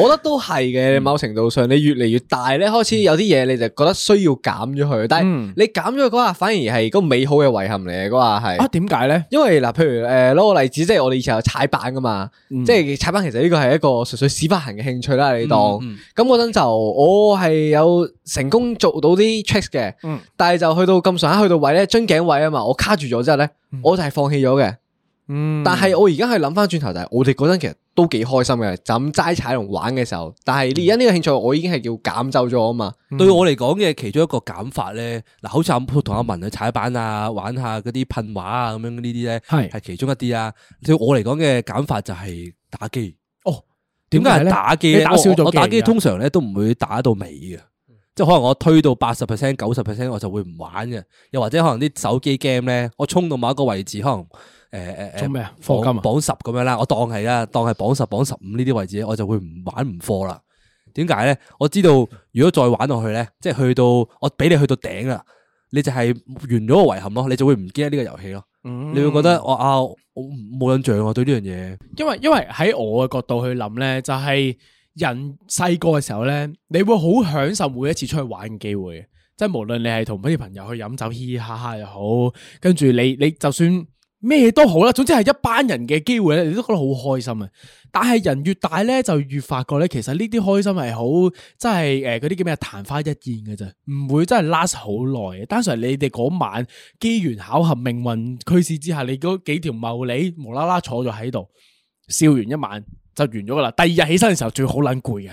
Speaker 2: 我覺得都係
Speaker 3: 嗯
Speaker 2: 嘅。某程度上，你越嚟越大咧，開始有啲嘢你就覺得需要減咗佢，但
Speaker 3: 嗯
Speaker 2: 係你減咗佢嗰下，反而係個美好嘅遺憾嚟嘅嗰下係。
Speaker 3: 啊？點解咧？
Speaker 2: 因為嗱，譬如誒攞個例子，即係我哋以前有踩板噶嘛，
Speaker 3: 嗯
Speaker 2: 即係踩板其實呢個係一個純粹屎忽痕嘅興趣啦，你當
Speaker 1: 哦
Speaker 3: 嗯
Speaker 2: 咁嗰陣就我係有成功做到啲 tricks 嘅，
Speaker 3: 嗯
Speaker 2: 但係就去到咁上下去到位咧，樽頸位啊嘛，我卡住咗之後咧，我就係放棄咗嘅。
Speaker 3: 嗯
Speaker 2: 但係我而家係諗翻轉頭，就係我哋嗰陣其實都幾開心嘅，就咁齋踩同玩嘅時候。但係而家呢個興趣，我已經係叫減走咗啊嘛。
Speaker 3: 嗯
Speaker 1: 對我嚟講嘅其中一個減法咧，嗱，好似阿同阿文去踩板啊，玩下嗰啲噴畫啊咁樣呢啲咧，
Speaker 3: 係
Speaker 1: 係其中一啲啊。對我嚟講嘅減法就係打機。
Speaker 3: 哦，
Speaker 1: 點解係
Speaker 3: 咧
Speaker 1: 打機咧？
Speaker 3: 你打少咗
Speaker 1: 我我打
Speaker 3: 機啊
Speaker 1: 機
Speaker 3: 而家嗯
Speaker 1: 通常咧都唔會打到尾嘅，即係可能我推到八十 percent、九十 percent 我就會唔玩嘅，又或者可能啲手機 game 咧，我衝到某一個位置，可能誒誒誒
Speaker 3: 做咩啊課金啊
Speaker 1: 榜十咁樣啦，我當係啦，當係榜十、榜十五呢啲位置，我就會唔玩唔課啦。點解咧？我知道如果再玩落去咧，即係去到我俾你去到頂啦，你就係完咗個遺憾咯，你就會唔記得呢個遊戲咯。
Speaker 3: 嗯
Speaker 1: 你會覺得我啊，我冇印象啊，對呢樣嘢。
Speaker 3: 因為因为喺我嘅角度去諗咧，就係人細個嘅時候咧，你會好享受每一次出去玩嘅機會嘅，即係無論你係同啲朋友去飲酒嘻嘻哈哈又好，跟住你你就算咩都好啦，總之係一班人嘅機會咧，你都覺得好開心啊！但係人越大咧，就越發覺咧，其實呢啲開心係好，真係诶嗰啲叫咩啊曇花一現嘅啫，唔會真係 last 好耐嘅。單純係你哋嗰晚機緣巧合、命運驅使之下，你嗰幾條茂利無啦啦坐咗喺度，笑完一晚就完咗噶啦。第二日起身嘅時候，最好撚攰嘅。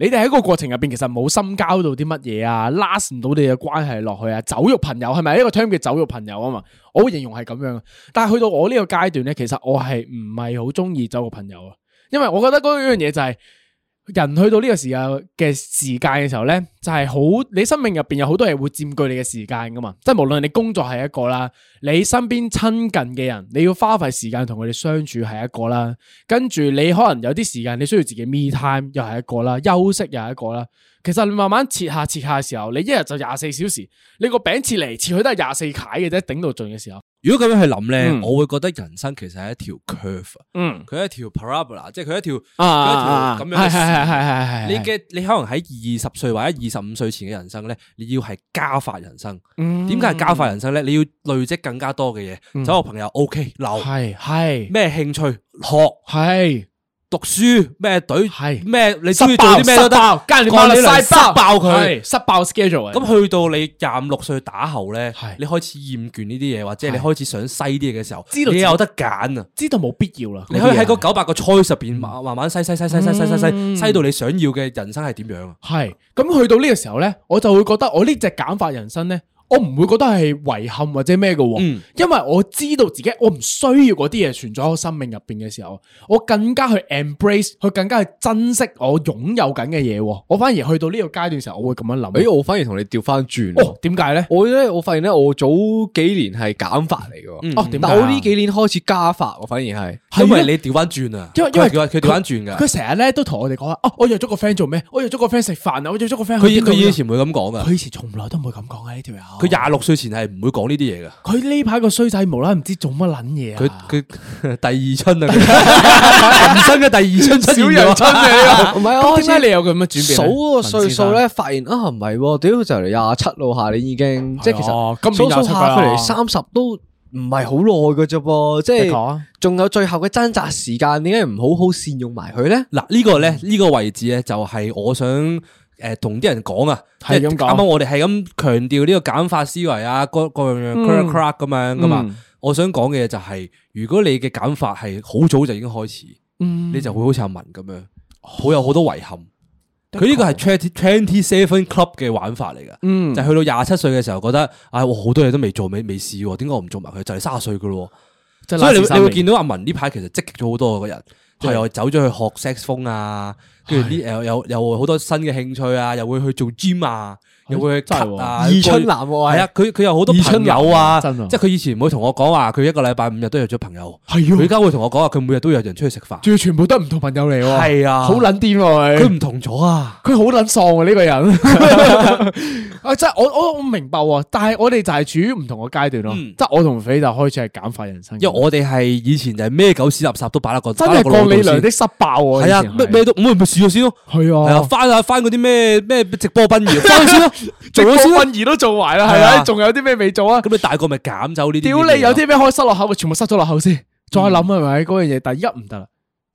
Speaker 3: 你哋喺個過程入邊，其實冇深交到啲乜嘢啊，last 唔到你嘅關係落去啊，酒肉朋友係咪一個 term 叫酒肉朋友啊嘛？我會形容係咁樣嘅。但係去到我呢個階段咧，其實我係唔係好中意酒肉朋友啊，因為我覺得嗰樣嘢就係、人去到呢個時候嘅時間嘅時候咧，就係好你生命入邊有好多嘢會佔據你嘅時間噶嘛，即係無論你工作係一個啦，你身邊親近嘅人，你要花費時間同佢哋相處係一個啦，跟住你可能有啲時間你需要自己 me time 又係一個啦，休息又係一個啦。其實你慢慢切下切下嘅時候，你一日就廿四小時，你個餅切嚟切去都係廿四解嘅啫，頂到盡嘅時候，
Speaker 1: 如果咁樣去諗咧，
Speaker 3: 嗯
Speaker 1: 我會覺得人生其實係一條 curve，啊
Speaker 3: 嗯
Speaker 1: 佢係一條 parabola，即係佢一條
Speaker 3: 啊，
Speaker 1: 佢一條咁樣嘅
Speaker 3: 係係係係係係
Speaker 1: 你嘅你可能喺二十歲或者二十五歲前嘅人生咧，你要係加法人生。
Speaker 3: 嗯
Speaker 1: 點解係加啊法人生咧？你要累積更加多嘅嘢。走我朋友 OK 留
Speaker 3: 係係
Speaker 1: 咩興趣學
Speaker 3: 係。
Speaker 1: 讀書咩隊
Speaker 3: 係
Speaker 1: 咩你
Speaker 3: 塞
Speaker 1: 中意做啲咩都得
Speaker 3: 爆，跟住
Speaker 1: 幹
Speaker 3: 你
Speaker 1: 你
Speaker 3: 塞
Speaker 1: 塞
Speaker 3: 爆
Speaker 1: 爆佢。
Speaker 3: 係塞爆 schedule 啊。
Speaker 1: 咁去到你廿五六歲打後咧
Speaker 3: 係，
Speaker 1: 你開始厭倦呢啲嘢，或者你
Speaker 3: 係
Speaker 1: 開始想西啲嘢嘅時候，
Speaker 3: 知
Speaker 1: 你
Speaker 3: 道自己
Speaker 1: 有得揀啊！
Speaker 3: 知道冇必要啦，
Speaker 1: 你可以喺嗰九百個 choice 入邊慢慢慢西西西西西西西西西到你想要嘅人生係點樣啊？
Speaker 3: 係咁去到呢個時候咧，我就會覺得我呢隻減法人生咧，我唔會覺得係遺憾或者咩嘅喎，
Speaker 1: 嗯
Speaker 3: 因為我知道自己我唔需要嗰啲嘢存在喺我生命入邊嘅時候，我更加去 embrace，去更加去珍惜我擁有緊嘅嘢喎。我反而去到呢個階段時候，我會咁樣諗。
Speaker 1: 哎
Speaker 2: 诶，我反而同你调翻转。
Speaker 3: 哦，點解咧？
Speaker 2: 我咧，我發現咧，我早幾年係減法嚟嘅喎，
Speaker 3: 哦，點解
Speaker 2: 但我呢
Speaker 3: 啊？
Speaker 2: 幾年開始加法喎，反而係
Speaker 3: 係
Speaker 1: 因為
Speaker 3: 咩
Speaker 1: 你調翻轉啊，
Speaker 3: 因為因為
Speaker 1: 佢佢調翻轉㗎。
Speaker 3: 佢成日咧都同我哋講話，哦，我約咗個 friend 做咩？我約咗個 friend 食飯啊，我約咗個 friend
Speaker 1: 佢
Speaker 3: 去邊度
Speaker 1: 佢
Speaker 3: 啊
Speaker 1: 以前會咁講㗎。
Speaker 3: 佢以哦前從來都唔會咁講嘅呢條友。
Speaker 1: 佢廿六歲前係唔會講呢啲嘢㗎。
Speaker 3: 佢呢排個衰仔無啦啦唔知做乜撚嘢
Speaker 1: 佢
Speaker 3: 啊！
Speaker 1: 佢 (laughs) 第二春啊，
Speaker 3: (laughs)
Speaker 1: 佢人生嘅第二春出現
Speaker 2: 小
Speaker 1: 咗
Speaker 2: 陽春嚟嘅，唔哦係
Speaker 3: 咁
Speaker 2: 我
Speaker 3: 哦點解你有咁嘅轉變
Speaker 2: 數嗰個歲啊數
Speaker 3: 文
Speaker 2: 咧，發現啊唔係喎，屌就嚟廿七咯，下年已經即係其
Speaker 3: 哦
Speaker 2: 實
Speaker 3: 今年
Speaker 2: 數數
Speaker 3: 廿七哦
Speaker 2: 下
Speaker 3: 㗎
Speaker 2: 佢
Speaker 3: 啦
Speaker 2: 嚟三十都唔係好耐嘅啫噃，即
Speaker 3: 的確
Speaker 2: 係
Speaker 3: 啊
Speaker 2: 仲有最後嘅掙扎時間，點解唔好好善用埋佢咧？
Speaker 1: 嗱呢個咧呢個位置咧就係我想誒同啲人講啊，即
Speaker 3: 係咁講
Speaker 1: 啱啱我哋係咁強調呢個減法思維啊，各各樣樣 crack crack 咁樣噶嘛
Speaker 3: 嗯。
Speaker 1: 我想講嘅嘢就係，如果你嘅減法係好早就已經開始，
Speaker 3: 嗯
Speaker 1: 你就會好似阿文咁
Speaker 3: 哦
Speaker 1: 樣，好有好多遺憾。佢呢個係 twenty twenty seven club 嘅玩法嚟噶，
Speaker 3: 嗯
Speaker 1: 就係去到廿七歲嘅時候覺得，唉，我好多嘢都未做，未未試喎，點解我唔做埋佢？就係卅歲噶咯喎。
Speaker 3: 就
Speaker 1: 所以你
Speaker 3: 嗱
Speaker 1: 你會
Speaker 3: 時
Speaker 1: 見到阿文呢排其實積極咗好多個人，就又走咗去學 sex 風啊，跟住呢又又又好多新嘅興趣啊，又會去做 gym 啊，又會去
Speaker 3: 真係
Speaker 1: cut
Speaker 3: 喎
Speaker 1: 啊，
Speaker 2: 二春男喎，
Speaker 1: 係
Speaker 2: 係
Speaker 1: 啊，佢佢有好多朋友啊，
Speaker 3: 二春男真
Speaker 1: 即係佢以前唔會同我講話，佢一個禮拜五日都約咗朋友，
Speaker 3: 係喎
Speaker 1: 佢而家會同我講話，佢每日都約人出去食飯，
Speaker 3: 仲要全部都係唔同朋友嚟喎，
Speaker 1: 係啊
Speaker 3: 好撚癲喎
Speaker 1: 佢
Speaker 3: 佢，
Speaker 1: 唔同咗啊，
Speaker 3: 佢好撚喪啊呢個人， (laughs) 啊真係我我我明白喎，但係我哋就係處於唔同嘅階段咯，
Speaker 1: 嗯
Speaker 3: 即係我同肥就開始係減法人生，
Speaker 1: 因為我哋係以前就係咩狗屎垃圾都擺落個
Speaker 3: 真
Speaker 1: 擺落
Speaker 3: 係
Speaker 1: 個腦
Speaker 3: 降
Speaker 1: 度
Speaker 3: 你
Speaker 1: 先
Speaker 3: 娘的失爆喎，
Speaker 1: 係啊，
Speaker 3: 以前
Speaker 1: 咩咩都咁咪咪試咗先咯，
Speaker 3: 係
Speaker 1: 係啊，
Speaker 3: 啊，
Speaker 1: 翻下翻嗰啲咩咩直播殯儀，翻去
Speaker 3: (laughs)
Speaker 1: 先咯，
Speaker 3: 直
Speaker 1: 做
Speaker 3: 播
Speaker 1: 咗先咯。
Speaker 3: 婚儀都做埋啦，係
Speaker 1: 係
Speaker 3: 啊，
Speaker 1: 啊
Speaker 3: 仲有啲咩未做啊？
Speaker 1: 咁你大個咪減走呢啲嘢啊嗯
Speaker 3: 屌
Speaker 1: 咯？
Speaker 3: 你有啲咩可以塞落口，全部塞咗落口先，再諗係咪嗰樣嘢？但係而家唔得啦，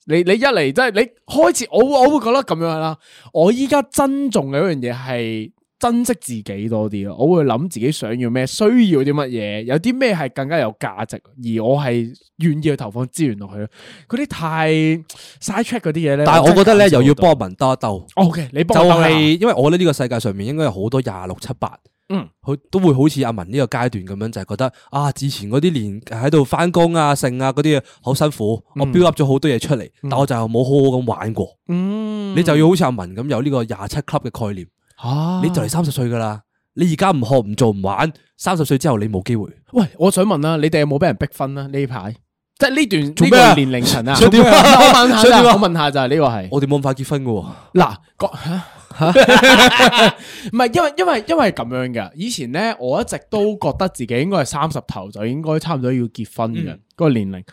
Speaker 3: 你你一嚟真係你開始，我會我會覺得咁樣啦。我依家珍重嘅一樣嘢係珍惜自己多啲咯，我會諗自己想要咩，需要啲乜嘢，有啲咩係更加有價值，而我係願意去投放資源落去咯。嗰啲太 side track 嗰啲嘢咧，
Speaker 1: 但係我覺得咧，又要
Speaker 3: 幫。
Speaker 1: 幫文兜一兜，
Speaker 3: O K，你
Speaker 1: 就
Speaker 3: 幫我兜啦
Speaker 1: 係因為我覺得呢個世界上面應該有好多廿六七八，
Speaker 3: 嗯，
Speaker 1: 佢都會好似阿文呢個階段咁樣，就係覺得啊，之前嗰啲年喺度翻工啊、剩啊嗰啲嘢好辛苦，我 build up 咗好多嘢出嚟，但我就冇好好咁玩過。
Speaker 3: 嗯，
Speaker 1: 你就要好似阿文咁有呢個廿七 club 嘅概念，
Speaker 3: 啊
Speaker 1: 你就嚟三十歲噶啦，你而家唔學唔做唔玩，三十歲之後你冇機會。
Speaker 3: 喂，我想問啊啦，你哋有冇俾人逼婚啦？呢排即係呢段
Speaker 1: 做咩啊
Speaker 3: 呢個年齡層啊？
Speaker 1: 想點啊
Speaker 3: 我問下
Speaker 1: 想
Speaker 3: 咋
Speaker 1: 點啊
Speaker 3: 我問下咋呢個係
Speaker 1: 我哋冇咁快結婚噶喎，
Speaker 3: 嗱個嚇唔係因為因為因為咁樣嘅。以前咧，我一直都覺得自己應該係三十頭就應該差唔多要結婚嘅嗰個年齡，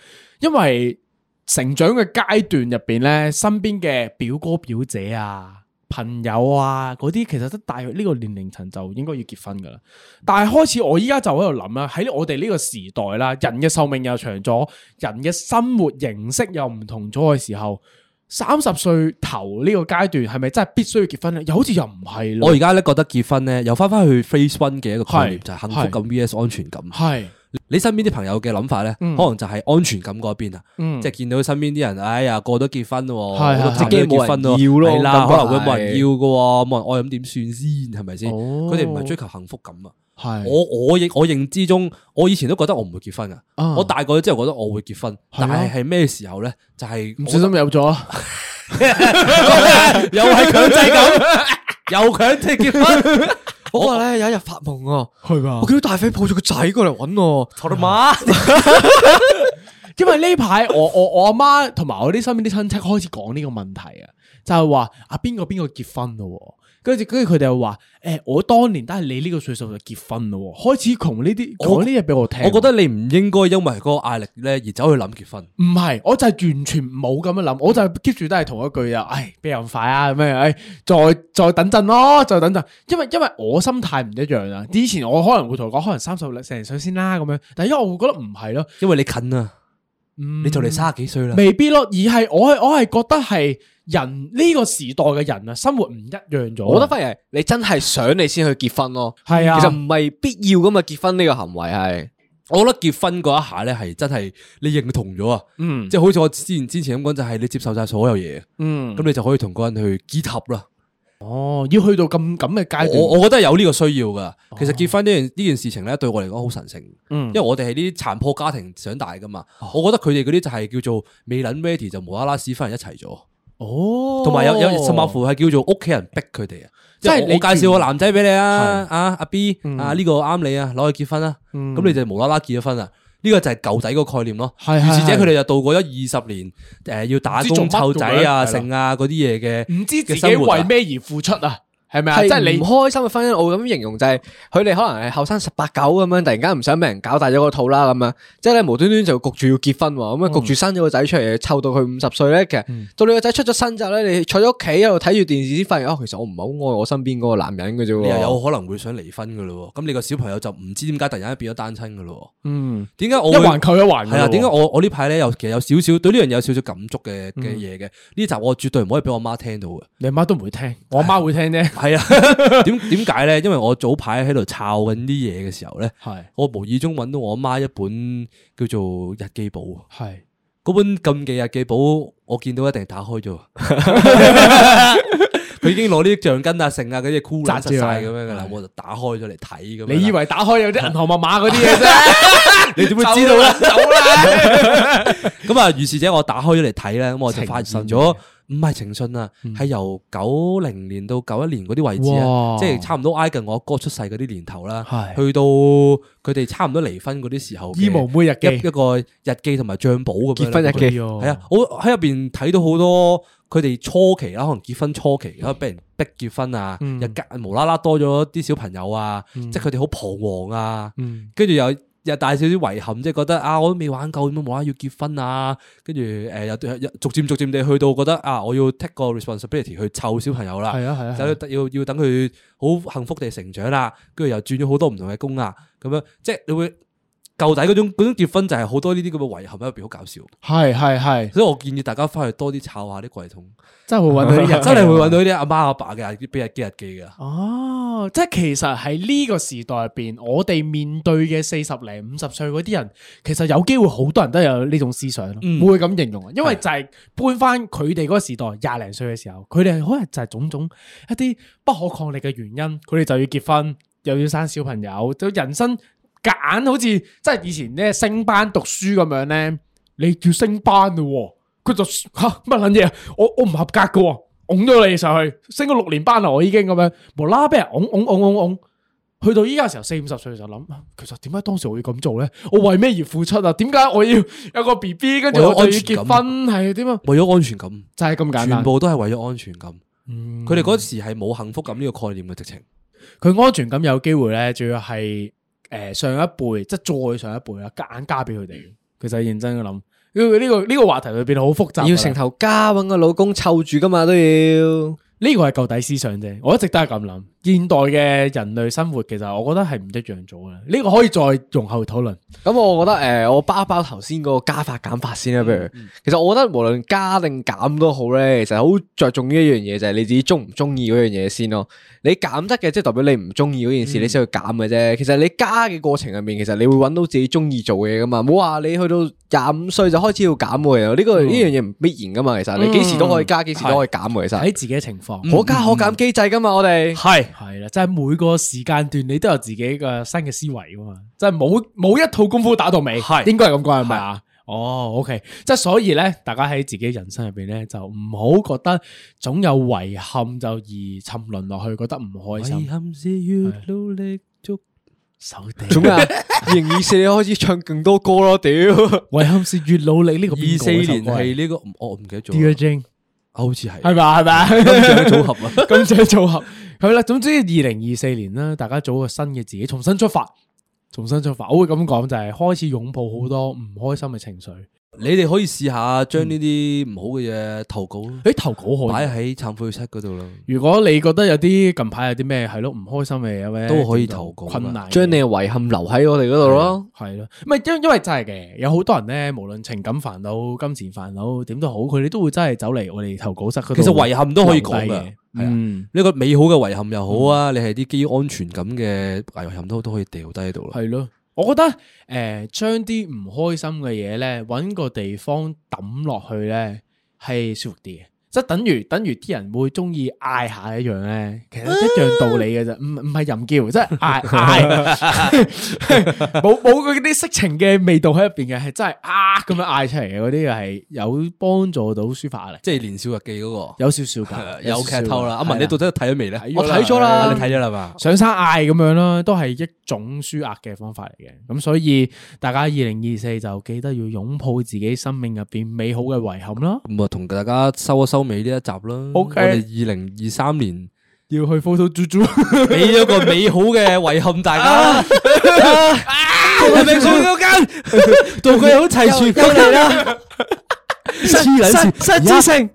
Speaker 3: 因為成長嘅階段入邊咧，身邊嘅表哥表姐啊。朋友啊，嗰啲其實都大約呢個年齡層就應該要結婚噶啦。但係開始我依家就喺度諗啦，啊喺我哋呢個時代啦，人嘅壽命又長咗，人嘅生活形式又唔同咗嘅時候，三十歲頭呢個階段係咪真係必須要結婚咧？又好似又唔係
Speaker 1: 我
Speaker 3: 咯，
Speaker 1: 而家咧覺得結婚咧又翻翻去 phase one 嘅一個概念，
Speaker 3: 係
Speaker 1: 就係幸福感 vs 安全感。
Speaker 3: 係
Speaker 1: 你身邊啲朋友嘅諗法咧，可
Speaker 3: 嗯
Speaker 1: 能就係安全感嗰邊啊，
Speaker 3: 嗯
Speaker 1: 即係見到身邊啲人，哎呀，個個都結婚喎，
Speaker 3: 係
Speaker 1: 好多
Speaker 3: 係
Speaker 1: 朋友都結婚
Speaker 2: 自己冇人要咯
Speaker 1: 喎，係啦，
Speaker 2: 感
Speaker 1: 可
Speaker 2: 覺
Speaker 1: 能會冇人
Speaker 2: 係
Speaker 1: 要嘅喎，冇人愛咁點算先，係咪先？
Speaker 3: 哦
Speaker 1: 佢哋唔係追求幸福感啊！
Speaker 3: 係
Speaker 1: 我我認我認知中，我以前都覺得我唔會結婚啊
Speaker 3: 啊。
Speaker 1: 我大個咗之後覺得我會結婚，
Speaker 3: 係啊
Speaker 1: 但係係咩時候咧？就係
Speaker 3: 唔小心有咗，
Speaker 1: 哎又系强制咁，又強制結婚，
Speaker 2: 我嗰日咧有一日發夢啊，
Speaker 3: 係㗎
Speaker 2: 我見到大飛抱住個仔過嚟揾我，啊
Speaker 1: 我的媽！
Speaker 3: 因為呢排我我我阿媽同埋我啲身邊啲親戚開始講呢個問題啊，就係話啊邊個邊個結婚咯喎，跟住跟住佢哋又話誒我當年都係你呢個歲數就結婚咯喎，開始窮呢啲講呢嘢俾我聽。
Speaker 1: 我覺得你唔應該因為嗰個壓力咧而走去諗結婚。
Speaker 3: 唔係，我就係完全冇咁樣諗，我就係 keep 住都係同一句啊，唉邊有咁快啊咁樣，唉再再等陣咯，再等陣，因為因為我心態唔一樣啊，以前我可能會同佢講可能三十零歲先啦咁樣，但係因為我會覺得唔係咯，
Speaker 1: 因為你近啊，
Speaker 3: 嗯
Speaker 1: 你就嚟卅幾歲啦，
Speaker 3: 未必咯，而係我係我係覺得係人呢、個時代嘅人啊，生活唔一樣咗。
Speaker 2: 我覺得反而係你真係想你先去結婚咯，
Speaker 3: 係啊
Speaker 2: 其實唔係必要咁嘛，結婚呢個行為係。
Speaker 1: 我覺得結婚嗰一下咧係真係你認同咗啊，
Speaker 3: 嗯
Speaker 1: 即係好似我之前之前咁講，就係你接受晒所有嘢，
Speaker 3: 嗯
Speaker 1: 咁你就可以同嗰個人去結合啦。
Speaker 3: 哦，要去到咁咁嘅階
Speaker 1: 我
Speaker 3: 段，
Speaker 1: 我覺得有呢個需要噶。其實結婚呢件呢件事情咧，對我嚟講好神聖，
Speaker 3: 哦嗯哦
Speaker 1: 因為我哋係呢啲殘破家庭長大噶嘛。我覺得佢哋嗰啲就係叫做未撚 ready 就無啦啦屎忽人一齊咗，
Speaker 3: 哦，
Speaker 1: 同埋有有甚至乎係叫做屋企人逼佢哋啊。即
Speaker 3: 即係
Speaker 1: 係
Speaker 3: 你
Speaker 1: 我介紹個男仔俾你啊，啊阿 B
Speaker 3: 嗯
Speaker 1: 啊呢個啱你啊，攞去結婚啦。咁你就無啦啦結咗婚啦。呢個就係舊底個概念咯。
Speaker 3: 係
Speaker 1: 於
Speaker 3: 係
Speaker 1: 是者佢哋就度過咗二十年，誒要打
Speaker 3: 唔知做
Speaker 1: 工
Speaker 3: 乜
Speaker 1: 湊仔
Speaker 3: 咁樣係
Speaker 1: 啊、
Speaker 3: 啦
Speaker 1: 剩啊嗰啲嘢嘅，
Speaker 3: 唔知自
Speaker 1: 嘅
Speaker 3: 己
Speaker 1: 生活啊
Speaker 3: 為咩而付出啊？係咪啊？
Speaker 2: 係
Speaker 3: 即係
Speaker 2: 唔
Speaker 3: 你
Speaker 2: 開心嘅婚姻，我會咁形容就係佢哋可能係後生十八九咁樣，突然間唔想俾人搞大咗個肚啦咁樣，即係咧無端端就焗住要結婚喎，咁啊焗住生咗個仔出嚟，湊到佢五十歲咧，其實到你個仔出咗身之後咧，你坐咗屋企喺度睇住電視先發現，哦，其實我唔係好愛我身邊嗰個男人嘅啫喎。
Speaker 1: 你又有可能會想離婚噶咯喎。咁你個小朋友就唔知點解突然間變咗單親噶咯喎。
Speaker 3: 嗯
Speaker 1: 點解我
Speaker 3: 一
Speaker 1: 會
Speaker 3: 環扣一環㗎
Speaker 1: 係啊？
Speaker 3: 喎
Speaker 1: 點解我我呢排咧有其實有少少對呢樣嘢有少少感觸嘅
Speaker 3: 嗯
Speaker 1: 嘅嘢嘅？呢集我絕對唔可以俾我媽聽到嘅。
Speaker 3: 你阿媽都
Speaker 1: (laughs)
Speaker 3: 唔會聽，我阿媽會聽啫。
Speaker 1: 係啊， (laughs) 點點解咧？因為我早排喺度抄緊啲嘢嘅時候咧，
Speaker 3: 係
Speaker 1: 我無意中揾到我媽一本叫做日記簿啊。
Speaker 3: 係
Speaker 1: 嗰本禁忌日記簿，我見到一定打開咗。 (laughs) 佢已經攞啲橡筋啊、剩啊嗰啲箍爛
Speaker 3: 紮
Speaker 1: 實
Speaker 3: 住啊
Speaker 1: 晒咁樣噶啦，我就打開咗嚟睇咁樣啦。
Speaker 3: 你以為打開有啲銀行密碼嗰啲
Speaker 1: (laughs)
Speaker 3: 嘢啫？
Speaker 1: 你點會知道咧？走啦！ (laughs) 咁啊，於是者我打開咗嚟睇咧，咁我就發現
Speaker 2: 啊
Speaker 1: 咗唔係情信啊，
Speaker 2: 嗯
Speaker 1: 係由九零年到九一年嗰啲位置啊
Speaker 3: 哇，
Speaker 1: 即係差唔多挨近我阿哥出世嗰啲年頭啦，
Speaker 3: 係
Speaker 1: 去到佢哋差唔多離婚嗰啲時候嘅
Speaker 3: 醫無妹日記
Speaker 1: 一一個日記同埋帳簿咁樣啦
Speaker 2: 結婚日記
Speaker 1: 係啊，我喺入邊睇到好多佢哋初期啦，可能結婚初期，
Speaker 2: 嗯
Speaker 1: 然後俾人逼結婚啊，又隔無啦啦多咗啲小朋友啊，
Speaker 2: 嗯
Speaker 1: 即係佢哋好彷徨啊，跟住又又帶少少遺憾，即係覺得啊，我都未玩夠，點解無啦啦要結婚啊？跟住誒又又逐漸逐漸地去到覺得啊，我要 take 個 responsibility 去湊小朋友啦，
Speaker 3: 係啊係啊
Speaker 1: 就要要要等佢好幸福地成長啦，跟住又轉咗好多唔同嘅工啊，咁樣即係你會。舊底嗰種嗰種結婚就係好多呢啲咁嘅遺憾喺入邊，好搞笑。
Speaker 3: 係係係，
Speaker 1: 所以我建議大家翻去多啲抄下啲櫃桶，
Speaker 3: 真係會揾到啲人，
Speaker 1: (laughs) 真係會揾到啲阿媽阿爸嘅日俾日記日記噶。
Speaker 3: 哦，即係其實喺呢個時代入邊，我哋面對嘅四十零五十歲嗰啲人，其實有機會好多人都有呢種思想咯，
Speaker 1: 嗯
Speaker 3: 會咁形容啊。因為就係搬翻佢哋嗰個時代廿零歲嘅時候，佢哋可能就係種種一啲不可抗力嘅原因，佢哋就要結婚，又要生小朋友，就人生夾硬好似即係以前咧升班讀書咁樣咧，你要升班嘞喎，佢就 (laughs) 吓乜撚嘢啊？我我唔合格嘅喎，拱咗你上去，升咗六年班啦，我已經咁樣無啦啦俾人拱拱拱拱拱。去到依家嘅時候，四五十歲就諗，啊其實點解當時我要咁做咧？我為咩而付出啊？點解我要有個 B B，跟住
Speaker 1: 我有
Speaker 3: 我就要
Speaker 1: 安全
Speaker 3: 結
Speaker 1: 感
Speaker 3: 婚，係點啊？
Speaker 1: 為咗安全感，
Speaker 3: 就係咁簡單嗯
Speaker 1: 全。部都係為咗安全感。佢哋嗰時係冇幸福感呢個概念嘅直情。
Speaker 3: 佢安全感有機會咧，仲要係誒上一輩，即係再上一輩啦，夾硬加俾佢哋。其實認真嘅諗，呢、個呢、個呢、個話題會變得好複雜㗎啦。
Speaker 2: 要成頭家揾個老公湊住噶嘛都要。
Speaker 3: 呢個係舊底思想啫，我一直都係咁諗。現代嘅人類生活其實我覺得係唔一樣咗嘅，呢個可以再容後討論。
Speaker 2: 咁我覺得誒、呃我包一包頭先嗰個加法減法先啦，不如。其實我覺得無論加定減都好咧，其實好着重呢一樣嘢就係你自己中唔中意嗰樣嘢先咯。你減得嘅，即係代表你唔中意嗰件事，你先去減嘅啫。其實你加嘅過程入面，其實你會揾到自己中意做嘅嘢噶嘛。冇話你去到廿五歲就開始要減喎，呢、個呢樣嘢唔必然噶嘛。其實你幾時都可以加，幾時都可以減嘅。其實
Speaker 3: 睇自己嘅情況，
Speaker 2: 可加可減機制噶嘛，我哋。
Speaker 3: 係係啦，即係每個時間段你都有自己嘅新嘅思維噶嘛，即係冇冇一套功夫打到尾，
Speaker 1: 係
Speaker 3: 應該係咁講係咪啊？哦，OK，即系所以咧，大家喺自己人生入边咧，就唔好覺得總有遺憾就而沉淪落去，覺得唔開
Speaker 1: 遺
Speaker 3: 心。
Speaker 1: 憾是越努力捉手地，
Speaker 2: 做咩啊？二零二四年開始唱更多歌咯，屌！
Speaker 3: 遺憾是越努力呢個邊
Speaker 1: 二
Speaker 3: 個
Speaker 1: 四年
Speaker 3: 嗰首歌
Speaker 1: 係
Speaker 3: 係
Speaker 1: 呢個，嗯我我唔記得咗
Speaker 3: Dear
Speaker 1: 啦，
Speaker 3: Jane
Speaker 1: 啊好似係
Speaker 3: 係嘛係 (laughs) 嘛？
Speaker 1: 金獎組合
Speaker 3: (laughs)
Speaker 1: 啊。
Speaker 3: 咁就組合係啦。總之二零二四年啦，大家做個新嘅自己，重新出發，重新出發。我會咁講就係開始擁抱好多唔開心嘅情緒。
Speaker 1: 你哋可以試下將呢啲唔好嘅嘢投稿咯，
Speaker 3: 诶，投稿嗯可
Speaker 1: 擺
Speaker 3: 以。
Speaker 1: 喺忏悔室嗰度咯。
Speaker 3: 如果你覺得有啲近排有啲咩係咯唔開心嘅嘢咧，
Speaker 1: 都可以投稿㗎
Speaker 3: 困難嘅
Speaker 2: (laughs)
Speaker 3: 嘢
Speaker 2: 將你嘅遺憾留喺我哋嗰度咯。
Speaker 3: 系咯，唔系因因为真系嘅，有好多人咧，無論情感煩惱、金錢煩惱點都好，佢哋都會真係走嚟我哋投稿室嗰度。
Speaker 1: 其實遺憾都可以講㗎
Speaker 3: 留低嘅
Speaker 1: 係啊
Speaker 3: 嗯，
Speaker 1: 呢個美好嘅遺憾又好啊，你係啲基於安全感嘅遺憾都都可以掉低喺度啦。
Speaker 3: 係咯，我覺得诶，将啲唔開心嘅嘢咧，揾個地方抌落去咧，係舒服啲嘅。即係等於等於啲人會中意嗌下一樣咧，其實一樣道理嘅啫，唔唔係淫叫，即
Speaker 1: (laughs)
Speaker 3: 係嗌 (laughs) 嗌，冇冇嗰啲色情嘅味道喺入邊嘅，係真係啊咁樣嗌出嚟嘅嗰啲係有幫助到
Speaker 1: (laughs)
Speaker 3: 抒發壓力。
Speaker 1: 即係年少日記嗰個
Speaker 3: 有少少噶，
Speaker 1: 有
Speaker 3: 少少
Speaker 1: 劇透啦。
Speaker 3: 㗎
Speaker 1: 阿文，你到。
Speaker 3: 係啊
Speaker 1: 底睇咗未咧？
Speaker 3: 我睇咗啦
Speaker 1: 啊你睇咗啦嘛？
Speaker 3: 上山嗌咁樣啦，都係一種舒壓嘅方法嚟嘅。咁所以大家二零二四就記得要擁抱自己生命入邊美好嘅遺憾啦，
Speaker 1: 咁啊，同大家收一收尾呢一集啦。
Speaker 3: OK
Speaker 1: 我哋二零二三年
Speaker 3: 要去 photo 豬豬。
Speaker 1: 俾咗個美好嘅遺憾大
Speaker 3: 啊
Speaker 1: 家，啊同佢命中
Speaker 3: (laughs)
Speaker 1: 咗間，道具好齊全，夠嚟啦！黐撚線，失之性。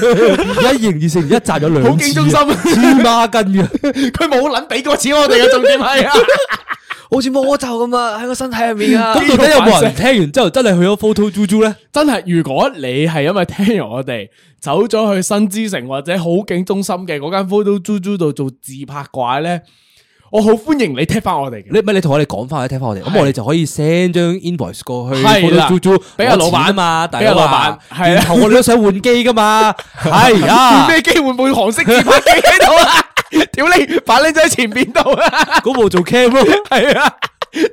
Speaker 1: 一零二四年一集有兩次啊，
Speaker 3: 好勁中
Speaker 1: 黐孖
Speaker 3: (laughs)
Speaker 1: 筋嘅。
Speaker 3: 佢冇撚俾過錢我哋嘅重點係啊， (laughs)
Speaker 2: 好似魔咒咁啊，喺個身體入面啊！
Speaker 1: 咁到底有冇人聽完之後真係去咗 photo juju 咧？
Speaker 3: 真係如果你係因為聽完我哋走咗去新之城或者好景中心嘅嗰間 photo 豬豬度做自拍怪咧，我好歡迎你踢翻我哋嘅。
Speaker 1: 你咪你同我哋講翻，你聽翻我哋，咁我哋就可以 send 張 invoice 過去
Speaker 3: 係
Speaker 1: photo
Speaker 3: 啦
Speaker 1: juju
Speaker 3: 俾阿老闆
Speaker 1: 嘛，大
Speaker 3: 俾阿
Speaker 1: 佬啊
Speaker 3: 老闆係啊
Speaker 1: 然後我哋都想換機噶嘛，
Speaker 3: (laughs)
Speaker 1: 係啊
Speaker 3: 換。咩機會冇韓式自 (laughs) 拍機喺度
Speaker 1: (laughs)
Speaker 3: 啊？屌你，反拎咗喺前邊度啊！
Speaker 1: 嗰部做 cam 咯，
Speaker 3: 系啊，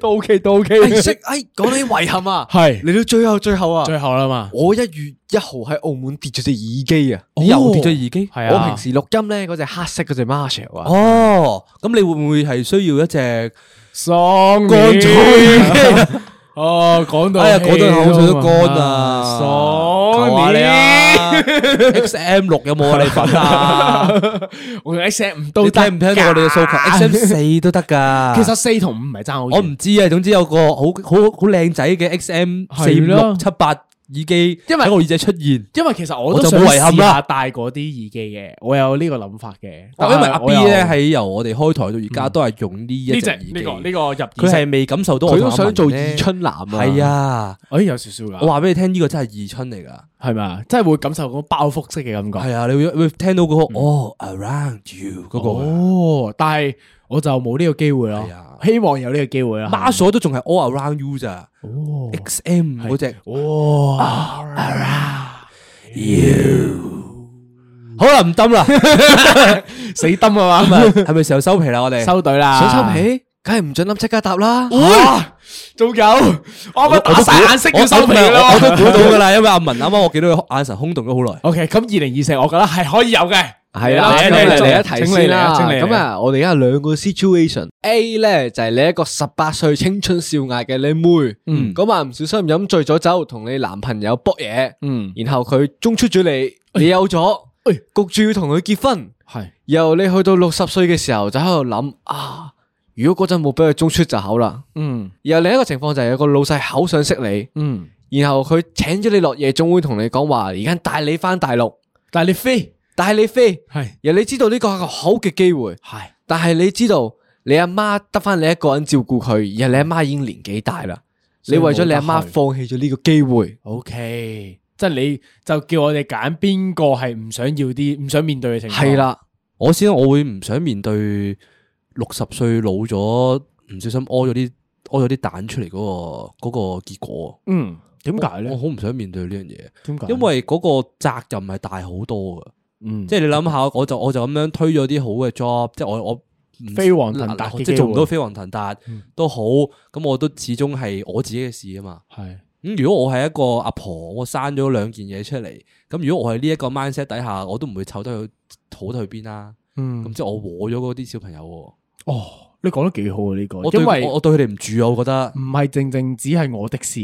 Speaker 3: 都 OK，都 OK。
Speaker 2: 哎識哎，講到啲遺憾啊，
Speaker 3: 係
Speaker 2: 嚟到最後最後啊，
Speaker 3: 最後啦嘛，
Speaker 2: 我一月一號喺澳門跌咗隻耳機啊！
Speaker 1: 你又跌咗耳機。
Speaker 3: 係啊。
Speaker 2: 我平時錄音咧嗰隻黑色嗰隻 Marshall 啊，
Speaker 1: 哦，咁你會唔會係需要一隻
Speaker 3: 喪
Speaker 1: 乾草耳機？
Speaker 3: 哦，講到
Speaker 1: 哎呀，嗰
Speaker 3: 到
Speaker 1: 陣口水都乾啊！
Speaker 3: 喪
Speaker 1: 求下你
Speaker 3: 你！
Speaker 1: 啊！XM 六有冇啊？你份啊？
Speaker 3: 我用 X M 都
Speaker 1: 你聽唔聽到我哋嘅訴求？XM
Speaker 3: (laughs)
Speaker 1: 四都得㗎。
Speaker 3: 其實四同五唔係爭好遠。
Speaker 1: 我唔知啊，總之有個好好好靚仔嘅 XM 四
Speaker 3: 係
Speaker 1: 六
Speaker 3: 咯
Speaker 1: 七八耳機
Speaker 3: 因為
Speaker 1: 喺我耳仔出現。
Speaker 3: 因為其實我
Speaker 1: 我
Speaker 3: 都
Speaker 1: 就
Speaker 3: 想
Speaker 1: 冇遺憾
Speaker 3: 試
Speaker 1: 啦
Speaker 3: 下戴嗰啲耳機嘅，我有呢個諗法嘅。
Speaker 1: 因為阿 B
Speaker 3: 但係我又
Speaker 1: 咧喺由我哋開台到而家都係用呢一
Speaker 3: 呢
Speaker 1: 隻
Speaker 3: 隻
Speaker 1: 耳
Speaker 3: 呢個呢
Speaker 1: 機，
Speaker 3: 個入耳
Speaker 1: 佢
Speaker 3: 式，
Speaker 1: 係未感受到我
Speaker 2: 佢
Speaker 1: 同
Speaker 2: 都
Speaker 1: 阿
Speaker 2: 想
Speaker 1: 文
Speaker 2: 做
Speaker 1: 咧
Speaker 2: 二春男啊，
Speaker 1: 係啊！
Speaker 3: 哎有少少
Speaker 1: 我
Speaker 3: 㗎，
Speaker 1: 話俾你聽，呢個真係二春嚟㗎。
Speaker 3: 係咪啊？真係會感受嗰種包覆式嘅感覺。
Speaker 1: 係啊，你會會聽到嗰個哦 around you 嗰個
Speaker 3: 嗯哦，但係我就冇呢個機會咯
Speaker 1: 係啊。
Speaker 3: 希望有呢個機會啦。
Speaker 1: m a s 都仲係 all around you 咋
Speaker 3: 哦
Speaker 1: ，XM 嗰隻。
Speaker 3: 哇！嗯
Speaker 1: 好啦，唔
Speaker 3: (laughs)
Speaker 1: 抌啦，
Speaker 3: 死tâm啊
Speaker 1: 咁
Speaker 3: 嘛，
Speaker 1: 啊係咪時候收皮啦？我哋
Speaker 3: 收隊啦，
Speaker 2: 想收皮，梗係唔准諗即刻答啦。
Speaker 3: 哇，仲有，我咪打晒眼色要收皮
Speaker 1: 我都
Speaker 3: (laughs) 啦。
Speaker 1: 估到噶啦，因為阿文啱啱我見到佢眼神空洞咗好耐。
Speaker 3: O K，咁二零二四，我覺得係可以有嘅，
Speaker 2: 係啦，
Speaker 3: 嚟
Speaker 2: 咁
Speaker 3: 啊
Speaker 2: 嚟
Speaker 3: 嚟啊嚟
Speaker 2: 嚟
Speaker 3: 啊
Speaker 2: 一提
Speaker 3: 請你
Speaker 2: 先
Speaker 3: 嚟啊
Speaker 2: 啦。
Speaker 3: 請你嚟啊
Speaker 2: 咁啊，我哋而家有兩個 situation。A 咧就係你一個十八歲青春少艾嘅你妹，
Speaker 1: 嗯
Speaker 2: 嗰晚唔小心飲醉咗酒，同你男朋友搏嘢，
Speaker 3: 嗯，
Speaker 2: 然後佢中出咗你，你有咗，
Speaker 3: 哎
Speaker 2: 焗住要同佢結婚。
Speaker 3: 係
Speaker 2: 然後你去到六十歲嘅時候，就喺度諗啊，如果嗰陣冇俾佢中出就口啦。
Speaker 3: 嗯
Speaker 2: 然後另一個情況就係有個老細口想識你，
Speaker 3: 嗯，
Speaker 2: 然後佢請咗你落夜總會，同你講話，而家帶你翻大陸，
Speaker 3: 但係你飛
Speaker 2: 帶你飛。
Speaker 3: 係
Speaker 2: 然後你知道呢個係個好嘅機會，
Speaker 3: 係
Speaker 2: 但係你知道你阿媽得翻你一個人照顧佢，然後你阿媽已經年紀大啦，
Speaker 3: 所
Speaker 2: 你
Speaker 3: 以
Speaker 2: 為咗你阿媽
Speaker 3: 冇得去
Speaker 2: 放棄咗呢個機會，
Speaker 3: O K，即係你就叫我哋揀邊個係唔想要啲唔想面對嘅情況，
Speaker 2: 係，啦，
Speaker 1: 我先，我會唔想面對六十歲老咗，唔小心屙咗啲屙咗啲蛋出嚟嗰個嗰個結果。
Speaker 3: 嗯，點解
Speaker 1: 我
Speaker 3: 咧？
Speaker 1: 好唔想面對呢樣嘢，
Speaker 3: 點解？
Speaker 1: 因為嗰個責任係大好多噶。
Speaker 3: 嗯，
Speaker 1: 即係你諗下，我就我就咁樣推咗啲好嘅 job，即係我我唔
Speaker 3: 飛黃騰達嘅
Speaker 1: 即係做唔
Speaker 3: 機會
Speaker 1: 到飛黃騰達
Speaker 3: 嗯
Speaker 1: 都好，咁我都始終係我自己嘅事啊嘛。
Speaker 3: 係
Speaker 1: 咁如果我係一個阿婆，我生咗兩件嘢出嚟，咁如果我係呢一個 mindset 底下，我都唔會湊得佢好得去邊啦。
Speaker 3: 嗯
Speaker 1: 咁即係我和咗嗰啲小朋友喎，
Speaker 3: 哦，你講得幾好啊呢個，
Speaker 1: 我
Speaker 3: 因
Speaker 1: 對
Speaker 3: 為
Speaker 1: 我我對佢哋唔住啊，我覺得。
Speaker 3: 唔係正正只係我的事，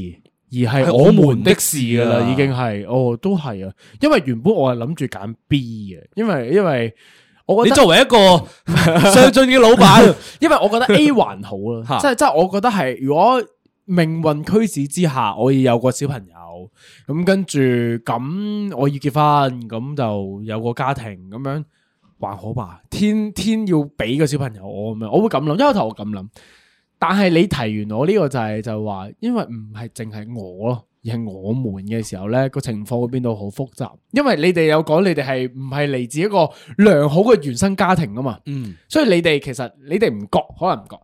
Speaker 3: 而係
Speaker 1: 係
Speaker 3: 我
Speaker 1: 我
Speaker 3: 們
Speaker 1: 們
Speaker 3: 的
Speaker 1: 的
Speaker 3: 事啊
Speaker 1: 事
Speaker 3: 噶
Speaker 1: 㗎啦
Speaker 3: 啦，已經係哦，都係啊，因為原本我係諗住揀 B 嘅，因為因為我
Speaker 1: 你
Speaker 3: 覺得
Speaker 1: 作為一個
Speaker 3: (laughs)
Speaker 1: 上進嘅老闆，
Speaker 3: 因為我覺得 A 還好啊，
Speaker 1: 嚇
Speaker 3: 即係即係我覺得係如果命運驅使之下，我要有個小朋友，咁跟住咁我要結婚，咁就有個家庭咁樣。還好吧，天天要俾個小朋友我咁樣，我會咁諗，一開頭我咁諗，但係你提完我呢個就係、就係話，因為唔係淨係我咯，而係我們嘅時候咧，個情況會變到好複雜，因為你哋有講你哋係唔係嚟自一個良好嘅原生家庭啊嘛，
Speaker 1: 嗯，
Speaker 3: 所以你哋其實你哋唔覺，可能唔覺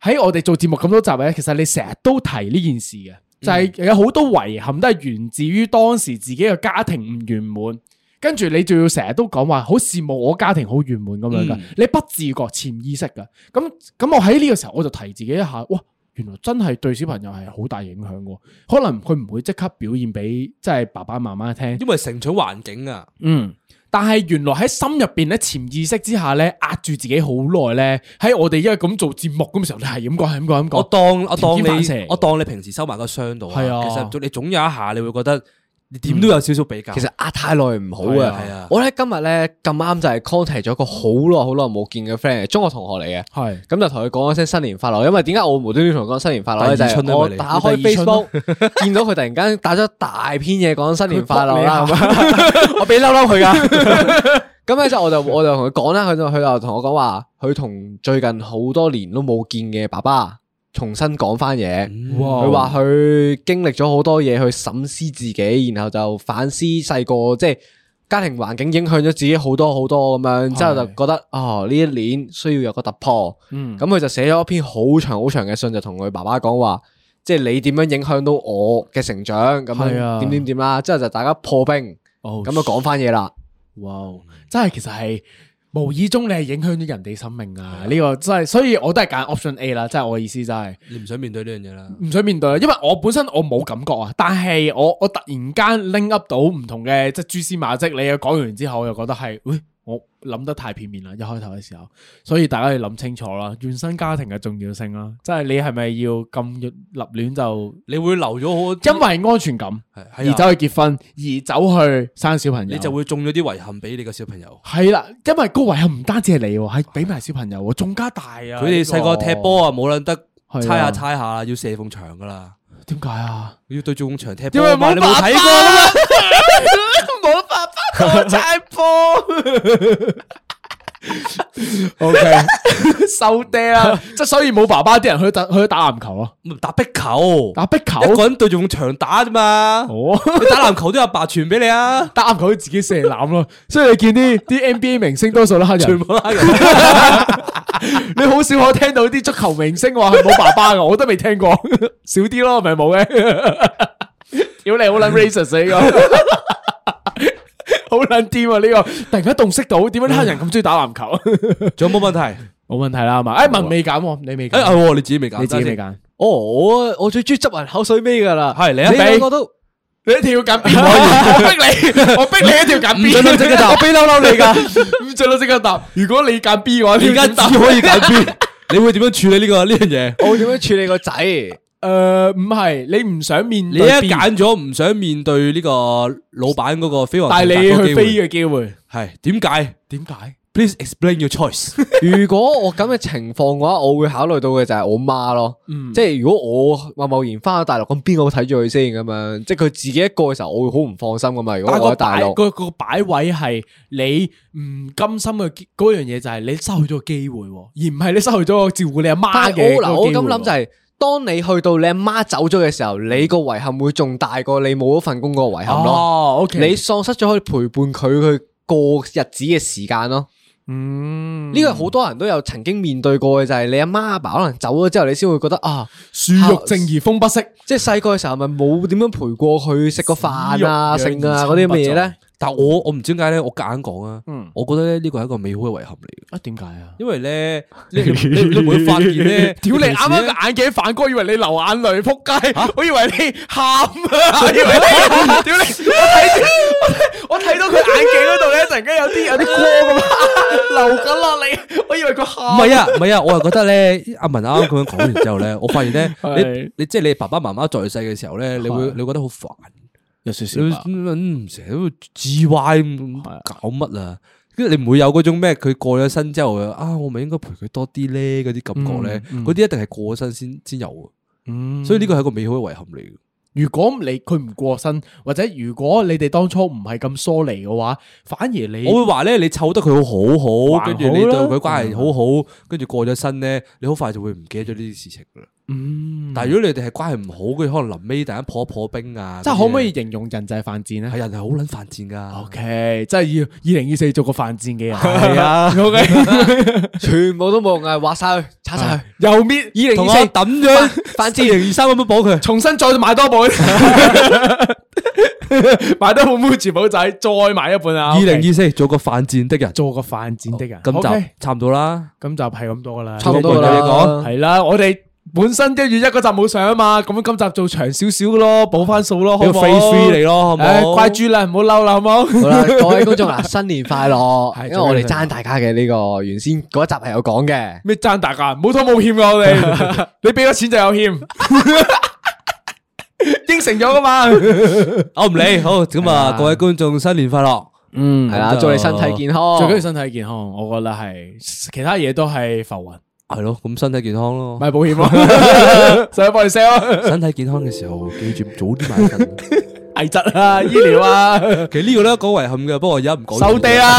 Speaker 3: 喺我哋做節目咁多集咧，其實你成日都提呢件事嘅，就係、有好多遺憾都係源自於當時自己嘅家庭唔圓滿。跟住你仲要成日都講話，好羨慕我家庭好圓滿咁樣噶，你不自覺潛意識噶。咁咁我喺呢個時候我就提自己一下，哇！原來真係對小朋友係好大影響喎，可能佢唔會即刻表現俾即係爸爸媽媽聽，
Speaker 1: 因為成長環境啊，
Speaker 3: 嗯，但係原來喺心入邊咧，潛意識之下咧，壓住自己好耐咧。喺我哋因為咁做節目咁時候，你係咁講，係咁講，係咁
Speaker 1: 我
Speaker 3: 講。
Speaker 1: 當我當
Speaker 3: 條件反射
Speaker 1: 你我當你平時收埋個箱度
Speaker 3: 係啊嗯
Speaker 1: 其實你總有一下你會覺得你點都有少少比較。
Speaker 2: 其實壓太耐唔好
Speaker 1: 係
Speaker 2: 啊
Speaker 1: 啊係啊！
Speaker 2: 我咧今日咧咁啱就係 contact 咗一個好耐好耐冇見嘅 friend，中學同學嚟嘅。
Speaker 3: 係
Speaker 2: 咁就同佢講一聲新年快樂，因為點解我無端端同佢講新年快樂咧？
Speaker 1: 第
Speaker 2: 就
Speaker 1: 二春啊
Speaker 2: 係
Speaker 1: 嘛
Speaker 2: 我
Speaker 1: 你
Speaker 2: 打
Speaker 1: 你
Speaker 2: 開
Speaker 1: 第二春啊
Speaker 2: Facebook 見到佢突然間打咗大篇嘢講新年快
Speaker 1: (laughs)
Speaker 2: 樂啊啦，
Speaker 1: 啊
Speaker 3: 佢
Speaker 2: 咁樣我俾嬲嬲佢 (laughs) 噶。咁咧就我就我就同佢講啦，佢就佢就同我講話，佢同最近好多年都冇見嘅爸爸重新講翻嘢。
Speaker 1: 嗯
Speaker 3: 哇
Speaker 2: 佢話佢經歷咗好多嘢，去審視自己，然後就反思細個即係家庭環境影響咗自己好多好多咁樣，之後就覺得哦呢一年需要有個突破，咁佢、就寫咗一篇好長好長嘅信，就同佢爸爸講話，即係你點樣影響到我嘅成長咁
Speaker 3: 係啊
Speaker 2: 樣點點點啦，之後就大家破冰，
Speaker 3: 哦
Speaker 2: 咁啊就講翻嘢啦。
Speaker 3: 哇！真係其實係無意中你係影響咗人哋生命啊！呢個真係，所以我都係揀 option A 啦。即係我意思，真係
Speaker 1: 你唔想面對呢樣嘢啦。
Speaker 3: 唔想面對啦，因為我本身我冇感覺啊，但係我我突然間拎 up 到唔同嘅即係蛛絲馬跡。你又講完之後，我又覺得係，喂，我諗得太片面啦，一開頭嘅時候，所以大家要諗清楚啦，原生家庭嘅重要性啦，即係你係咪要咁立亂就
Speaker 1: 你會留咗好多，
Speaker 3: 因為安全感
Speaker 1: 係係
Speaker 3: 而
Speaker 1: 啊
Speaker 3: 走去結婚，而走去生小朋友，
Speaker 1: 你就會種咗啲遺憾俾你個小朋友。
Speaker 3: 係啦，因為高位係唔單止係你喎，係俾埋小朋友喎，仲加大啊！
Speaker 1: 佢哋細個踢波啊，冇撚得
Speaker 3: 係啊
Speaker 1: 猜下猜下，要射埲牆噶啦，
Speaker 3: 點解啊？
Speaker 1: 要對住埲牆踢
Speaker 3: 因
Speaker 1: 波
Speaker 3: 為
Speaker 1: 啊嘛。
Speaker 3: 冇
Speaker 1: 你
Speaker 3: 爸
Speaker 1: 冇
Speaker 3: 爸
Speaker 1: 睇過啦
Speaker 3: (laughs)
Speaker 1: 嘛？
Speaker 3: 冇辦法同我踩波。O (laughs) K，收爹啦！即係所以冇爸爸啲人去打去打籃球咯，
Speaker 1: 咪打壁球，
Speaker 3: 打壁球。
Speaker 1: 一個人對住埲牆打啫嘛。
Speaker 3: (laughs) 哦，
Speaker 1: 你打籃球都有爸傳俾你啊，
Speaker 3: (laughs) 打籃球自己射籃咯，所以你見啲啲 N B A 明星多數都黑
Speaker 1: 全
Speaker 3: 人，
Speaker 1: 部拉人。
Speaker 3: (laughs) 你好少可聽到啲足球明星話係冇爸爸噶，我都未聽過， (laughs) 少啲咯，咪冇嘅。 (laughs) 屌你好撚 racist 啊呢個， (laughs) 好撚癲啊呢個！突然間洞悉到點解啲黑人咁中意打籃球。 (laughs)
Speaker 1: 仲有冇問題？
Speaker 3: 冇啊哎哦問題啦，係嘛？誒，文未揀喎，你
Speaker 1: 誒
Speaker 3: 未
Speaker 1: 係
Speaker 3: 揀，
Speaker 1: 喎，你自己未揀，
Speaker 3: 你自己
Speaker 1: 等
Speaker 3: 未
Speaker 1: 陣先
Speaker 3: 揀，
Speaker 2: 哦，我我最中意執人口水尾噶啦，
Speaker 1: 係你
Speaker 2: 你
Speaker 1: 啊你
Speaker 2: 兩個都
Speaker 3: 你一定要揀邊個？ (laughs) 哎我逼你，我逼你一定要揀 B。唔準老即刻答，我俾嬲
Speaker 2: (laughs)
Speaker 3: 嬲你噶，唔準老即刻答。如果你揀 B 嘅話，
Speaker 1: 而家只可以揀
Speaker 3: (laughs)
Speaker 1: B，你會點樣處理呢個呢樣嘢？
Speaker 2: 我會點樣處理個仔？
Speaker 3: 誒，呃唔係你唔想面
Speaker 1: 你
Speaker 3: 對
Speaker 1: 一
Speaker 3: B，
Speaker 1: 揀咗唔想面對呢個老闆嗰個飛黃
Speaker 3: 但
Speaker 1: 騰
Speaker 3: 係
Speaker 1: 達
Speaker 3: 你去
Speaker 1: 嘅
Speaker 3: 飛
Speaker 1: 機會，
Speaker 3: 嘅機會，
Speaker 1: 係點解
Speaker 3: 點解？
Speaker 1: ？Please explain your choice。
Speaker 2: 如果我咁嘅情況嘅話，我會考慮到嘅就係我媽咯，即係如果我貿貿然翻咗大陸，咁邊個睇住佢先咁樣？即係佢自己一個嘅時候，我會好唔放心噶嘛。如果
Speaker 3: 但係
Speaker 2: 我
Speaker 3: 個
Speaker 2: 喺大陸，
Speaker 3: 擺個個擺位係你唔甘心嘅機嗰樣嘢，就係你失去咗個機會喎，而唔係你失去咗個照顧你阿媽
Speaker 2: 但
Speaker 3: 嘅
Speaker 2: 係
Speaker 3: 嗰
Speaker 2: 我
Speaker 3: 個機
Speaker 2: 嗱，
Speaker 3: 會
Speaker 2: 我咁諗就
Speaker 3: 喎
Speaker 2: 係，當你去到你阿媽走咗嘅時候，你個遺憾會仲大過你冇咗份工個遺憾咯。
Speaker 3: (laughs) 哦，OK，
Speaker 2: 你喪失咗可以陪伴佢去過日子嘅時間咯。
Speaker 3: 嗯
Speaker 2: 呢個好多人都有曾經面對過嘅，就係你阿媽阿爸可能走咗之後，你先會覺得啊。
Speaker 3: 樹欲靜而風不息。
Speaker 2: 即系细个嘅时候，咪冇点样陪过佢食个饭
Speaker 3: 屎肉
Speaker 2: 啊、
Speaker 3: 養
Speaker 2: 剩
Speaker 3: 兒
Speaker 2: 啊嗰啲咁嘅嘢
Speaker 3: 親不
Speaker 2: 咧
Speaker 3: 在。
Speaker 1: 但我我唔知點解咧，我夾硬講啊，
Speaker 3: 嗯
Speaker 1: 我覺得咧呢個係一個美好嘅遺憾嚟嘅，
Speaker 3: 啊，点解啊？
Speaker 1: 因為咧你你你你
Speaker 3: (laughs)
Speaker 1: 會發現咧，
Speaker 3: 屌你
Speaker 1: 平時
Speaker 3: 啱
Speaker 1: 呢
Speaker 3: 啱個眼鏡反光，以為你流眼淚，仆 (laughs) 街！我以為你喊啊，我以為你，屌你！ (laughs) 我睇住我睇我睇到佢眼鏡嗰度咧，突然間有啲有啲光咁 (laughs) 啊流緊落嚟，我以為佢
Speaker 1: 唔
Speaker 3: 喊。
Speaker 1: 係啊，唔係啊，我係覺得咧，阿文啱啱咁樣講完之後咧，我發現咧，
Speaker 3: (laughs) 係啊
Speaker 1: 你你即係你爸爸媽媽在世嘅時候咧，你會你會覺得好煩，
Speaker 3: 有少少
Speaker 1: 你會嗯成日都嗯自歪咁搞乜啊？跟住你唔會有嗰種咩佢過咗身之後啊，我咪應該陪佢多啲咧嗰啲感覺咧，
Speaker 3: 嗯嗯
Speaker 1: 嗰啲一定係過咗身先先有嘅，
Speaker 3: 嗯
Speaker 1: 所以呢個係一個美好嘅遺憾嚟嘅。
Speaker 3: 如果你佢唔過身，或者如果你哋當初唔係咁疏離嘅話，反而你
Speaker 1: 我會話咧，你湊得佢好好，
Speaker 3: 還好啦嗯
Speaker 1: 跟住你對佢關係好好，跟住過咗身咧，你好快就會唔記得咗呢啲事情噶啦。
Speaker 3: 嗯，
Speaker 1: 但係如果你哋係關係唔好，跟住可能臨尾突然間破一破冰啊，
Speaker 3: 即係可唔可以形容人就係犯賤咧
Speaker 1: 係人係好撚犯賤噶。
Speaker 3: ？O K，即係要二零二四做個犯賤嘅人，
Speaker 2: 係啊
Speaker 3: O K，
Speaker 2: 全部都冇用啊，畫晒佢，擦晒佢，
Speaker 3: 又搣二
Speaker 1: 同
Speaker 3: 零
Speaker 1: 我
Speaker 3: 二四
Speaker 1: 抌咗
Speaker 2: 犯
Speaker 1: 二
Speaker 2: 賤
Speaker 1: 零二三咁樣補佢。
Speaker 3: 重新再買多本，買多本 Muji 寶仔，再買一本啊！
Speaker 1: 二零二四做個犯賤的人，
Speaker 3: 做個犯賤的人，
Speaker 1: 咁
Speaker 3: OK，
Speaker 1: 就差唔多啦。
Speaker 3: 咁就係咁多噶啦，
Speaker 2: 差唔多
Speaker 1: 有
Speaker 2: 啦
Speaker 1: 嘢講
Speaker 3: 系啦，我哋本身一月一嗰集冇上啊嘛，咁今集做長少少咯，補翻數咯，好
Speaker 1: 俾
Speaker 3: 唔
Speaker 1: 個
Speaker 3: 好
Speaker 1: face free 你咯，好唔
Speaker 3: 唉
Speaker 1: 好？
Speaker 3: 怪豬啦，唔好嬲啦，好唔好？ (laughs)
Speaker 2: 好啦，各位觀眾嗱，新年快樂！
Speaker 3: 係
Speaker 2: 因為我哋爭大家嘅呢個原先嗰一集係有講嘅，
Speaker 3: 咩爭大家，冇拖冇欠噶我哋，你俾咗錢就有欠， (laughs) 應承咗噶嘛。
Speaker 1: 我哦唔理，好咁啊！各位觀眾新年快樂，
Speaker 3: 嗯
Speaker 2: 係啦，
Speaker 1: 咁就
Speaker 2: 祝你身體健康，
Speaker 3: 最緊要身體健康，我覺得係其他嘢都係浮雲，
Speaker 1: (laughs) 係咯，咁身體健康咯。 (laughs)
Speaker 3: 買保險咯， (laughs) 上去幫你 sell
Speaker 1: 身體健康嘅時候，記住早啲買份。
Speaker 3: 危疾啊，醫
Speaker 2: (laughs)
Speaker 3: 療啊，
Speaker 1: (laughs) 其實呢個咧講遺憾嘅，不過而家唔講。
Speaker 3: 收地啊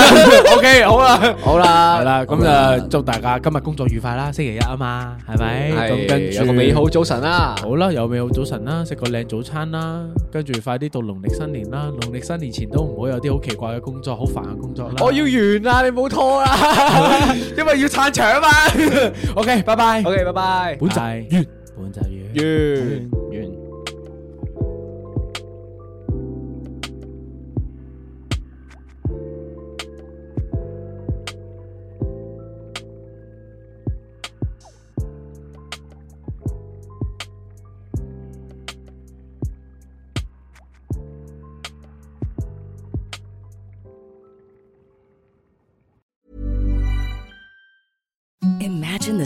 Speaker 3: ，OK，好啦。
Speaker 2: 好啦，啊
Speaker 3: 系啦，咁啊就祝大家今日工作愉快啦，星期一啊嘛，系咪？
Speaker 2: 係
Speaker 3: 咁跟住
Speaker 2: 有個美好早晨啦，
Speaker 3: 好啦，有美好早晨啦，食個靚早餐啦，跟住快啲到農曆新年啦，農曆新年前都唔好有啲好奇怪嘅工作，好煩嘅工作啦。
Speaker 2: 我要完啦，你冇拖啦 (laughs)
Speaker 3: 因為要撐場啊嘛。OK，拜拜。
Speaker 2: ，OK，拜拜，
Speaker 3: 本集完，本集完。
Speaker 2: 完完。
Speaker 7: Imagine the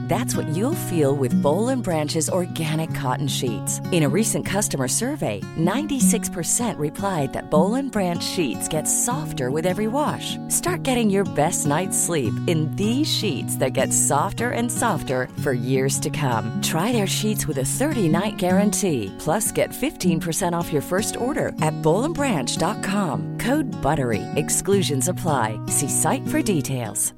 Speaker 7: That's what you'll feel with Bowl and Branch's organic cotton sheets. In a recent customer survey, 96% replied that Bowl and Branch sheets get softer with every wash. Start getting your best night's sleep in these sheets that get softer and softer for years to come. Try their sheets with a 30-night guarantee. Plus, get 15% off your first order at bowlandbranch.com. Code BUTTERY. Exclusions apply. See site for details.